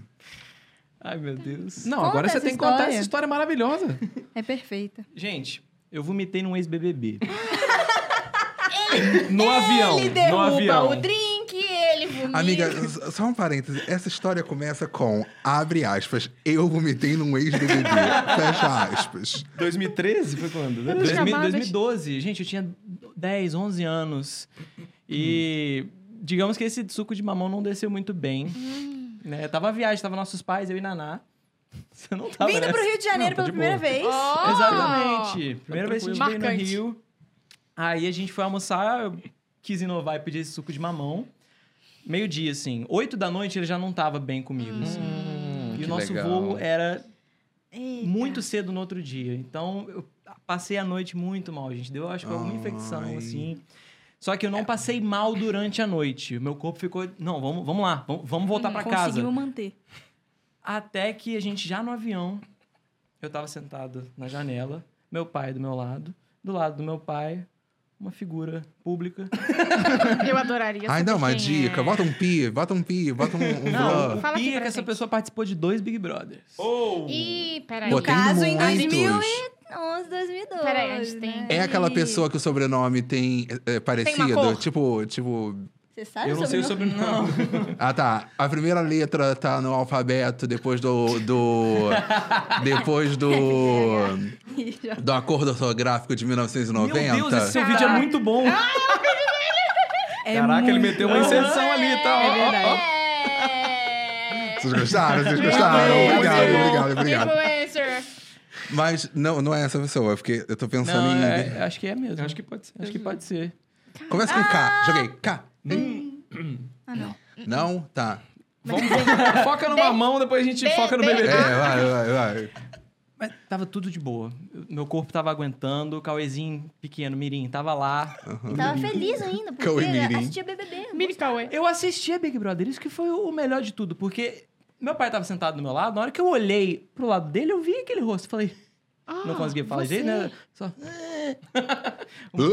[SPEAKER 3] Ai, meu Deus.
[SPEAKER 5] Não,
[SPEAKER 4] Conta
[SPEAKER 5] agora você
[SPEAKER 4] essa
[SPEAKER 5] tem que contar
[SPEAKER 4] história.
[SPEAKER 5] essa história maravilhosa.
[SPEAKER 4] É perfeita.
[SPEAKER 3] Gente, eu vomitei num ex-BBB.
[SPEAKER 5] No avião.
[SPEAKER 1] Ele
[SPEAKER 5] no
[SPEAKER 1] derruba
[SPEAKER 5] avião.
[SPEAKER 1] o drink, ele vomita.
[SPEAKER 2] Amiga, s- só um parêntese. Essa história começa com, abre aspas, eu vomitei num ex-BBB, fecha aspas.
[SPEAKER 5] 2013 foi quando? né?
[SPEAKER 1] Duas
[SPEAKER 3] 2000,
[SPEAKER 1] camadas.
[SPEAKER 3] 2012. Gente, eu tinha 10, 11 anos. E digamos que esse suco de mamão não desceu muito bem. Né? Tava a viagem, tava nossos pais, eu e Naná. Você não tava
[SPEAKER 4] Vindo
[SPEAKER 3] nessa.
[SPEAKER 4] pro Rio de Janeiro pela
[SPEAKER 3] Não, tá de
[SPEAKER 4] primeira
[SPEAKER 3] boa.
[SPEAKER 4] vez.
[SPEAKER 1] Ó!
[SPEAKER 3] Exatamente. Primeira vez que a gente veio no
[SPEAKER 1] Marcante.
[SPEAKER 3] Rio. Aí a gente foi almoçar, eu quis inovar e pedir esse suco de mamão. Meio-dia, assim. Oito da noite ele já não tava bem comigo. assim.
[SPEAKER 5] Hum,
[SPEAKER 3] E
[SPEAKER 5] que
[SPEAKER 3] o nosso
[SPEAKER 5] legal.
[SPEAKER 3] voo era
[SPEAKER 1] Eita.
[SPEAKER 3] muito cedo no outro dia. Então, eu passei a noite muito mal, gente. Deu, acho que alguma infecção,
[SPEAKER 2] Ai.
[SPEAKER 3] assim. Só que eu não passei mal durante a noite. Meu corpo ficou. Não, vamos, vamos lá, vamos, vamos
[SPEAKER 4] Tá
[SPEAKER 3] voltar pra casa.
[SPEAKER 4] Uhum, Conseguiu um manter.
[SPEAKER 3] Até que a gente já no avião, eu tava sentado na janela, meu pai do meu lado, do lado do meu pai, uma figura pública.
[SPEAKER 1] Eu adoraria
[SPEAKER 2] Ai,
[SPEAKER 1] saber
[SPEAKER 2] dá uma
[SPEAKER 1] quem
[SPEAKER 2] dica.
[SPEAKER 1] é.
[SPEAKER 2] Bota um pi, bota um pi, bota um, um
[SPEAKER 3] Não,
[SPEAKER 2] vlog.
[SPEAKER 1] Fala
[SPEAKER 3] o
[SPEAKER 1] aqui
[SPEAKER 3] Pia
[SPEAKER 1] pra
[SPEAKER 3] que essa
[SPEAKER 1] gente.
[SPEAKER 3] pessoa participou de dois Big Brothers.
[SPEAKER 1] Ih, peraí.
[SPEAKER 2] Pô,
[SPEAKER 4] No
[SPEAKER 2] tem
[SPEAKER 4] caso, em
[SPEAKER 2] muitos.
[SPEAKER 4] 2011, 2012.
[SPEAKER 1] Peraí, a gente tem-
[SPEAKER 4] né?
[SPEAKER 2] É aquela pessoa que o sobrenome tem é, é, parecido?
[SPEAKER 1] cor?
[SPEAKER 2] tipo, tipo.
[SPEAKER 4] Você sabe
[SPEAKER 5] Eu não sei o
[SPEAKER 4] sobrenome?
[SPEAKER 5] sobrenome.
[SPEAKER 2] Ah, tá. A primeira letra tá no alfabeto, depois do. do depois do. do acordo ortográfico de 1990.
[SPEAKER 3] Meu Deus, esse seu vídeo é muito bom.
[SPEAKER 4] É
[SPEAKER 5] Caraca, ele
[SPEAKER 4] muito-
[SPEAKER 5] meteu uma inserção ali e tal.
[SPEAKER 4] É
[SPEAKER 5] Ó, ó,
[SPEAKER 4] verdade.
[SPEAKER 1] É.
[SPEAKER 2] Vocês gostaram? Vocês gostaram?
[SPEAKER 5] Muito
[SPEAKER 2] Tá, Obrigado,
[SPEAKER 5] bom.
[SPEAKER 2] obrigado, obrigado.
[SPEAKER 1] Influencer.
[SPEAKER 2] Mas não, não é essa pessoa, porque eu tô pensando
[SPEAKER 3] Não,
[SPEAKER 2] em.
[SPEAKER 3] é- acho que é mesmo.
[SPEAKER 5] Acho que pode ser.
[SPEAKER 3] Acho que pode ser.
[SPEAKER 2] Começa com K. Joguei K.
[SPEAKER 3] Hum.
[SPEAKER 2] Hum.
[SPEAKER 4] Ah, não.
[SPEAKER 2] Não? Tá.
[SPEAKER 5] Vamos, vamos- foca no mamão, depois a gente
[SPEAKER 1] Bem-
[SPEAKER 5] foca no
[SPEAKER 1] bem-
[SPEAKER 2] É,
[SPEAKER 5] BBB.
[SPEAKER 2] vai, vai, vai.
[SPEAKER 3] Mas tava tudo de boa. Eu- Meu corpo tava aguentando, o Cauezinho pequeno, Mirim, tava lá.
[SPEAKER 4] Tava feliz ainda, porque
[SPEAKER 2] Cauê Mirim.
[SPEAKER 4] assistia BBB.
[SPEAKER 1] Mini Cauê.
[SPEAKER 3] Eu assistia Big Brother, isso que foi o melhor de tudo, porque meu pai tava sentado do meu lado, na hora que eu olhei pro lado dele, eu vi aquele rosto. Falei, não conseguia falar
[SPEAKER 1] Ah, você.
[SPEAKER 3] jeito, né? Só.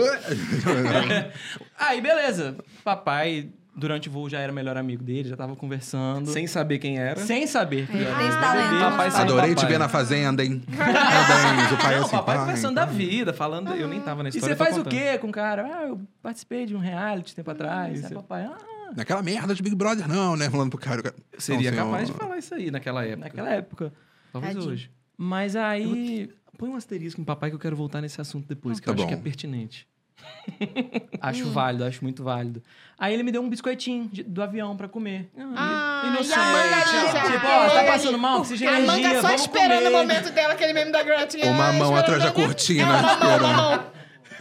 [SPEAKER 2] vai.
[SPEAKER 3] Aí, beleza. Papai, durante o voo, já era melhor amigo dele, já tava conversando. Sem,
[SPEAKER 5] Sem saber quem era.
[SPEAKER 3] saber. que era
[SPEAKER 4] tem esse
[SPEAKER 3] amigo
[SPEAKER 4] talento,
[SPEAKER 3] dele.
[SPEAKER 4] né?
[SPEAKER 5] Papai sabe
[SPEAKER 2] Adorei te
[SPEAKER 5] papai.
[SPEAKER 2] ver na fazenda, hein? Parabéns, o pai é
[SPEAKER 5] Não,
[SPEAKER 2] assim,
[SPEAKER 5] papai
[SPEAKER 2] pai,
[SPEAKER 5] conversando da
[SPEAKER 2] pai.
[SPEAKER 5] vida, falando. Eu nem tava na
[SPEAKER 3] E
[SPEAKER 5] história.
[SPEAKER 3] você
[SPEAKER 5] eu tô
[SPEAKER 3] faz o
[SPEAKER 5] contando.
[SPEAKER 3] quê com o cara? Ah, eu participei de um reality
[SPEAKER 4] Hum,
[SPEAKER 3] tempo atrás.
[SPEAKER 4] é
[SPEAKER 3] Aí papai, ah,
[SPEAKER 2] Naquela merda de Big Brother, não, né? Falando pro cara. o cara, não,
[SPEAKER 5] Seria
[SPEAKER 2] senhor,
[SPEAKER 5] capaz de falar isso aí naquela época.
[SPEAKER 3] naquela época.
[SPEAKER 5] Talvez
[SPEAKER 4] Tadinho.
[SPEAKER 5] hoje.
[SPEAKER 3] Mas aí,
[SPEAKER 5] Põe um asterisco em papai que eu quero voltar nesse assunto depois, que
[SPEAKER 2] Tá
[SPEAKER 5] eu acho
[SPEAKER 2] bom.
[SPEAKER 5] que é pertinente.
[SPEAKER 3] acho
[SPEAKER 1] Hum.
[SPEAKER 3] válido, acho muito válido. Aí ele me deu um biscoitinho de- do avião pra comer.
[SPEAKER 1] Ah,
[SPEAKER 3] Inocente.
[SPEAKER 1] e a Amanda já.
[SPEAKER 3] Tipo, ó, tá passando mal, precisa de
[SPEAKER 1] A
[SPEAKER 3] energia,
[SPEAKER 1] Amanda só
[SPEAKER 3] vamos
[SPEAKER 1] esperando
[SPEAKER 3] comer.
[SPEAKER 1] o momento dela, aquele meme da Gretchen.
[SPEAKER 2] Uma
[SPEAKER 1] Ah, esperando
[SPEAKER 2] mão atrás da
[SPEAKER 1] alguém.
[SPEAKER 2] cortina,
[SPEAKER 1] É, uma mão, uma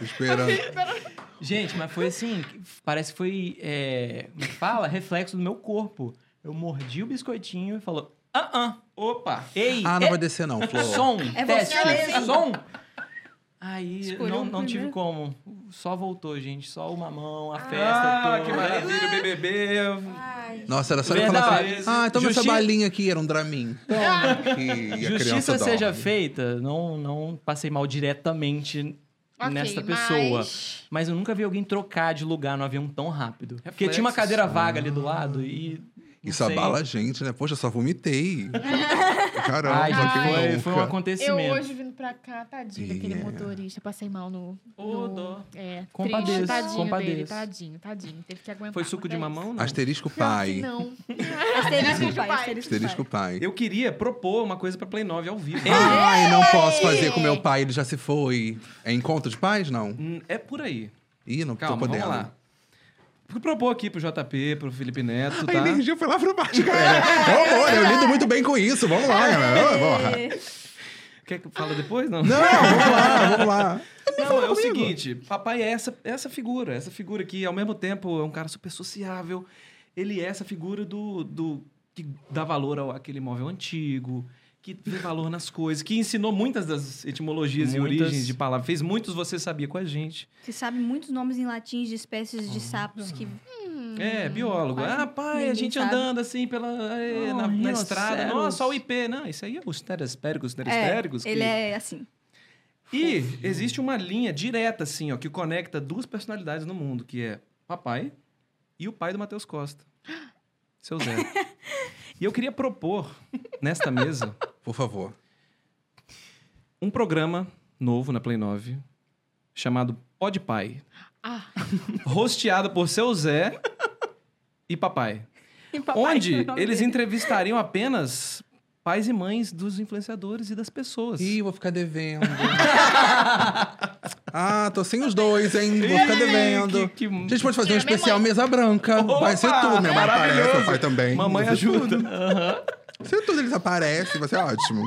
[SPEAKER 2] esperando.
[SPEAKER 1] mão.
[SPEAKER 2] Esperando.
[SPEAKER 3] Gente, mas foi assim, que f- parece que foi, é, como é que fala? Reflexo do meu corpo. Eu mordi o biscoitinho e falou, ah, ah,
[SPEAKER 5] Opa!
[SPEAKER 3] ei,
[SPEAKER 2] Ah, não
[SPEAKER 3] é-
[SPEAKER 2] vai descer, não, Flor.
[SPEAKER 3] som,
[SPEAKER 4] É
[SPEAKER 3] teste,
[SPEAKER 4] você mesmo.
[SPEAKER 3] som. Aí
[SPEAKER 4] Escolheu
[SPEAKER 3] não,
[SPEAKER 4] o
[SPEAKER 3] não tive
[SPEAKER 4] primeiro.
[SPEAKER 3] como. Só voltou, gente. Só o mamão, a festa
[SPEAKER 5] Ah,
[SPEAKER 3] toda.
[SPEAKER 5] que maravilha, BBB.
[SPEAKER 1] Ai.
[SPEAKER 2] Nossa, era só ele
[SPEAKER 3] Verdade.
[SPEAKER 2] falar assim, ah, toma
[SPEAKER 3] Justi-
[SPEAKER 2] essa balinha aqui, era um Dramin. Toma. que a
[SPEAKER 3] Justiça
[SPEAKER 2] criança
[SPEAKER 3] seja
[SPEAKER 2] dorme.
[SPEAKER 3] feita, não, não passei mal diretamente
[SPEAKER 1] Ok,
[SPEAKER 3] nesta
[SPEAKER 1] mas-
[SPEAKER 3] pessoa. Mas eu nunca vi alguém trocar de lugar no avião tão rápido. Porque
[SPEAKER 5] Reflexos.
[SPEAKER 3] tinha uma cadeira vaga ali do lado e. não
[SPEAKER 2] Ah. Isso é
[SPEAKER 3] sei.
[SPEAKER 2] abala a gente, né? Poxa, eu só vomitei. Caramba,
[SPEAKER 3] Ai, gente,
[SPEAKER 2] que
[SPEAKER 3] foi,
[SPEAKER 2] bronca.
[SPEAKER 3] foi um
[SPEAKER 1] Eu
[SPEAKER 3] acontecimento.
[SPEAKER 1] hoje vindo pra cá, tadinho daquele
[SPEAKER 2] Yeah.
[SPEAKER 1] motorista, passei mal no.
[SPEAKER 3] Ô,
[SPEAKER 1] no-
[SPEAKER 3] dó.
[SPEAKER 1] É,
[SPEAKER 3] Compadeço,
[SPEAKER 1] triste, tadinho
[SPEAKER 3] compadeço.
[SPEAKER 1] dele, tadinho, tadinho. Teve que aguentar.
[SPEAKER 5] Foi suco de
[SPEAKER 1] acontece.
[SPEAKER 5] mamão, né? não?
[SPEAKER 2] Asterisco
[SPEAKER 1] Pior que
[SPEAKER 2] pai.
[SPEAKER 1] Não.
[SPEAKER 4] Asterisco pai, asterisco
[SPEAKER 2] Asterisco pai.
[SPEAKER 5] Eu queria propor uma coisa pra Play 9 ao vivo.
[SPEAKER 2] Ai, não posso fazer com meu pai, ele já se foi. É encontro de pais, não?
[SPEAKER 5] Hum, É por aí.
[SPEAKER 2] Ih, não
[SPEAKER 5] Calma,
[SPEAKER 2] tô podendo.
[SPEAKER 5] vamos lá. Vou propor aqui pro JP, pro Felipe Neto,
[SPEAKER 2] A
[SPEAKER 5] tá?
[SPEAKER 2] energia foi lá pra baixo, galera. É horror, eu lido muito bem com isso. Vamos lá,
[SPEAKER 1] É.
[SPEAKER 2] galera. Ô, porra.
[SPEAKER 5] Quer que eu fale depois? Não.
[SPEAKER 2] Não, vamos lá, vamos lá.
[SPEAKER 5] Não, é o seguinte, papai é essa, é essa figura, essa figura que ao mesmo tempo é um cara super sociável, ele é essa figura do, do que dá valor ao aquele móvel antigo, que vê valor nas coisas, que ensinou muitas das etimologias e
[SPEAKER 3] Muitas.
[SPEAKER 5] origens de palavras, fez muitos você sabia com a gente.
[SPEAKER 4] Que sabe muitos nomes em latim de espécies de sapos que
[SPEAKER 5] é, biólogo.
[SPEAKER 4] Uhum. quase
[SPEAKER 5] Ah, pai, a
[SPEAKER 4] ninguém
[SPEAKER 5] gente
[SPEAKER 4] sabe.
[SPEAKER 5] andando assim pela é,
[SPEAKER 3] Oh,
[SPEAKER 5] na, na
[SPEAKER 3] rinoceros.
[SPEAKER 5] estrada. Nossa, olha o IP, não, isso aí é os pterosféricos, os
[SPEAKER 4] É,
[SPEAKER 5] pterosféricos. que-
[SPEAKER 4] ele é assim.
[SPEAKER 5] E existe uma linha direta, assim, ó, que conecta duas personalidades no mundo, que é papai e o pai do Matheus Costa. Seu Zé. e eu queria propor, nesta mesa,
[SPEAKER 2] Por favor.
[SPEAKER 5] um programa novo na Play 9, chamado Pod Pai,
[SPEAKER 1] Ah,
[SPEAKER 5] hosteado por seu Zé e papai.
[SPEAKER 4] E papai foi
[SPEAKER 5] onde
[SPEAKER 4] o nome é
[SPEAKER 5] eles
[SPEAKER 4] dele.
[SPEAKER 5] entrevistariam apenas pais e mães dos influenciadores e das pessoas.
[SPEAKER 2] Ih, vou ficar devendo. ah, tô sem os dois, hein? Vou ficar
[SPEAKER 5] Ih,
[SPEAKER 2] devendo.
[SPEAKER 5] que- que-
[SPEAKER 2] A gente pode fazer um
[SPEAKER 1] Tira minha
[SPEAKER 2] especial
[SPEAKER 1] mãe.
[SPEAKER 2] mesa branca.
[SPEAKER 5] Opa!
[SPEAKER 2] Vai ser tudo. Minha mãe
[SPEAKER 5] Maravilhoso.
[SPEAKER 2] aparece, meu pai também. Vai
[SPEAKER 5] Mamãe
[SPEAKER 2] ser
[SPEAKER 5] ajuda.
[SPEAKER 2] tudo. Vai ser tudo, eles aparecem, vai ser ótimo.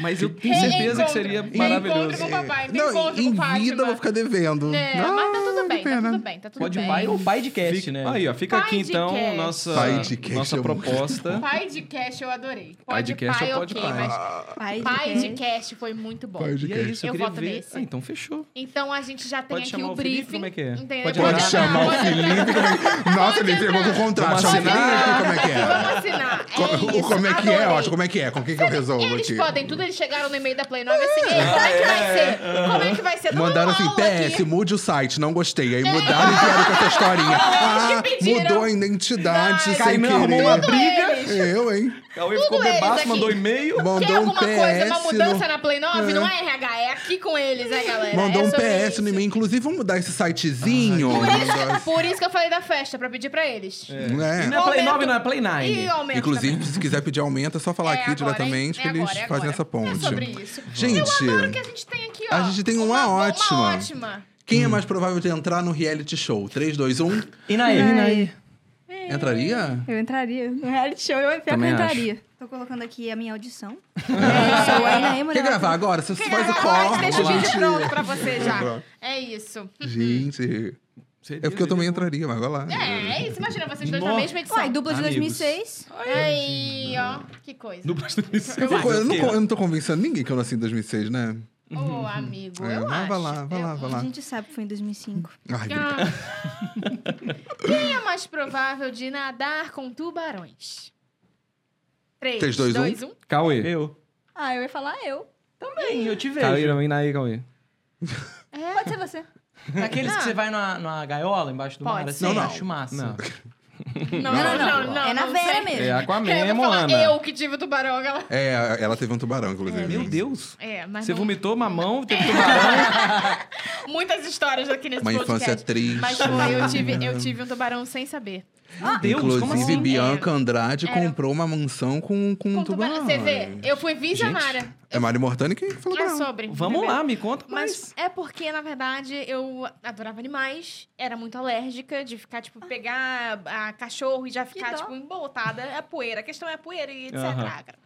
[SPEAKER 5] Mas eu tenho certeza que seria
[SPEAKER 1] Reencontro.
[SPEAKER 5] maravilhoso.
[SPEAKER 1] Reencontro com o papai, me
[SPEAKER 2] Não,
[SPEAKER 1] encontro
[SPEAKER 2] em
[SPEAKER 1] com Fátima.
[SPEAKER 2] vida eu vou ficar devendo.
[SPEAKER 1] é,
[SPEAKER 2] Ah,
[SPEAKER 1] mas tá tudo bem,
[SPEAKER 2] que
[SPEAKER 1] tá
[SPEAKER 2] pena.
[SPEAKER 1] tudo bem, tá tudo
[SPEAKER 3] Pode
[SPEAKER 1] bem.
[SPEAKER 3] pai ou pai de cast,
[SPEAKER 5] Fica-
[SPEAKER 3] né?
[SPEAKER 5] Aí, ó, fica
[SPEAKER 1] É, tipo, Pai
[SPEAKER 5] aqui
[SPEAKER 1] de
[SPEAKER 5] então
[SPEAKER 1] cast.
[SPEAKER 5] nossa,
[SPEAKER 2] Pai de cast, é
[SPEAKER 5] nossa
[SPEAKER 2] eu-
[SPEAKER 5] proposta.
[SPEAKER 1] Pai de cast eu adorei. Pode
[SPEAKER 5] Pai de cast
[SPEAKER 1] pai,
[SPEAKER 5] ou pode
[SPEAKER 1] ok,
[SPEAKER 5] pai?
[SPEAKER 1] mas
[SPEAKER 4] Pai de,
[SPEAKER 1] pai de
[SPEAKER 4] Kennedy.
[SPEAKER 1] cast foi muito bom.
[SPEAKER 2] é Pai de
[SPEAKER 5] E é isso, eu,
[SPEAKER 1] Eu
[SPEAKER 5] queria
[SPEAKER 1] voto
[SPEAKER 5] ver.
[SPEAKER 1] nesse.
[SPEAKER 5] Ah, então fechou.
[SPEAKER 1] Então a gente já tem
[SPEAKER 5] Pode
[SPEAKER 1] aqui
[SPEAKER 5] chamar
[SPEAKER 1] o
[SPEAKER 5] o Felipe,
[SPEAKER 1] briefing.
[SPEAKER 5] como é que é?
[SPEAKER 1] entendeu?
[SPEAKER 5] Pode
[SPEAKER 2] Pode
[SPEAKER 1] entrar,
[SPEAKER 2] chamar o
[SPEAKER 1] pode entrar.
[SPEAKER 2] Felipe. também. Nossa, ele entregou com o contrato.
[SPEAKER 5] Vamos
[SPEAKER 2] Chama o
[SPEAKER 5] assinar.
[SPEAKER 2] Felipe, como é que é?
[SPEAKER 1] Vamos assinar. É
[SPEAKER 2] Como, o-
[SPEAKER 1] isso,
[SPEAKER 2] como é que é?
[SPEAKER 1] adorei.
[SPEAKER 2] Ótimo, como é que é? Com quem que eu resolvo
[SPEAKER 1] Eles
[SPEAKER 2] aqui? Ah,
[SPEAKER 1] podem tudo, eles chegaram no e-mail da Play 9 assim, e aí, como é que vai ser? Como é que vai ser? Dá uma
[SPEAKER 2] Mandaram assim,
[SPEAKER 1] aula aqui.
[SPEAKER 2] PS, mude o site, não gostei. Aí mudaram e vieram com essa historinha. Ah,
[SPEAKER 1] que pediram.
[SPEAKER 2] mudou a identidade
[SPEAKER 1] Ai,
[SPEAKER 2] sem
[SPEAKER 5] Kainan
[SPEAKER 2] querer.
[SPEAKER 5] arrumou uma briga.
[SPEAKER 1] Eles.
[SPEAKER 2] Eu, hein?
[SPEAKER 5] Cauê
[SPEAKER 1] Tudo
[SPEAKER 5] ficou
[SPEAKER 1] eles
[SPEAKER 5] bebaço,
[SPEAKER 1] aqui.
[SPEAKER 5] mandou e-mail.
[SPEAKER 1] Tem
[SPEAKER 2] Mandou um
[SPEAKER 1] alguma coisa, uma
[SPEAKER 2] PS
[SPEAKER 1] mudança
[SPEAKER 2] no...
[SPEAKER 1] na Play 9? Não é RH, é aqui com eles, é, galera?
[SPEAKER 2] Mandou
[SPEAKER 1] é
[SPEAKER 2] um
[SPEAKER 1] sobre
[SPEAKER 2] PS
[SPEAKER 1] isso.
[SPEAKER 2] no e-mail. Inclusive, vamos mudar esse sitezinho. Mandou assim,
[SPEAKER 1] Por isso é que eu falei da festa, pra pedir pra eles.
[SPEAKER 5] E
[SPEAKER 2] né?
[SPEAKER 5] não é Play
[SPEAKER 1] Aumenta.
[SPEAKER 5] 9, não é Play 9.
[SPEAKER 1] E aumenta
[SPEAKER 2] Inclusive, se quiser pedir aumento, é só falar
[SPEAKER 1] É
[SPEAKER 2] aqui
[SPEAKER 1] agora,
[SPEAKER 2] diretamente
[SPEAKER 1] hein?
[SPEAKER 2] que
[SPEAKER 1] É
[SPEAKER 2] eles
[SPEAKER 1] agora, é
[SPEAKER 2] fazem
[SPEAKER 1] agora.
[SPEAKER 2] essa
[SPEAKER 1] também. É
[SPEAKER 2] ponte.
[SPEAKER 1] sobre isso.
[SPEAKER 2] Gente,
[SPEAKER 1] Eu adoro que a gente tem aqui, ó.
[SPEAKER 2] a gente tem uma
[SPEAKER 1] uma
[SPEAKER 2] ótima.
[SPEAKER 1] Uma ótima.
[SPEAKER 2] quem é mais provável de entrar no reality show? 3, 2, 1.
[SPEAKER 3] E naí?
[SPEAKER 4] E naí?
[SPEAKER 1] É.
[SPEAKER 2] Entraria?
[SPEAKER 4] Eu entraria. No reality show, eu, pior que eu
[SPEAKER 5] Também acho.
[SPEAKER 4] entraria. Tô colocando aqui a minha audição. Eu sou a Ana Emanuel.
[SPEAKER 2] Quer gravar agora? Você faz o
[SPEAKER 1] Agora
[SPEAKER 2] corte.
[SPEAKER 1] deixa o vídeo pronto pra você já.
[SPEAKER 2] Pronto.
[SPEAKER 1] É isso.
[SPEAKER 2] Gente,
[SPEAKER 5] Seria,
[SPEAKER 2] é porque eu também
[SPEAKER 5] seria.
[SPEAKER 2] entraria, mas vai lá.
[SPEAKER 1] Uhum. É, é isso. Imagina vocês dois na
[SPEAKER 5] Nossa.
[SPEAKER 1] mesma edição.
[SPEAKER 4] Uai, dupla de
[SPEAKER 5] Amigos.
[SPEAKER 4] 2006.
[SPEAKER 1] Aí, ó. Que coisa.
[SPEAKER 5] Dupla de transmissão.
[SPEAKER 2] Eu, vou- eu não, eu não tô convencendo ninguém que eu nasci em 2006, né?
[SPEAKER 1] Ô, amigo,
[SPEAKER 2] É,
[SPEAKER 1] eu
[SPEAKER 2] mas
[SPEAKER 1] acho.
[SPEAKER 2] vai lá, vai
[SPEAKER 1] Eu-
[SPEAKER 2] lá, vai
[SPEAKER 4] A
[SPEAKER 2] lá.
[SPEAKER 4] gente sabe que foi em 2005.
[SPEAKER 2] Ai, brinca-
[SPEAKER 1] Ah. Quem é mais provável de nadar com tubarões? um? 3,
[SPEAKER 2] Três, dois, um?
[SPEAKER 1] 2, 1.
[SPEAKER 5] Cauê.
[SPEAKER 3] Eu.
[SPEAKER 4] Ah, eu ia falar eu.
[SPEAKER 3] Também, eu te
[SPEAKER 5] Cauê,
[SPEAKER 3] vejo.
[SPEAKER 5] não, e aí, Cauê.
[SPEAKER 4] É. Pode ser você.
[SPEAKER 3] Aqueles
[SPEAKER 1] Ah.
[SPEAKER 3] que você vai na, na gaiola embaixo do
[SPEAKER 1] Pode
[SPEAKER 3] mar,
[SPEAKER 1] ser.
[SPEAKER 3] assim,
[SPEAKER 2] Não,
[SPEAKER 3] eu
[SPEAKER 2] não.
[SPEAKER 3] acho massa.
[SPEAKER 5] Não.
[SPEAKER 1] Não,
[SPEAKER 4] Não, não, não.
[SPEAKER 1] não, não,
[SPEAKER 4] é na
[SPEAKER 1] não
[SPEAKER 4] Vera
[SPEAKER 1] sei.
[SPEAKER 4] mesmo.
[SPEAKER 5] É Aquaman,
[SPEAKER 1] É, eu vou falar,
[SPEAKER 5] Moana.
[SPEAKER 1] eu que tive o tubarão, galera.
[SPEAKER 2] É, ela teve um tubarão, inclusive.
[SPEAKER 5] Meu Deus.
[SPEAKER 1] É, mas
[SPEAKER 5] Você
[SPEAKER 1] não-
[SPEAKER 5] vomitou mamão, teve tubarão.
[SPEAKER 1] muitas histórias aqui nesse
[SPEAKER 2] Uma
[SPEAKER 1] podcast.
[SPEAKER 2] infância triste.
[SPEAKER 1] Mas foi, eu tive, eu tive um tubarão sem saber.
[SPEAKER 5] Meu Deus, como
[SPEAKER 2] Inclusive,
[SPEAKER 5] assim?
[SPEAKER 2] Bianca Andrade
[SPEAKER 1] É. Era-
[SPEAKER 2] comprou uma mansão com, com
[SPEAKER 1] Com
[SPEAKER 2] um tubarão.
[SPEAKER 1] Você vê, eu fui visionária.
[SPEAKER 2] É Mário Mortani que falou
[SPEAKER 1] É
[SPEAKER 2] pra ela.
[SPEAKER 1] sobre.
[SPEAKER 5] Vamos
[SPEAKER 1] entendeu?
[SPEAKER 5] lá, me conta mais.
[SPEAKER 1] Mas é porque, na verdade, eu adorava animais, era muito alérgica de ficar, tipo, pegar a cachorro e já ficar,
[SPEAKER 4] dó.
[SPEAKER 1] tipo, emboltada. É poeira, a questão é a poeira e etc.
[SPEAKER 5] Aham.
[SPEAKER 1] ágaro.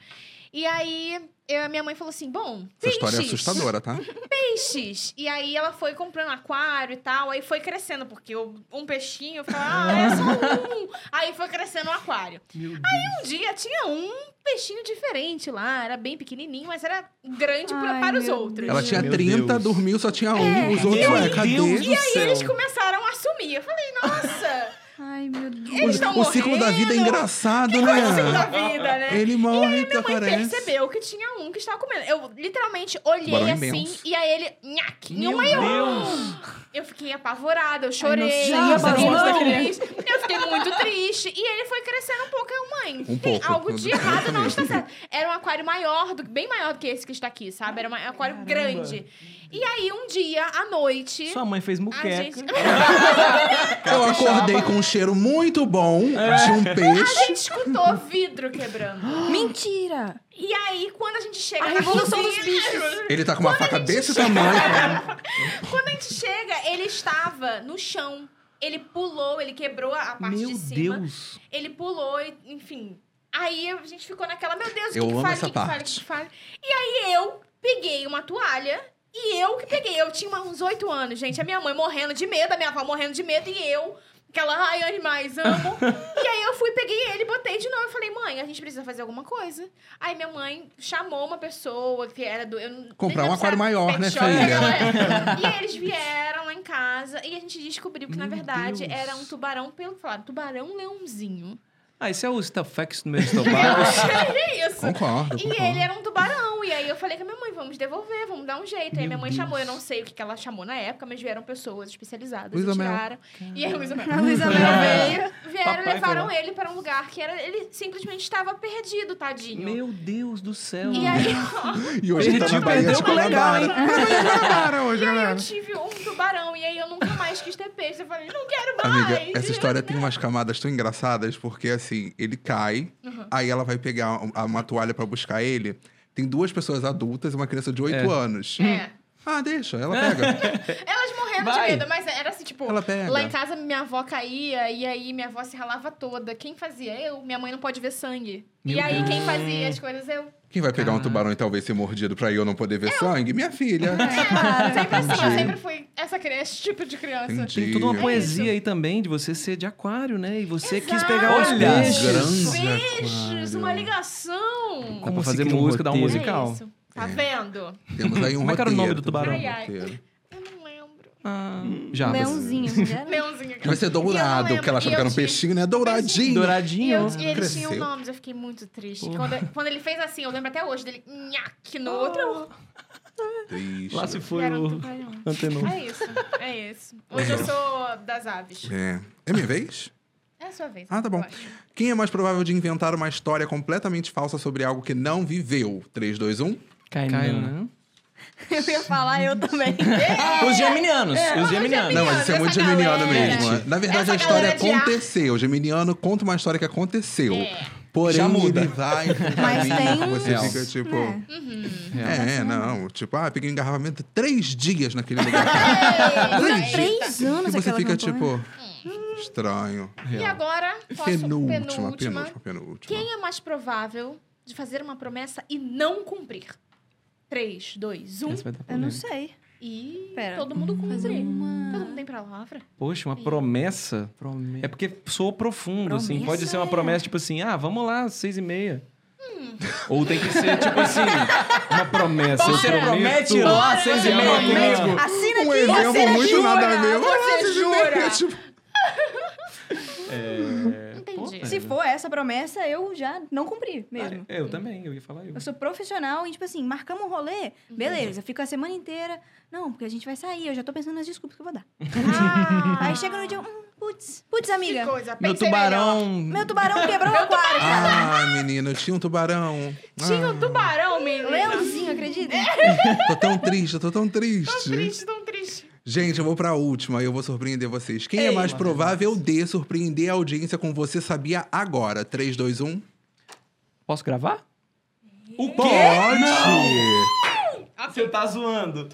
[SPEAKER 1] E aí, eu- a minha mãe falou assim: bom,
[SPEAKER 2] Essa história é
[SPEAKER 1] peixes,
[SPEAKER 2] assustadora, tá?
[SPEAKER 1] Peixes. E aí ela foi comprando aquário e tal, aí foi crescendo, porque eu- um peixinho, eu falava, ah, é só um. aí foi crescendo o aquário.
[SPEAKER 5] Meu Deus.
[SPEAKER 1] Um dia tinha um peixinho diferente lá, era bem pequenininho, mas era grande pra-
[SPEAKER 4] Ai,
[SPEAKER 1] para os
[SPEAKER 4] meu
[SPEAKER 1] outros.
[SPEAKER 2] Ela tinha
[SPEAKER 5] Meu
[SPEAKER 2] 30,
[SPEAKER 5] Deus.
[SPEAKER 2] dormiu, só tinha um.
[SPEAKER 1] É.
[SPEAKER 2] Os outros,
[SPEAKER 5] Meu
[SPEAKER 2] ué,
[SPEAKER 5] Deus
[SPEAKER 2] cadê?
[SPEAKER 5] do
[SPEAKER 1] E aí
[SPEAKER 5] céu.
[SPEAKER 1] eles começaram a assumir. Eu falei, nossa,
[SPEAKER 4] Ai, meu Deus.
[SPEAKER 1] eles estão
[SPEAKER 2] o
[SPEAKER 1] morrendo.
[SPEAKER 2] ciclo da vida é engraçado,
[SPEAKER 1] Coisa assim da
[SPEAKER 2] né?
[SPEAKER 1] vida, né?
[SPEAKER 2] Ele morre e
[SPEAKER 1] Minha mãe
[SPEAKER 2] aparece.
[SPEAKER 1] percebeu que tinha um que estava comendo. Eu literalmente olhei
[SPEAKER 2] Barulho
[SPEAKER 1] assim
[SPEAKER 2] imenso.
[SPEAKER 1] e aí ele. Nhaque, em
[SPEAKER 5] Meu
[SPEAKER 1] uma e eu.
[SPEAKER 5] Deus!
[SPEAKER 1] Eu fiquei apavorada, eu chorei.
[SPEAKER 4] nossa,
[SPEAKER 1] eu,
[SPEAKER 4] já
[SPEAKER 1] fiquei
[SPEAKER 4] apavorou?
[SPEAKER 1] muito triste. eu fiquei muito triste. E ele foi crescendo um pouco. Eu, mãe,
[SPEAKER 2] Um
[SPEAKER 1] tem
[SPEAKER 2] pouco.
[SPEAKER 1] algo de errado não está certo. Era um aquário maior, do- bem maior do que esse que está aqui, sabe? Era um aquário grande. E aí, um dia, à noite.
[SPEAKER 3] Sua mãe fez
[SPEAKER 4] um
[SPEAKER 1] a
[SPEAKER 3] muqueca.
[SPEAKER 1] gente...
[SPEAKER 2] Eu acordei com um cheiro muito bom de um peixe.
[SPEAKER 1] É. A gente escutou vidro quebrando.
[SPEAKER 4] Mentira!
[SPEAKER 1] E aí, quando a gente chega
[SPEAKER 4] A
[SPEAKER 1] na
[SPEAKER 4] revolução dos
[SPEAKER 1] cozinha-
[SPEAKER 4] bichos.
[SPEAKER 2] Ele tá com uma faca desse tamanho.
[SPEAKER 1] Quando a gente chega, ele estava no chão. Ele pulou, ele quebrou a parte
[SPEAKER 5] Meu
[SPEAKER 1] de cima.
[SPEAKER 5] Deus!
[SPEAKER 1] Ele pulou, e- enfim. Aí a gente ficou naquela, meu Deus, o
[SPEAKER 2] Eu
[SPEAKER 1] que, que
[SPEAKER 2] amo
[SPEAKER 1] faz,
[SPEAKER 2] essa
[SPEAKER 1] o que, que faz, o
[SPEAKER 2] parte.
[SPEAKER 1] que que faz? E aí eu peguei uma toalha e eu que peguei. Eu tinha uns oito anos, gente. A minha mãe morrendo de medo, a minha avó morrendo de medo e eu, aquela, ai, animais, amo. e aí eu fui, peguei ele, botei de novo. Eu falei, mãe, a gente precisa fazer alguma coisa. Aí minha mãe chamou uma pessoa que era do. Eu não- nem
[SPEAKER 2] Comprar um
[SPEAKER 1] lembro se era
[SPEAKER 2] aquário maior, né,
[SPEAKER 1] pet shop,
[SPEAKER 2] filha?
[SPEAKER 1] aquela época. e aí eles vieram lá em casa e a gente descobriu que, na
[SPEAKER 5] Meu
[SPEAKER 1] verdade,
[SPEAKER 5] Deus.
[SPEAKER 1] era um tubarão, pelo que falaram, tubarão leãozinho.
[SPEAKER 5] Ah, esse é o Stafex no meu estômago.
[SPEAKER 1] É isso.
[SPEAKER 2] Concordo,
[SPEAKER 1] E ele
[SPEAKER 2] concordo.
[SPEAKER 1] era um tubarão. E aí eu falei com a minha mãe, vamos devolver, vamos dar um jeito. aí
[SPEAKER 5] Meu
[SPEAKER 1] minha mãe
[SPEAKER 5] Deus.
[SPEAKER 1] chamou, eu não sei o que que ela chamou na época, mas vieram pessoas especializadas
[SPEAKER 2] Luísa
[SPEAKER 1] e
[SPEAKER 2] Mel.
[SPEAKER 1] tiraram. E aí, Luísa Mel.
[SPEAKER 4] A Luísa Mel veio.
[SPEAKER 1] Veio, vieram,
[SPEAKER 5] Papai
[SPEAKER 1] levaram
[SPEAKER 5] foi
[SPEAKER 1] ele para um lugar que era. Ele simplesmente estava perdido, tadinho.
[SPEAKER 5] Meu Deus do céu!
[SPEAKER 1] E aí,
[SPEAKER 2] E hoje ele tá na
[SPEAKER 5] Perdi,
[SPEAKER 2] Bahia
[SPEAKER 5] perdeu
[SPEAKER 2] de
[SPEAKER 5] o colegal,
[SPEAKER 2] Guanabara.
[SPEAKER 1] né?
[SPEAKER 2] Tá na Bahia de Guanabara hoje, galera.
[SPEAKER 1] eu tive um tubarão, e aí eu nunca mais quis ter peixe. Eu falei, não quero mais.
[SPEAKER 2] Amiga, essa história é
[SPEAKER 1] né?
[SPEAKER 2] tem umas camadas tão engraçadas, porque assim, ele cai,
[SPEAKER 1] Uhum.
[SPEAKER 2] aí ela vai pegar um- a- uma toalha pra buscar ele. Tem duas pessoas adultas e uma criança de 8
[SPEAKER 5] É.
[SPEAKER 2] anos.
[SPEAKER 1] É.
[SPEAKER 2] Ah, deixa, ela pega.
[SPEAKER 1] Elas morrendo
[SPEAKER 5] Vai.
[SPEAKER 1] de medo, mas era assim, tipo,
[SPEAKER 2] Ela pega.
[SPEAKER 1] lá em casa minha avó caía e aí minha avó se ralava toda. Quem fazia? Eu. Minha mãe não pode ver sangue. e
[SPEAKER 5] Meu
[SPEAKER 1] aí
[SPEAKER 5] Deus.
[SPEAKER 1] quem fazia as coisas? Eu.
[SPEAKER 2] Quem vai pegar um
[SPEAKER 5] Caraca.
[SPEAKER 2] tubarão e talvez ser mordido pra eu não poder ver sangue? Minha filha.
[SPEAKER 1] É, sempre assim, eu
[SPEAKER 2] Entendi.
[SPEAKER 1] sempre fui essa criança, esse tipo de criança.
[SPEAKER 2] Entendi.
[SPEAKER 5] Tem toda uma
[SPEAKER 2] É
[SPEAKER 5] poesia aí também de você ser de aquário, né? E você quis
[SPEAKER 1] Exato.
[SPEAKER 5] pegar os
[SPEAKER 3] Olha,
[SPEAKER 5] peixes.
[SPEAKER 2] grande.
[SPEAKER 1] Beijos, uma
[SPEAKER 2] Aquário.
[SPEAKER 1] ligação.
[SPEAKER 5] Como
[SPEAKER 3] pra
[SPEAKER 5] fazer
[SPEAKER 3] seguir um
[SPEAKER 5] música, dar um
[SPEAKER 3] roteiro.
[SPEAKER 5] musical.
[SPEAKER 1] É isso. Tá vendo?
[SPEAKER 2] Temos aí um
[SPEAKER 5] Como é que era
[SPEAKER 2] roteiro,
[SPEAKER 5] o nome do
[SPEAKER 2] temos
[SPEAKER 5] tubarão?
[SPEAKER 2] aí
[SPEAKER 1] Ai,
[SPEAKER 2] um
[SPEAKER 1] ai.
[SPEAKER 2] roteiro.
[SPEAKER 1] Eu não lembro.
[SPEAKER 5] Ah, já.
[SPEAKER 4] Leãozinho.
[SPEAKER 1] Leãozinho.
[SPEAKER 2] Vai ser dourado, é que ela achava que era um peixinho, né? Douradinho.
[SPEAKER 1] E, eu,
[SPEAKER 5] Douradinho.
[SPEAKER 1] e eles
[SPEAKER 2] Cresceu.
[SPEAKER 1] tinham nomes, eu fiquei muito triste. Quando, quando ele fez assim, eu lembro até hoje dele, nhaque no outro. eu-
[SPEAKER 2] Triste.
[SPEAKER 5] Lá se foi
[SPEAKER 1] Era um
[SPEAKER 5] o
[SPEAKER 1] tubarão.
[SPEAKER 5] antenor.
[SPEAKER 1] É isso, é isso. Hoje eu sou das aves.
[SPEAKER 2] É. É minha vez?
[SPEAKER 1] É a sua vez.
[SPEAKER 2] Ah, tá bom.
[SPEAKER 1] eu acho.
[SPEAKER 2] Quem é mais provável de inventar uma história completamente falsa sobre algo que não viveu? um. 3, 2, 1.
[SPEAKER 3] Cainan.
[SPEAKER 5] Cainan.
[SPEAKER 4] Eu ia falar, eu também.
[SPEAKER 3] Os geminianos. Os geminianos.
[SPEAKER 2] Não, mas isso é muito geminiano
[SPEAKER 1] galera.
[SPEAKER 2] mesmo. é. Na verdade,
[SPEAKER 1] Essa
[SPEAKER 2] a história
[SPEAKER 1] galera de ar.
[SPEAKER 2] aconteceu. O geminiano conta uma história que aconteceu.
[SPEAKER 1] É.
[SPEAKER 2] Porém,
[SPEAKER 3] Já muda.
[SPEAKER 2] ele vai pra um
[SPEAKER 4] Mas
[SPEAKER 2] caminho
[SPEAKER 4] tem
[SPEAKER 2] que
[SPEAKER 4] um-
[SPEAKER 2] Você
[SPEAKER 5] É.
[SPEAKER 2] fica tipo...
[SPEAKER 4] É.
[SPEAKER 2] É, é, não. Tipo, ah, peguei um engarrafamento três dias naquele lugar. tá
[SPEAKER 4] Durou três
[SPEAKER 2] e
[SPEAKER 4] anos
[SPEAKER 2] você
[SPEAKER 4] aquela
[SPEAKER 2] fica
[SPEAKER 4] campanha.
[SPEAKER 2] tipo... Estranho.
[SPEAKER 1] E agora, posso, penúltima,
[SPEAKER 2] Penúltima, penúltima, penúltima.
[SPEAKER 1] Quem é mais provável de fazer uma promessa e não cumprir? 3, 2, 1
[SPEAKER 5] Essa vai dar
[SPEAKER 4] Eu não
[SPEAKER 5] polêmica.
[SPEAKER 4] sei.
[SPEAKER 1] e
[SPEAKER 4] Pera.
[SPEAKER 1] todo mundo cumpre.
[SPEAKER 4] Fazer uma-
[SPEAKER 1] Todo mundo tem palavra.
[SPEAKER 5] Poxa, uma promessa. É porque soa profundo, assim.
[SPEAKER 4] Promessa,
[SPEAKER 5] Pode ser uma
[SPEAKER 4] é.
[SPEAKER 5] promessa, tipo assim, ah, vamos lá, às seis e meia. Ou tem que ser, tipo assim, uma promessa. Eu
[SPEAKER 3] Você
[SPEAKER 5] prometo-
[SPEAKER 3] promete ir lá às seis e meia
[SPEAKER 5] Promete.
[SPEAKER 3] comigo?
[SPEAKER 4] Assina
[SPEAKER 2] Um
[SPEAKER 4] aqui!
[SPEAKER 2] exemplo
[SPEAKER 4] assina
[SPEAKER 2] muito
[SPEAKER 4] aqui.
[SPEAKER 2] nada a ver.
[SPEAKER 1] Você jura?
[SPEAKER 2] Tipo,
[SPEAKER 5] É.
[SPEAKER 1] Entendi.
[SPEAKER 5] Pô,
[SPEAKER 2] É.
[SPEAKER 4] Se for essa promessa, eu já não cumpri mesmo.
[SPEAKER 5] Eu também, eu ia falar
[SPEAKER 2] É.
[SPEAKER 5] eu.
[SPEAKER 4] Eu sou profissional e, tipo assim, marcamos um rolê, beleza, fico a semana inteira. Não, porque a gente vai sair, eu já tô pensando nas desculpas que eu vou dar.
[SPEAKER 1] Ah,
[SPEAKER 4] Aí chega no dia, hum, putz, putz, amiga,
[SPEAKER 1] Que coisa,
[SPEAKER 3] Meu
[SPEAKER 1] pensei melhor.
[SPEAKER 3] tubarão.
[SPEAKER 4] meu tubarão quebrou o aquário.
[SPEAKER 2] ah, menino, eu tinha um tubarão.
[SPEAKER 1] Tinha um tubarão, menino.
[SPEAKER 4] Leãozinho, acredita?
[SPEAKER 2] Ah, tô tão triste, eu tô tão triste.
[SPEAKER 1] Tão triste, tão triste.
[SPEAKER 2] Gente, eu vou pra última e eu vou surpreender vocês. Quem é mais provável de surpreender a audiência com Você Sabia Agora? um. 3, 2, 1.
[SPEAKER 5] Posso gravar?
[SPEAKER 3] O quê? Você tá zoando.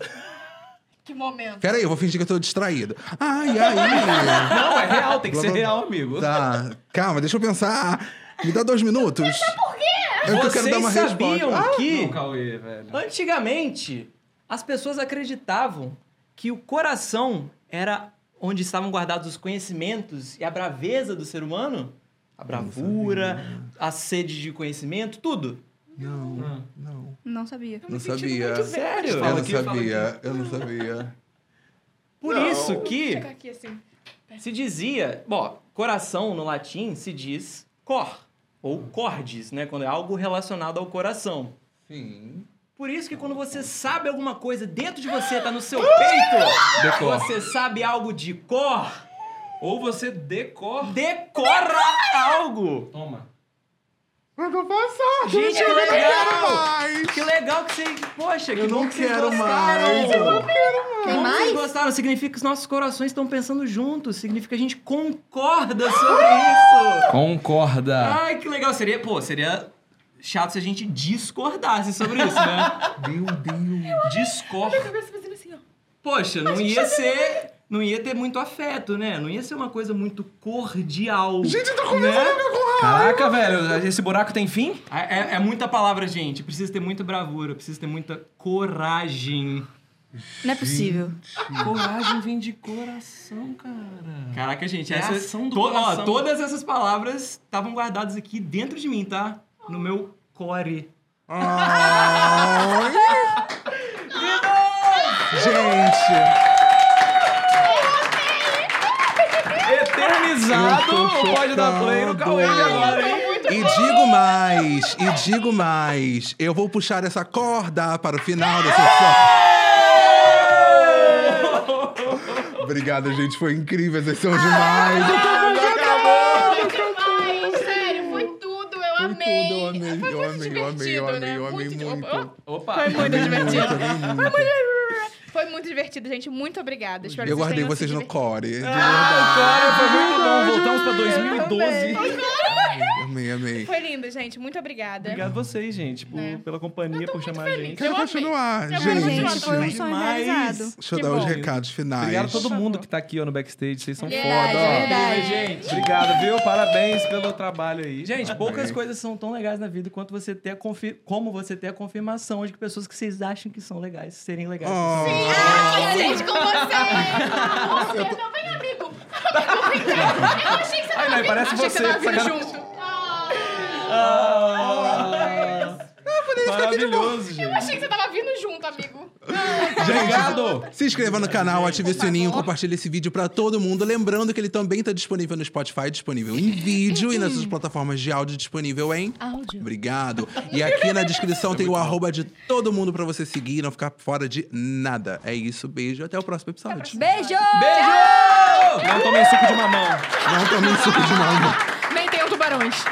[SPEAKER 1] Que momento.
[SPEAKER 2] Peraí, eu vou fingir que eu tô distraído. Ai, ai.
[SPEAKER 3] Não, é real, tem que
[SPEAKER 2] Blá,
[SPEAKER 3] ser
[SPEAKER 2] blá,
[SPEAKER 5] Tá.
[SPEAKER 2] blá.
[SPEAKER 3] real, amigo.
[SPEAKER 2] tá, calma, deixa eu pensar. Me dá dois minutos. por quê? É que eu quero
[SPEAKER 3] Vocês
[SPEAKER 2] dar uma
[SPEAKER 3] sabiam
[SPEAKER 2] resposta.
[SPEAKER 3] que
[SPEAKER 5] Ah, Não, Cauê, velho.
[SPEAKER 3] antigamente as pessoas acreditavam que o coração era onde estavam guardados os conhecimentos e a braveza do ser humano? A bravura, a sede de conhecimento, tudo.
[SPEAKER 2] Não,
[SPEAKER 5] Não.
[SPEAKER 2] não.
[SPEAKER 4] Não sabia.
[SPEAKER 1] Eu me
[SPEAKER 2] Não
[SPEAKER 1] sentindo
[SPEAKER 2] sabia.
[SPEAKER 1] muito velha.
[SPEAKER 3] Sério?
[SPEAKER 2] Eu
[SPEAKER 5] Fala
[SPEAKER 2] não
[SPEAKER 5] aqui, fala
[SPEAKER 2] sabia, eu não sabia.
[SPEAKER 3] Por
[SPEAKER 2] Não.
[SPEAKER 3] isso
[SPEAKER 1] Vou
[SPEAKER 3] que
[SPEAKER 1] chegar aqui assim.
[SPEAKER 3] se dizia, bom, coração no latim se diz cor ou cordes, né, quando é algo relacionado ao coração.
[SPEAKER 2] Sim.
[SPEAKER 3] Por isso que quando você sabe alguma coisa dentro de você, tá no seu
[SPEAKER 2] Ah!
[SPEAKER 3] peito,
[SPEAKER 5] Decor.
[SPEAKER 3] você sabe algo de cor,
[SPEAKER 5] Ou você decor.
[SPEAKER 3] decora algo.
[SPEAKER 5] Toma.
[SPEAKER 2] é Eu não passar.
[SPEAKER 3] Gente, que
[SPEAKER 2] eu não quero
[SPEAKER 3] legal!
[SPEAKER 2] mais.
[SPEAKER 3] Que legal que você... Poxa, que
[SPEAKER 2] Eu
[SPEAKER 3] bom
[SPEAKER 2] não
[SPEAKER 3] que vocês
[SPEAKER 2] quero
[SPEAKER 3] gostaram.
[SPEAKER 2] mais. Eu não quero mais.
[SPEAKER 3] Que
[SPEAKER 4] Tem
[SPEAKER 3] bom que
[SPEAKER 4] mais?
[SPEAKER 3] Vocês gostaram. Significa que os nossos corações estão pensando juntos. Significa que a gente concorda sobre isso.
[SPEAKER 5] Concorda.
[SPEAKER 3] Ai, que legal. Seria, pô, seria chato se a gente discordasse sobre isso, né?
[SPEAKER 2] Meu Deus.
[SPEAKER 3] Discord.
[SPEAKER 1] Minha cabeça fazendo assim, ó.
[SPEAKER 3] Poxa, não ia ser. Não ia ter muito afeto, né? Não ia ser uma coisa muito cordial.
[SPEAKER 2] Gente, eu tô
[SPEAKER 3] né?
[SPEAKER 2] começando a ficar com raiva.
[SPEAKER 5] Caraca, velho. Esse buraco tem fim?
[SPEAKER 3] É, é- é muita palavra, gente. Precisa ter muita bravura, precisa ter muita coragem.
[SPEAKER 4] Não é possível.
[SPEAKER 5] Coragem vem de coração, cara.
[SPEAKER 3] Caraca, gente,
[SPEAKER 5] É a
[SPEAKER 3] essa,
[SPEAKER 5] ação do
[SPEAKER 3] to- ó,
[SPEAKER 5] coração.
[SPEAKER 3] todas essas palavras estavam guardadas aqui dentro de mim, tá? No meu core.
[SPEAKER 2] Ai. Gente,
[SPEAKER 5] Eternizado.
[SPEAKER 2] Eu tô
[SPEAKER 5] o Pode dar
[SPEAKER 2] chocado.
[SPEAKER 5] play no Cauê de agora, hein?
[SPEAKER 2] e digo mais, e digo mais, eu vou puxar essa corda para o final da sessão. Obrigada, gente, foi incrível, vocês são demais. Eu tô muito
[SPEAKER 1] Demais, sério, foi tudo, eu
[SPEAKER 2] Foi
[SPEAKER 1] amei.
[SPEAKER 2] tudo, eu amei,
[SPEAKER 1] Foi muito
[SPEAKER 2] eu amei, eu amei, eu
[SPEAKER 1] divertido,
[SPEAKER 2] amei,
[SPEAKER 1] né?
[SPEAKER 2] eu amei
[SPEAKER 1] di-
[SPEAKER 2] muito.
[SPEAKER 1] Opa,
[SPEAKER 5] Opa.
[SPEAKER 1] Foi muito divertido.
[SPEAKER 2] eu amei muito.
[SPEAKER 1] Foi muito divertido, gente. Muito obrigada. Espero que
[SPEAKER 2] Eu guardei
[SPEAKER 1] tenham
[SPEAKER 2] vocês
[SPEAKER 1] se
[SPEAKER 2] no
[SPEAKER 1] divertido.
[SPEAKER 2] core.
[SPEAKER 5] Ah, o Core foi muito bom. Voltamos pra 2012.
[SPEAKER 2] Amei, amei.
[SPEAKER 1] Foi lindo, gente. Muito obrigada.
[SPEAKER 5] Obrigado vocês, gente, por-
[SPEAKER 1] É.
[SPEAKER 5] pela companhia, por chamar a gente.
[SPEAKER 2] Quero
[SPEAKER 1] Eu amei.
[SPEAKER 2] continuar,
[SPEAKER 1] Eu
[SPEAKER 4] Ai,
[SPEAKER 1] amei.
[SPEAKER 2] gente.
[SPEAKER 4] gente, foi um sonho
[SPEAKER 3] demais.
[SPEAKER 4] realizado.
[SPEAKER 2] Deixa eu
[SPEAKER 1] Que
[SPEAKER 2] dar os
[SPEAKER 1] bom.
[SPEAKER 2] recados finais.
[SPEAKER 5] Obrigado a todo
[SPEAKER 1] Por
[SPEAKER 5] mundo
[SPEAKER 1] favor.
[SPEAKER 5] que tá aqui ó, no backstage. Vocês são
[SPEAKER 1] Verdade,
[SPEAKER 5] foda. ó.
[SPEAKER 4] verdade.
[SPEAKER 3] gente.
[SPEAKER 5] Obrigado, viu? Parabéns pelo trabalho aí.
[SPEAKER 3] Gente, poucas
[SPEAKER 2] Amém.
[SPEAKER 3] coisas são tão legais na vida quanto você ter a confi- como você ter a confirmação de que pessoas que vocês acham que são legais serem legais.
[SPEAKER 2] Oh.
[SPEAKER 1] Ah, gente, com você! Você não vem, amigo! Amigo, vem cá! Eu achei que você
[SPEAKER 5] Ai,
[SPEAKER 1] tava
[SPEAKER 5] não,
[SPEAKER 1] vindo-
[SPEAKER 5] parece
[SPEAKER 1] achei que
[SPEAKER 5] você,
[SPEAKER 1] tava vindo
[SPEAKER 5] sacanagem.
[SPEAKER 1] junto. Ah,
[SPEAKER 5] Ah, maravilhoso,
[SPEAKER 1] eu
[SPEAKER 5] gente.
[SPEAKER 1] achei que você tava vindo junto, amigo.
[SPEAKER 5] Obrigado.
[SPEAKER 2] Se inscreva no canal, ative o sininho, compartilhe esse vídeo pra todo mundo. Lembrando que ele também tá disponível no Spotify, disponível em vídeo e nas suas plataformas de áudio disponível em áudio. Obrigado. E aqui na
[SPEAKER 5] É
[SPEAKER 2] descrição tem o arroba de todo mundo pra você seguir e não ficar fora de nada. É isso, beijo e até o próximo episódio.
[SPEAKER 4] Beijo!
[SPEAKER 5] Beijo! Não tomem suco de mamão.
[SPEAKER 2] Não tomem suco de mão.
[SPEAKER 1] Nem tenho tubarões.